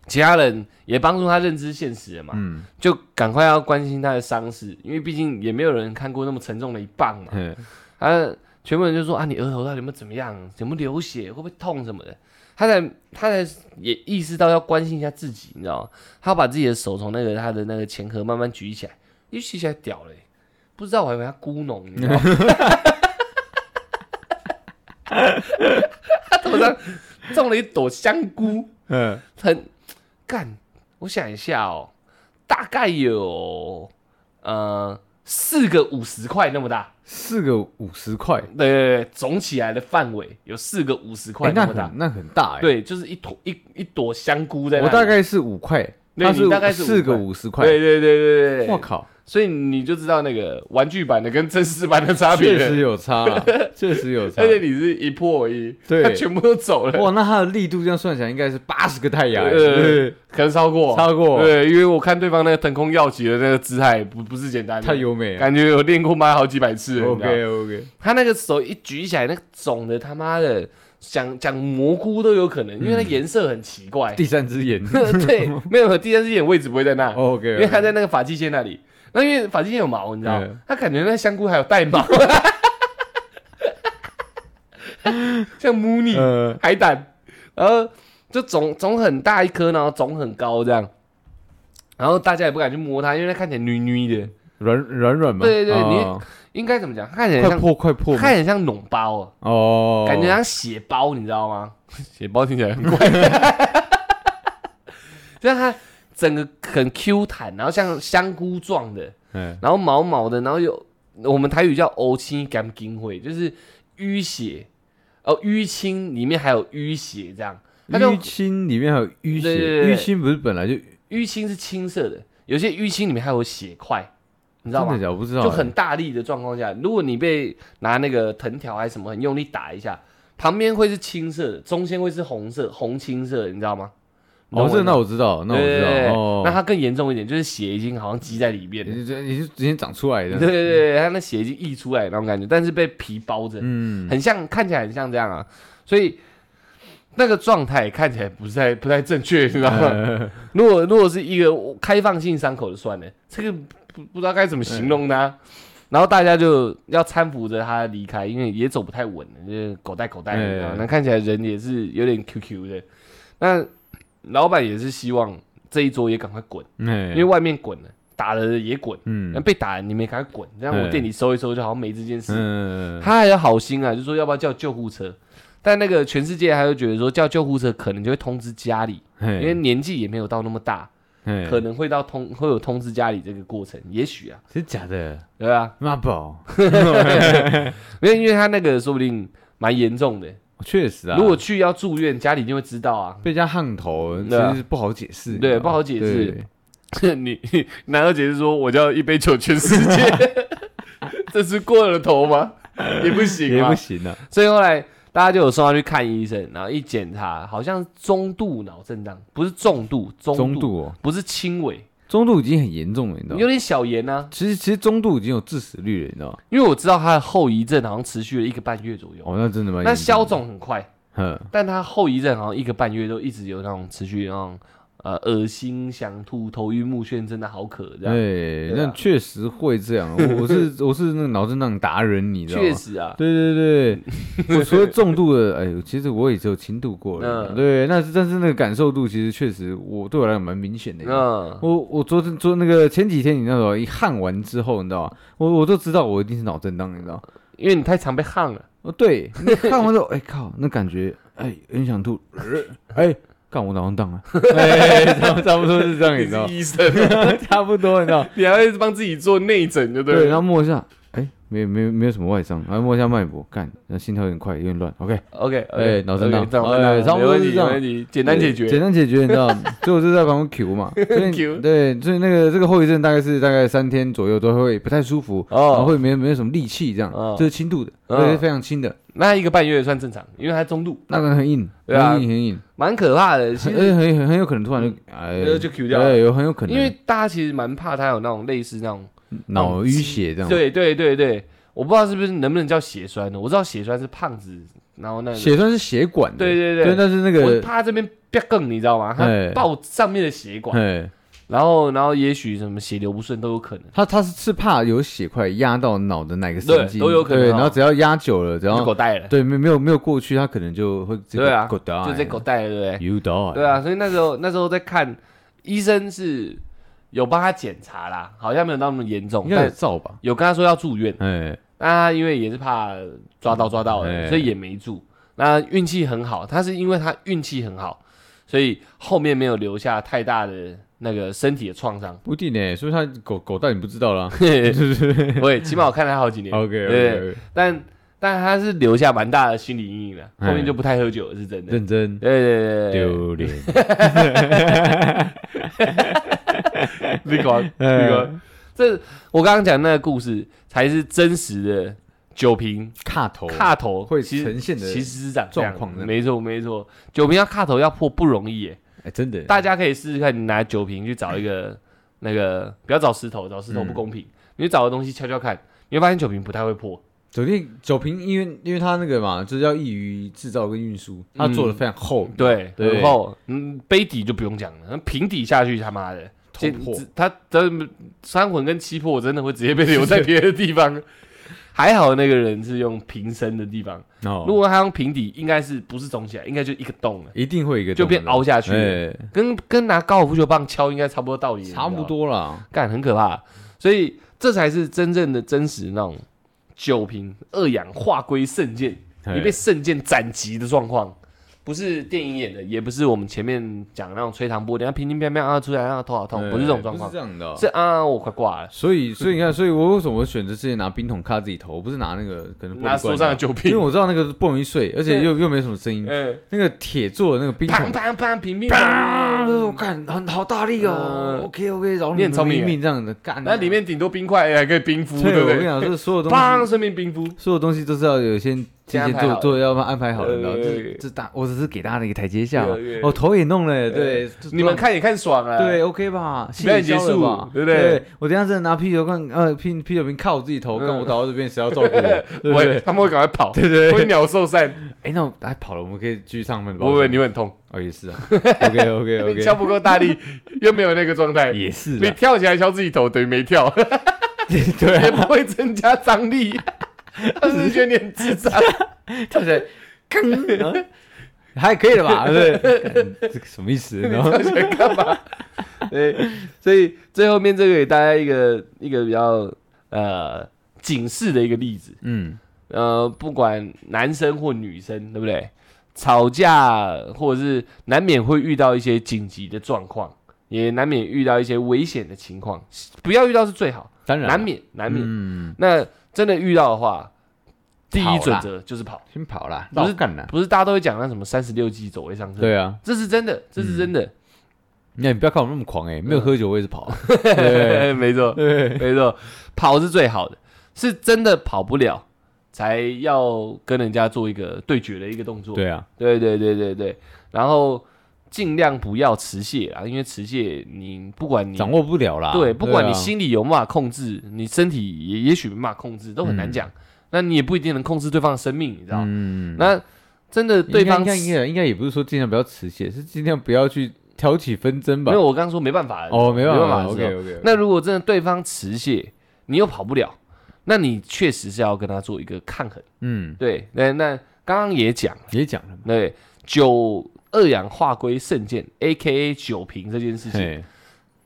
[SPEAKER 1] 其他人也帮助他认知现实了嘛，
[SPEAKER 2] 嗯，
[SPEAKER 1] 就赶快要关心他的伤势，因为毕竟也没有人看过那么沉重的一棒啊嘛，
[SPEAKER 2] 嘿
[SPEAKER 1] 他全部人就说啊，你额头到底有没有怎么样？有没有流血？会不会痛什么的？他才他才也意识到要关心一下自己，你知道吗？他把自己的手从那个他的那个前壳慢慢举起来，一举起来屌嘞、不知道我还以为他咕哝，你知道吗？ 他头上种了一朵香菇，
[SPEAKER 2] 嗯，
[SPEAKER 1] 很干。我想一下哦，大概有呃四个五十块那么大，
[SPEAKER 2] 四个五十块，
[SPEAKER 1] 对对对，总起来的范围有四个五十块
[SPEAKER 2] 哎，
[SPEAKER 1] 那
[SPEAKER 2] 那
[SPEAKER 1] 么大
[SPEAKER 2] 很，那很大哎，
[SPEAKER 1] 对，就是一坨一一朵香菇在那
[SPEAKER 2] 我
[SPEAKER 1] 里。
[SPEAKER 2] 大概是五块，
[SPEAKER 1] 对
[SPEAKER 2] 他
[SPEAKER 1] 你大概是
[SPEAKER 2] 四个
[SPEAKER 1] 五
[SPEAKER 2] 五十块，
[SPEAKER 1] 对对对对对，
[SPEAKER 2] 我！靠，
[SPEAKER 1] 所以你就知道那个玩具版的跟真实版的差别
[SPEAKER 2] 确
[SPEAKER 1] 了。
[SPEAKER 2] 实有 差啦，确实有差
[SPEAKER 1] 而。且你是一破一，
[SPEAKER 2] 对
[SPEAKER 1] 它全部都走了，
[SPEAKER 2] 哇，那它的力度这样算起来应该是八十个太阳，
[SPEAKER 1] 呃
[SPEAKER 2] 对，，
[SPEAKER 1] 可能超过，
[SPEAKER 2] 超过
[SPEAKER 1] 对，因为我看对方那个腾空要击的那个姿态不不是简单的，
[SPEAKER 2] 太优美了。
[SPEAKER 1] 感觉有练过妈好几百次了。你知道吗
[SPEAKER 2] OK OK，
[SPEAKER 1] 他那个手一举起来，那个肿的他妈的，讲讲蘑菇都有可能，因
[SPEAKER 2] 嗯
[SPEAKER 1] 为那颜色很奇怪。
[SPEAKER 2] 第三 只眼 哦
[SPEAKER 1] 对，没有第三只眼位置不会在那，
[SPEAKER 2] ，OK，
[SPEAKER 1] 因为它在那个发际线那里。那因为发际线有毛，你知道
[SPEAKER 2] 啊对，
[SPEAKER 1] 他感觉那香菇还有带毛， 像 m 尼
[SPEAKER 2] 呃，
[SPEAKER 1] 海胆，然后就肿肿很大一颗，然后肿很高这样。然后大家也不敢去摸它，因为它看起来女女的，
[SPEAKER 2] 软软软嘛，
[SPEAKER 1] 对对
[SPEAKER 2] 哦
[SPEAKER 1] 应该怎么讲？它看起来
[SPEAKER 2] 快
[SPEAKER 1] 像，
[SPEAKER 2] 破快破
[SPEAKER 1] 它
[SPEAKER 2] 嘛，
[SPEAKER 1] 看起来像脓包哦，
[SPEAKER 2] 哦，
[SPEAKER 1] 感觉像血包，你知道吗？ 血包听起来很怪， 就是它整个很 Q 弹，然后像香菇状的，
[SPEAKER 2] 哎，
[SPEAKER 1] 然后毛毛的，然后有我们台语叫欧青干金会，就是淤血，哦淤青里面还有淤血这样，它就
[SPEAKER 2] 淤青里面还有
[SPEAKER 1] 对
[SPEAKER 2] 淤血，
[SPEAKER 1] 对对
[SPEAKER 2] 淤青不是本来就
[SPEAKER 1] 淤青是青色的，有些淤青里面还有血块，你
[SPEAKER 2] 你
[SPEAKER 1] 知道吗
[SPEAKER 2] 真的？假的？我不知道，
[SPEAKER 1] 就很大力的状况下，如果你被拿那个藤条还是什么很用力打一下，旁边会是青色的，中间会是红色，红青色的，你知道吗？你懂
[SPEAKER 2] 哦，
[SPEAKER 1] 我
[SPEAKER 2] 这
[SPEAKER 1] 意思
[SPEAKER 2] 那我知道，那我
[SPEAKER 1] 对对
[SPEAKER 2] 知
[SPEAKER 1] 对
[SPEAKER 2] 道，
[SPEAKER 1] 对
[SPEAKER 2] 哦，嗯
[SPEAKER 1] 那它更严重一点，就是血已经好像积在里面了。
[SPEAKER 2] 你就你就直接长出来
[SPEAKER 1] 对
[SPEAKER 2] 的，
[SPEAKER 1] 对对，它那血已经溢出来那种感觉，但是被皮包着，
[SPEAKER 2] 嗯，
[SPEAKER 1] 很像，看起来很像这样啊，所以那个状态看起来不太不太正确，你知道吗？
[SPEAKER 2] 呃
[SPEAKER 1] 如果如果是一个开放性伤口就算了，这个不不知道该怎么形容它、然后大家就要搀扶着他离开，因为也走不太稳了，就是口袋口袋的，
[SPEAKER 2] 哎
[SPEAKER 1] 你知道吗那看起来人也是有点 QQ 的。那老板也是希望这一桌也赶快滚，因为
[SPEAKER 2] 哎，
[SPEAKER 1] 外面滚了，打了也滚，
[SPEAKER 2] 嗯
[SPEAKER 1] 那被打了你们也赶快滚，这样我
[SPEAKER 2] 嗯
[SPEAKER 1] 店里收一收，就好像没这件事。
[SPEAKER 2] 嗯，
[SPEAKER 1] 他还有好心啊，就说要不要叫救护车，但那个全世界还会觉得说叫救护车可能就会通知家里，因为
[SPEAKER 2] 因
[SPEAKER 1] 年纪也没有到那么大，可能会到通会有通知家里这个过程，也许啊，
[SPEAKER 2] 真假的
[SPEAKER 1] 对啊，
[SPEAKER 2] 妈宝，
[SPEAKER 1] 因为因为他那个说不定蛮严重的，
[SPEAKER 2] 确实啊，
[SPEAKER 1] 如果去要住院，家里一定会知道啊。
[SPEAKER 2] 被人家烫头，
[SPEAKER 1] 对啊
[SPEAKER 2] 其实不好解释，
[SPEAKER 1] 对
[SPEAKER 2] 你知道吗
[SPEAKER 1] 不好解释
[SPEAKER 2] 对
[SPEAKER 1] 你难道解释说我叫一杯酒全世 界？这是过了头吗？也不行
[SPEAKER 2] 也
[SPEAKER 1] 啊
[SPEAKER 2] 不。行啊，
[SPEAKER 1] 所以后来大家就有送他去看医生，然后一检查，好像中度脑震荡，不是重度，中
[SPEAKER 2] 中度哦，
[SPEAKER 1] 不是轻微，
[SPEAKER 2] 中度已经很严重了，你知道吗
[SPEAKER 1] 有？点小炎啊。
[SPEAKER 2] 其实其实中度已经有致死率了，你知道吗？
[SPEAKER 1] 因为我知道他的后遗症好像持续了一个半月左右，
[SPEAKER 2] 哦，那真的蛮
[SPEAKER 1] 那
[SPEAKER 2] 严重
[SPEAKER 1] 消
[SPEAKER 2] 的，
[SPEAKER 1] 肿很快，
[SPEAKER 2] 嗯，
[SPEAKER 1] 但他后遗症好像一个半月都一直有那种持续那种呃恶心、想吐、头晕目眩，真的好渴这样。
[SPEAKER 2] 对，
[SPEAKER 1] 对
[SPEAKER 2] 那
[SPEAKER 1] 啊
[SPEAKER 2] 确实会这样，我 我是我是那个脑震荡达人，你知道吗
[SPEAKER 1] 确？实啊，
[SPEAKER 2] 对对 对，我除了重度的，哎呦，其实我也只有轻度过了。
[SPEAKER 1] 嗯
[SPEAKER 2] 对，那是但是那个感受度其实确实我对我来讲蛮明显的。
[SPEAKER 1] 嗯，
[SPEAKER 2] 我我昨天昨那个前几天你那时候一焊完之后，你知道吗？我我都知道我一定是脑震荡，你知道吗？
[SPEAKER 1] 因为你太常被焊了。
[SPEAKER 2] 哦，对，你看完之后， 哎靠，那感觉哎很想吐，呃哎，干我脑震荡了， 哎，差不差不多是这样，你知道吗？
[SPEAKER 1] 医生，
[SPEAKER 2] 差不多，你知道吗？
[SPEAKER 1] 你还会帮自己做内诊，对不
[SPEAKER 2] 对，然后摸一下，哎，没没没有什么外伤，然后摸一下脉搏，干，那心跳有点快，有点乱，OK。
[SPEAKER 1] OK，
[SPEAKER 2] 哎脑震荡哎
[SPEAKER 1] 哎，
[SPEAKER 2] 差不
[SPEAKER 1] 没
[SPEAKER 2] 多
[SPEAKER 1] 问
[SPEAKER 2] 是
[SPEAKER 1] 题，
[SPEAKER 2] 这
[SPEAKER 1] 没
[SPEAKER 2] 样
[SPEAKER 1] 问题，简单解
[SPEAKER 2] 简
[SPEAKER 1] 决。
[SPEAKER 2] 单解决，你知道吗， 所以我就在旁边 Q 嘛，所以
[SPEAKER 1] Q
[SPEAKER 2] 对，所以那个这个后遗症大概是大概三天左右都会不太舒服，
[SPEAKER 1] 哦
[SPEAKER 2] 然后会没有没有什么力气这样，
[SPEAKER 1] 哦
[SPEAKER 2] 这是轻度的，
[SPEAKER 1] 嗯
[SPEAKER 2] 对，非常轻的，
[SPEAKER 1] 那一个半月算正常，因为它中度，
[SPEAKER 2] 那个很硬，
[SPEAKER 1] 对啊
[SPEAKER 2] 很硬很硬，
[SPEAKER 1] 蛮可怕的。其
[SPEAKER 2] 很
[SPEAKER 1] 实，
[SPEAKER 2] 很很很有可能突然就哎
[SPEAKER 1] 就就 Q 掉了
[SPEAKER 2] 对，有很有可能，
[SPEAKER 1] 因为大家其实蛮怕它有那种类似那种，
[SPEAKER 2] 脑淤血这样，，
[SPEAKER 1] 对对对对，我不知道是不是能不能叫血栓呢？我知道血栓是胖子，然后那个，
[SPEAKER 2] 血栓是血管的，
[SPEAKER 1] 对对对
[SPEAKER 2] 对，但是那
[SPEAKER 1] 我
[SPEAKER 2] 个
[SPEAKER 1] 怕它这边憋更，你知道吗？
[SPEAKER 2] 哎
[SPEAKER 1] 它爆上面的血管，
[SPEAKER 2] 哎，
[SPEAKER 1] 然后然后也许什么血流不顺都有可能，
[SPEAKER 2] 他他是是怕有血块压到脑的哪个神
[SPEAKER 1] 对
[SPEAKER 2] 经，
[SPEAKER 1] 都有可能
[SPEAKER 2] 对，
[SPEAKER 1] 哦
[SPEAKER 2] 然后只要压久了，只
[SPEAKER 1] 就狗
[SPEAKER 2] 要
[SPEAKER 1] 带了，
[SPEAKER 2] 对没没有没有过去，他可能就会直接
[SPEAKER 1] 对啊
[SPEAKER 2] 狗打，
[SPEAKER 1] 就这狗带了，对不对？
[SPEAKER 2] You die，
[SPEAKER 1] 对，啊，所以那时候那时候在看医生是有帮他检查啦，好像没有那么严重
[SPEAKER 2] 应，该有
[SPEAKER 1] 但
[SPEAKER 2] 照吧？
[SPEAKER 1] 有跟他说要住院。
[SPEAKER 2] 哎，
[SPEAKER 1] 那他因为也是怕抓到抓到
[SPEAKER 2] 哎
[SPEAKER 1] 了，所以也没住。那运气很好，他是因为他运气很好，所以后面没有留下太大的那个身体的创 伤。
[SPEAKER 2] 不一定呢，说不定他狗狗蛋你不知道啦。
[SPEAKER 1] 我也起码我看了他好几年
[SPEAKER 2] OK
[SPEAKER 1] 对，
[SPEAKER 2] OK，
[SPEAKER 1] 但但他是留下蛮大的心理阴影的，
[SPEAKER 2] 哎
[SPEAKER 1] 后面就不太喝酒了，是真的。
[SPEAKER 2] 认真
[SPEAKER 1] 对对对对
[SPEAKER 2] 丢脸，
[SPEAKER 1] 对， 你管
[SPEAKER 2] 哎
[SPEAKER 1] 你管，这我刚刚讲那个故事才是真实的酒瓶
[SPEAKER 2] 卡头
[SPEAKER 1] 卡头
[SPEAKER 2] 哦会
[SPEAKER 1] 其实
[SPEAKER 2] 呈现的
[SPEAKER 1] 其实是长这样
[SPEAKER 2] 状况呢
[SPEAKER 1] 没错没错，酒瓶要卡头要破不容易耶，
[SPEAKER 2] 哎，真的，
[SPEAKER 1] 大家可以试试看，你拿酒瓶去找一 个那个，不要找石头，找石头
[SPEAKER 2] 嗯
[SPEAKER 1] 不公平，你去找个东西敲敲看，你会发现酒瓶不太会破，
[SPEAKER 2] 酒店酒瓶，因为因为它那个嘛，就是要易于制造跟运输，它做
[SPEAKER 1] 嗯
[SPEAKER 2] 的非常厚，
[SPEAKER 1] 对，
[SPEAKER 2] 嗯对
[SPEAKER 1] 然后嗯杯底就不用讲了，那瓶底下去他妈的。
[SPEAKER 2] 头
[SPEAKER 1] 简
[SPEAKER 2] 破
[SPEAKER 1] 直他的三魂跟七魄真的会直接被 留在别的地方，还好那个人是用瓶身的地方，嗯
[SPEAKER 2] 哦，
[SPEAKER 1] 如果他用瓶底，应该是不是肿起来，应该就一个洞了，
[SPEAKER 2] 一定会有一个
[SPEAKER 1] 就变凹
[SPEAKER 2] 下
[SPEAKER 1] 下去了。跟跟拿高尔夫球棒敲应该差不多道理，
[SPEAKER 2] 哎差不
[SPEAKER 1] 你知道吗，
[SPEAKER 2] 多啦，
[SPEAKER 1] 干很可怕，所以这才是真正的真实那种酒瓶二氧化硅圣剑，
[SPEAKER 2] 嘿
[SPEAKER 1] 你被圣剑斩击的状况，不是电影演的，也不是我们前面讲的那种吹糖波，等下乒乒乓乓啊出来啊头好痛，不是这种状
[SPEAKER 2] 不
[SPEAKER 1] 况
[SPEAKER 2] 是，这样的哦，
[SPEAKER 1] 是啊我快挂了，
[SPEAKER 2] 所以，所以你看，所以我为什么会选择之前拿冰桶卡自己头，不是拿那个可能玻璃
[SPEAKER 1] 拿
[SPEAKER 2] 罐
[SPEAKER 1] 手上的，酒
[SPEAKER 2] 因为
[SPEAKER 1] 瓶，
[SPEAKER 2] 我知道那个不容易碎，而且又又没什么声音。
[SPEAKER 1] 嗯，
[SPEAKER 2] 那个铁做的那个冰
[SPEAKER 1] 砰
[SPEAKER 2] 桶，
[SPEAKER 1] 砰砰乒乒
[SPEAKER 2] 啊，
[SPEAKER 1] 乓，
[SPEAKER 2] 我看很好大力哦
[SPEAKER 1] 嗯
[SPEAKER 2] ，OK OK，然后
[SPEAKER 1] 你很聪明
[SPEAKER 2] 命这样的干，
[SPEAKER 1] 那里面顶多冰块还可以冰敷，
[SPEAKER 2] 对
[SPEAKER 1] 对
[SPEAKER 2] 我
[SPEAKER 1] 不
[SPEAKER 2] 跟你
[SPEAKER 1] 对？
[SPEAKER 2] 讲，这所有东
[SPEAKER 1] 砰，
[SPEAKER 2] 西，
[SPEAKER 1] 顺便冰敷，
[SPEAKER 2] 所有东西都是要有先提
[SPEAKER 1] 先
[SPEAKER 2] 前
[SPEAKER 1] 安排
[SPEAKER 2] 做
[SPEAKER 1] 好
[SPEAKER 2] 做，要不然安排好了，你知道
[SPEAKER 1] 对对
[SPEAKER 2] 这
[SPEAKER 1] 对
[SPEAKER 2] 这大，我只是给大家的一个台阶下
[SPEAKER 1] 对对，对
[SPEAKER 2] 我头也弄了，对，就
[SPEAKER 1] 你们。看也看爽啊了，
[SPEAKER 2] 对，OK 吧，戏
[SPEAKER 1] 表
[SPEAKER 2] 也
[SPEAKER 1] 演哎结
[SPEAKER 2] 结束
[SPEAKER 1] 束
[SPEAKER 2] 吧，
[SPEAKER 1] 对不对
[SPEAKER 2] 对？我等一下真的拿啤酒罐，呃，啤啤酒瓶靠我自己头，跟我倒到这边，谁要照顾我？对不
[SPEAKER 1] 嗯 我也
[SPEAKER 2] 对？
[SPEAKER 1] 他们会赶快跑，
[SPEAKER 2] 对对对
[SPEAKER 1] 会鸟兽散，
[SPEAKER 2] 哎，那我哎跑了，我们可以继续上班吧？
[SPEAKER 1] 不会，你会很痛，
[SPEAKER 2] 哦也是啊 ，OK OK
[SPEAKER 1] 你敲
[SPEAKER 2] OK，
[SPEAKER 1] 不够大力， 又没有那个状态，
[SPEAKER 2] 也是
[SPEAKER 1] 你
[SPEAKER 2] 啊，
[SPEAKER 1] 跳起来敲自己头等于没 跳，
[SPEAKER 2] 对
[SPEAKER 1] 也
[SPEAKER 2] 啊，
[SPEAKER 1] 不会增加张力， 他只是觉得你很智 障，
[SPEAKER 2] 跳起来，啊嗯 还可以了吧？对，干这个什么意思？然后
[SPEAKER 1] 跳起来干嘛？ 对，所以最后面这个给大家一个一个比较呃警示的一个例子，
[SPEAKER 2] 嗯，
[SPEAKER 1] 呃，不管男生或女生，对不对？吵架或者是难免会遇到一些紧急的状况，也难免遇到一些危险的情况，不要遇到是最好，
[SPEAKER 2] 当然啊
[SPEAKER 1] 难免难免。
[SPEAKER 2] 嗯，
[SPEAKER 1] 那真的遇到的话，第
[SPEAKER 2] 跑
[SPEAKER 1] 一准
[SPEAKER 2] 啦
[SPEAKER 1] 则就是跑，
[SPEAKER 2] 先跑啦，
[SPEAKER 1] 不是
[SPEAKER 2] 老干啦，
[SPEAKER 1] 不是大家都会讲那什么三十六计走为上策，
[SPEAKER 2] 对啊，
[SPEAKER 1] 这是真的，这是真的。
[SPEAKER 2] 那你不要看我那么狂哎，没
[SPEAKER 1] 嗯
[SPEAKER 2] 有喝酒我也是跑，
[SPEAKER 1] 没错，没错，跑是最好的，是真的跑不了，才要跟人家做一个对决的一个动作。
[SPEAKER 2] 对啊，
[SPEAKER 1] 对对对对对，然后尽量不要持械啊，因为持械你不管你
[SPEAKER 2] 掌握不了啦，
[SPEAKER 1] 对，不管
[SPEAKER 2] 啊
[SPEAKER 1] 你心里有没办法控制，你身体也也许没办法控制，都很难讲。那你也不一定能控制对方的生命，你知道？
[SPEAKER 2] 嗯，
[SPEAKER 1] 那真的对
[SPEAKER 2] 应该
[SPEAKER 1] 方
[SPEAKER 2] 应该应该应该也不是说尽量不要持械，是尽量不要去挑起纷争吧
[SPEAKER 1] 没？有，我刚刚说没办法的
[SPEAKER 2] 哦，没办
[SPEAKER 1] 办
[SPEAKER 2] 法
[SPEAKER 1] 的时候
[SPEAKER 2] ，OK OK，
[SPEAKER 1] 那如果真的对方持械，你又跑不了，那你确实是要跟他做一个抗衡。
[SPEAKER 2] 嗯，
[SPEAKER 1] 对，那那刚刚也讲了，
[SPEAKER 2] 也讲了嘛，
[SPEAKER 1] 对，九二氧化硅圣剑 （A K A 酒瓶）这件事情，
[SPEAKER 2] 嘿，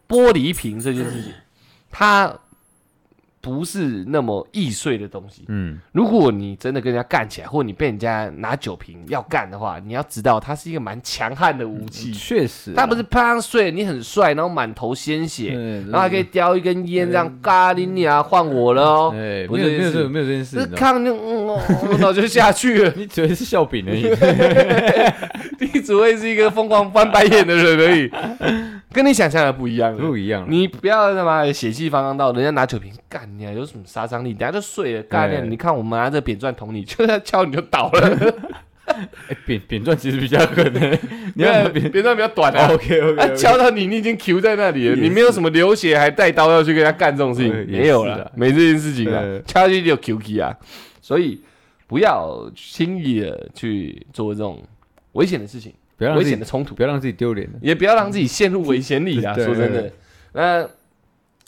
[SPEAKER 1] 玻璃瓶这件事情，它不是那么易碎的东西。
[SPEAKER 2] 嗯，
[SPEAKER 1] 如果你真的跟人家干起来，或你被人家拿酒瓶要干的话，你要知道它是一个蛮强悍的武器。
[SPEAKER 2] 确实啊，
[SPEAKER 1] 它不是啪碎，你很帅，然后满头鲜血，
[SPEAKER 2] 嗯，
[SPEAKER 1] 然后还可以叼一根烟，这样咖喱你啊，换我了哦。
[SPEAKER 2] 哎，
[SPEAKER 1] 不
[SPEAKER 2] 没有
[SPEAKER 1] 是
[SPEAKER 2] 没有这
[SPEAKER 1] 是
[SPEAKER 2] 种没有这件事，
[SPEAKER 1] 这
[SPEAKER 2] 你知道吗。
[SPEAKER 1] 看就嗯哦，然后就下去了
[SPEAKER 2] 你只是笑柄而已，
[SPEAKER 1] 你只会是一个疯狂翻白眼的人而已， 跟你想象的不一样了。啊
[SPEAKER 2] 不一样了，
[SPEAKER 1] 你不要他妈的血气方刚到，人家拿酒瓶干你啊，有什么杀伤力？等下就碎了，干你啊！
[SPEAKER 2] 对
[SPEAKER 1] 你看我们拿着扁钻捅你，就在敲你就倒了。
[SPEAKER 2] 哎，扁扁钻其实比较狠 欸， 你要拿
[SPEAKER 1] 看
[SPEAKER 2] 扁
[SPEAKER 1] 扁钻比较短啊，
[SPEAKER 2] ，OK
[SPEAKER 1] 他
[SPEAKER 2] OK，
[SPEAKER 1] 敲到你，你已经 Q 在那里了，
[SPEAKER 2] 也
[SPEAKER 1] 你没有什么流血，还带刀要去跟他干这种事
[SPEAKER 2] 嗯
[SPEAKER 1] 情，
[SPEAKER 2] 也
[SPEAKER 1] 没有
[SPEAKER 2] 是
[SPEAKER 1] 了
[SPEAKER 2] 啊，
[SPEAKER 1] 没这件事情啊
[SPEAKER 2] 嗯，
[SPEAKER 1] 敲下去就有 Q K 啊，所以不要轻易的去做这种危险的事情，
[SPEAKER 2] 不要让
[SPEAKER 1] 危
[SPEAKER 2] 自己
[SPEAKER 1] 险的冲突。
[SPEAKER 2] 不要让自己丢脸了。
[SPEAKER 1] 也不要让自己陷入危险里啦。
[SPEAKER 2] 对
[SPEAKER 1] 说真的
[SPEAKER 2] 对，
[SPEAKER 1] 那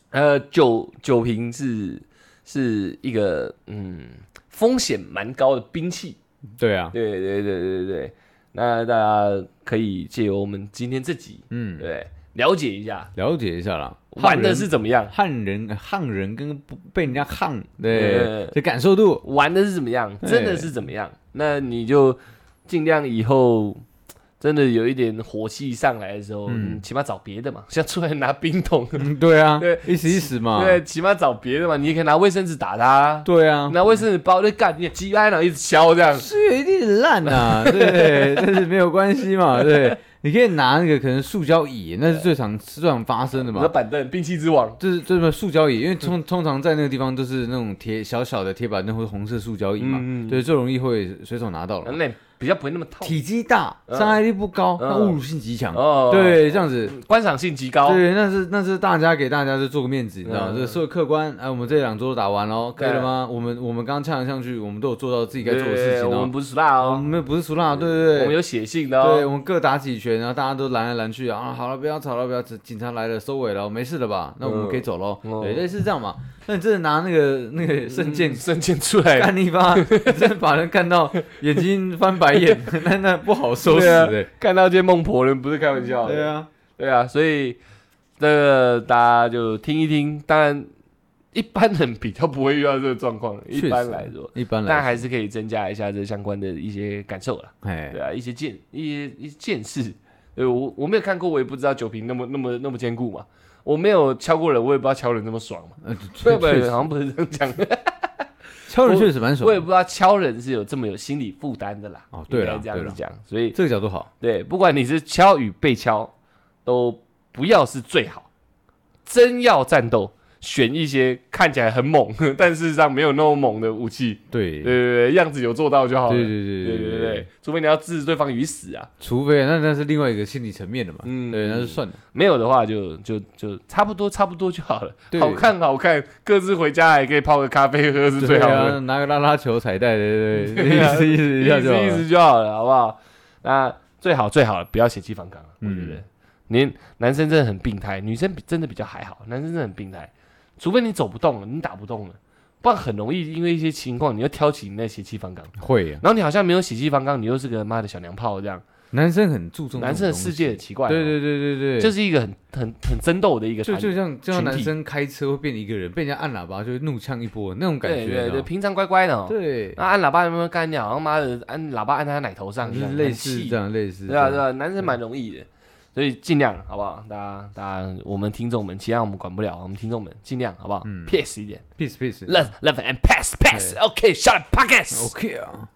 [SPEAKER 1] 呃酒酒瓶是是一个嗯风险蛮高的兵器，
[SPEAKER 2] 对啊，
[SPEAKER 1] 对对对对对。那大家可以借由我们今天这集，
[SPEAKER 2] 嗯，
[SPEAKER 1] 对了解一下
[SPEAKER 2] 了解一下啦。
[SPEAKER 1] 玩的是怎么样，
[SPEAKER 2] 汉人，汉人跟不被人家汉，
[SPEAKER 1] 对
[SPEAKER 2] 对，这感受度，
[SPEAKER 1] 玩的是怎么样，
[SPEAKER 2] 对
[SPEAKER 1] 真的是怎么样。那你就尽量以后。真的有一点火气上来的时候，
[SPEAKER 2] 嗯
[SPEAKER 1] 你起码找别的嘛， 像出来拿冰桶，
[SPEAKER 2] 嗯，啊对啊，
[SPEAKER 1] 对
[SPEAKER 2] 一时一时嘛，
[SPEAKER 1] 对，起码找别的嘛，你也可以拿卫生纸打他，
[SPEAKER 2] 对啊，
[SPEAKER 1] 拿卫生纸包就干，你也鸡巴然后一直敲这样，
[SPEAKER 2] 是有一定很烂 呐，对，但是没有关系嘛，对，你可以拿那个可能塑胶椅，那是最常最常发生的
[SPEAKER 1] 你的
[SPEAKER 2] 嘛。
[SPEAKER 1] 板凳，兵器之王，
[SPEAKER 2] 就是这么塑胶椅，因为通通常在那个地方都是那种铁小小的铁板凳或者红色塑胶椅嘛，
[SPEAKER 1] 嗯嗯
[SPEAKER 2] 对，最容易会随手拿到了。
[SPEAKER 1] 那比较不会那么痛，
[SPEAKER 2] 体积大，
[SPEAKER 1] 嗯
[SPEAKER 2] 伤害力不高，
[SPEAKER 1] 嗯
[SPEAKER 2] 那侮辱性极强，
[SPEAKER 1] 哦
[SPEAKER 2] 对，这样子
[SPEAKER 1] 观赏性极高，
[SPEAKER 2] 对，那是那是大家给大家就做个面子，你知道吗？
[SPEAKER 1] 嗯
[SPEAKER 2] 这所有客官，哎，我们这两桌打完喽，可以了吗？我们我们刚刚呛来呛去，我们都有做到自己该做的事情
[SPEAKER 1] 对我
[SPEAKER 2] 哦
[SPEAKER 1] 们。不是辣
[SPEAKER 2] 我
[SPEAKER 1] 哦，
[SPEAKER 2] 们不是俗辣，对
[SPEAKER 1] 我
[SPEAKER 2] 对
[SPEAKER 1] 们
[SPEAKER 2] 对，
[SPEAKER 1] 有血性的
[SPEAKER 2] 对
[SPEAKER 1] 哦，
[SPEAKER 2] 我们各打几拳，然后大家都拦来拦去啊，好了，不要吵了，不要吵，警察来了，收尾了，没事了吧？那我
[SPEAKER 1] 嗯
[SPEAKER 2] 们
[SPEAKER 1] 嗯
[SPEAKER 2] 可以走喽。
[SPEAKER 1] 哦
[SPEAKER 2] 对，类似这样嘛。那你真的拿那个那个圣剑
[SPEAKER 1] 瞬间出来，
[SPEAKER 2] 干一 发，你真的把人看到眼睛翻白眼， 那那不好收拾
[SPEAKER 1] 对啊
[SPEAKER 2] 的。
[SPEAKER 1] 看到这孟婆人不是开玩笑的，
[SPEAKER 2] 对，啊，
[SPEAKER 1] 对啊，所以那个大家就听一听，当然一般人比较不会遇到这个状况，一
[SPEAKER 2] 确
[SPEAKER 1] 般
[SPEAKER 2] 实
[SPEAKER 1] 来说，
[SPEAKER 2] 一般
[SPEAKER 1] 但
[SPEAKER 2] 来
[SPEAKER 1] 还是可以增加一下这相关的一些感受啦。
[SPEAKER 2] 说，哎
[SPEAKER 1] 对，啊，一些见一些一些见识。对我我没有看过，我也不知道酒瓶那么那么那么坚固嘛。我没有敲过人，我也不知道敲人那么爽嘛。
[SPEAKER 2] 呃
[SPEAKER 1] 对
[SPEAKER 2] 确
[SPEAKER 1] 不对？
[SPEAKER 2] 确
[SPEAKER 1] 好
[SPEAKER 2] 实，
[SPEAKER 1] 像不是这样讲，
[SPEAKER 2] 敲人确实蛮爽
[SPEAKER 1] 我
[SPEAKER 2] 的
[SPEAKER 1] 也。不知道敲人是有这么有心理负担的啦。
[SPEAKER 2] 哦对啦
[SPEAKER 1] 应该这样
[SPEAKER 2] 对
[SPEAKER 1] 子
[SPEAKER 2] 啦
[SPEAKER 1] 讲。所以
[SPEAKER 2] 这个角度好，
[SPEAKER 1] 对，不管你是敲与被敲，都不要是最好。真要战斗，选一些看起来很猛， 但事实上没有那么猛的武器。
[SPEAKER 2] 对
[SPEAKER 1] 对对对，样子有做到就好了。
[SPEAKER 2] 对
[SPEAKER 1] 对
[SPEAKER 2] 对
[SPEAKER 1] 对
[SPEAKER 2] 对
[SPEAKER 1] 对对，除非你要置对方于死啊。
[SPEAKER 2] 除非那那是另外一个心理层面的嘛，
[SPEAKER 1] 嗯
[SPEAKER 2] 对，那就算了，
[SPEAKER 1] 没有的话就就就差不多差不多就好了，
[SPEAKER 2] 对
[SPEAKER 1] 好看好看，各自回家还可以泡个咖啡喝是最好
[SPEAKER 2] 对啊
[SPEAKER 1] 的，
[SPEAKER 2] 拿个拉拉球彩带，对对 对，
[SPEAKER 1] 对啊
[SPEAKER 2] 意思意思
[SPEAKER 1] 意思
[SPEAKER 2] 一下就好
[SPEAKER 1] 意
[SPEAKER 2] 了。
[SPEAKER 1] 思就好了，好不好？那最好最好不要血气方刚啊，我
[SPEAKER 2] 嗯
[SPEAKER 1] 觉得，你男生真的很病态，女生比真的比较还好，男生真的很病态，除非你走不动了，你打不动了，不然很容易因为一些情况，你又挑起你那血气方刚，
[SPEAKER 2] 会啊，
[SPEAKER 1] 然后你好像没有血气方刚，你又是个妈的小娘炮这样，
[SPEAKER 2] 男生很注重这种
[SPEAKER 1] 男生的
[SPEAKER 2] 东
[SPEAKER 1] 世
[SPEAKER 2] 西
[SPEAKER 1] 界很奇怪、哦
[SPEAKER 2] 对对对对对，
[SPEAKER 1] 就是是一个很很很争斗的一个
[SPEAKER 2] 就
[SPEAKER 1] 团
[SPEAKER 2] 就像就像
[SPEAKER 1] 群
[SPEAKER 2] 男
[SPEAKER 1] 体
[SPEAKER 2] 生开车会变一个人，被人家按喇叭就会怒呛一波那种感觉，
[SPEAKER 1] 对对对，
[SPEAKER 2] 你知
[SPEAKER 1] 平常乖乖的、
[SPEAKER 2] 道吗
[SPEAKER 1] 哦，
[SPEAKER 2] 对，
[SPEAKER 1] 那按喇叭有没有干掉？好像妈的按喇叭按他奶头上一
[SPEAKER 2] 就
[SPEAKER 1] 样，
[SPEAKER 2] 是
[SPEAKER 1] 很
[SPEAKER 2] 类似
[SPEAKER 1] 气
[SPEAKER 2] 这样类似，
[SPEAKER 1] 对啊对，啊，男生蛮容易的，所以尽量好不好？大家大家我们听众们，其他我们管不了，我们听众们尽量好不好？peace 一点
[SPEAKER 2] ，peace peace，
[SPEAKER 1] ，love love and pass pass，OK，shut up pockets。
[SPEAKER 2] OK 啊，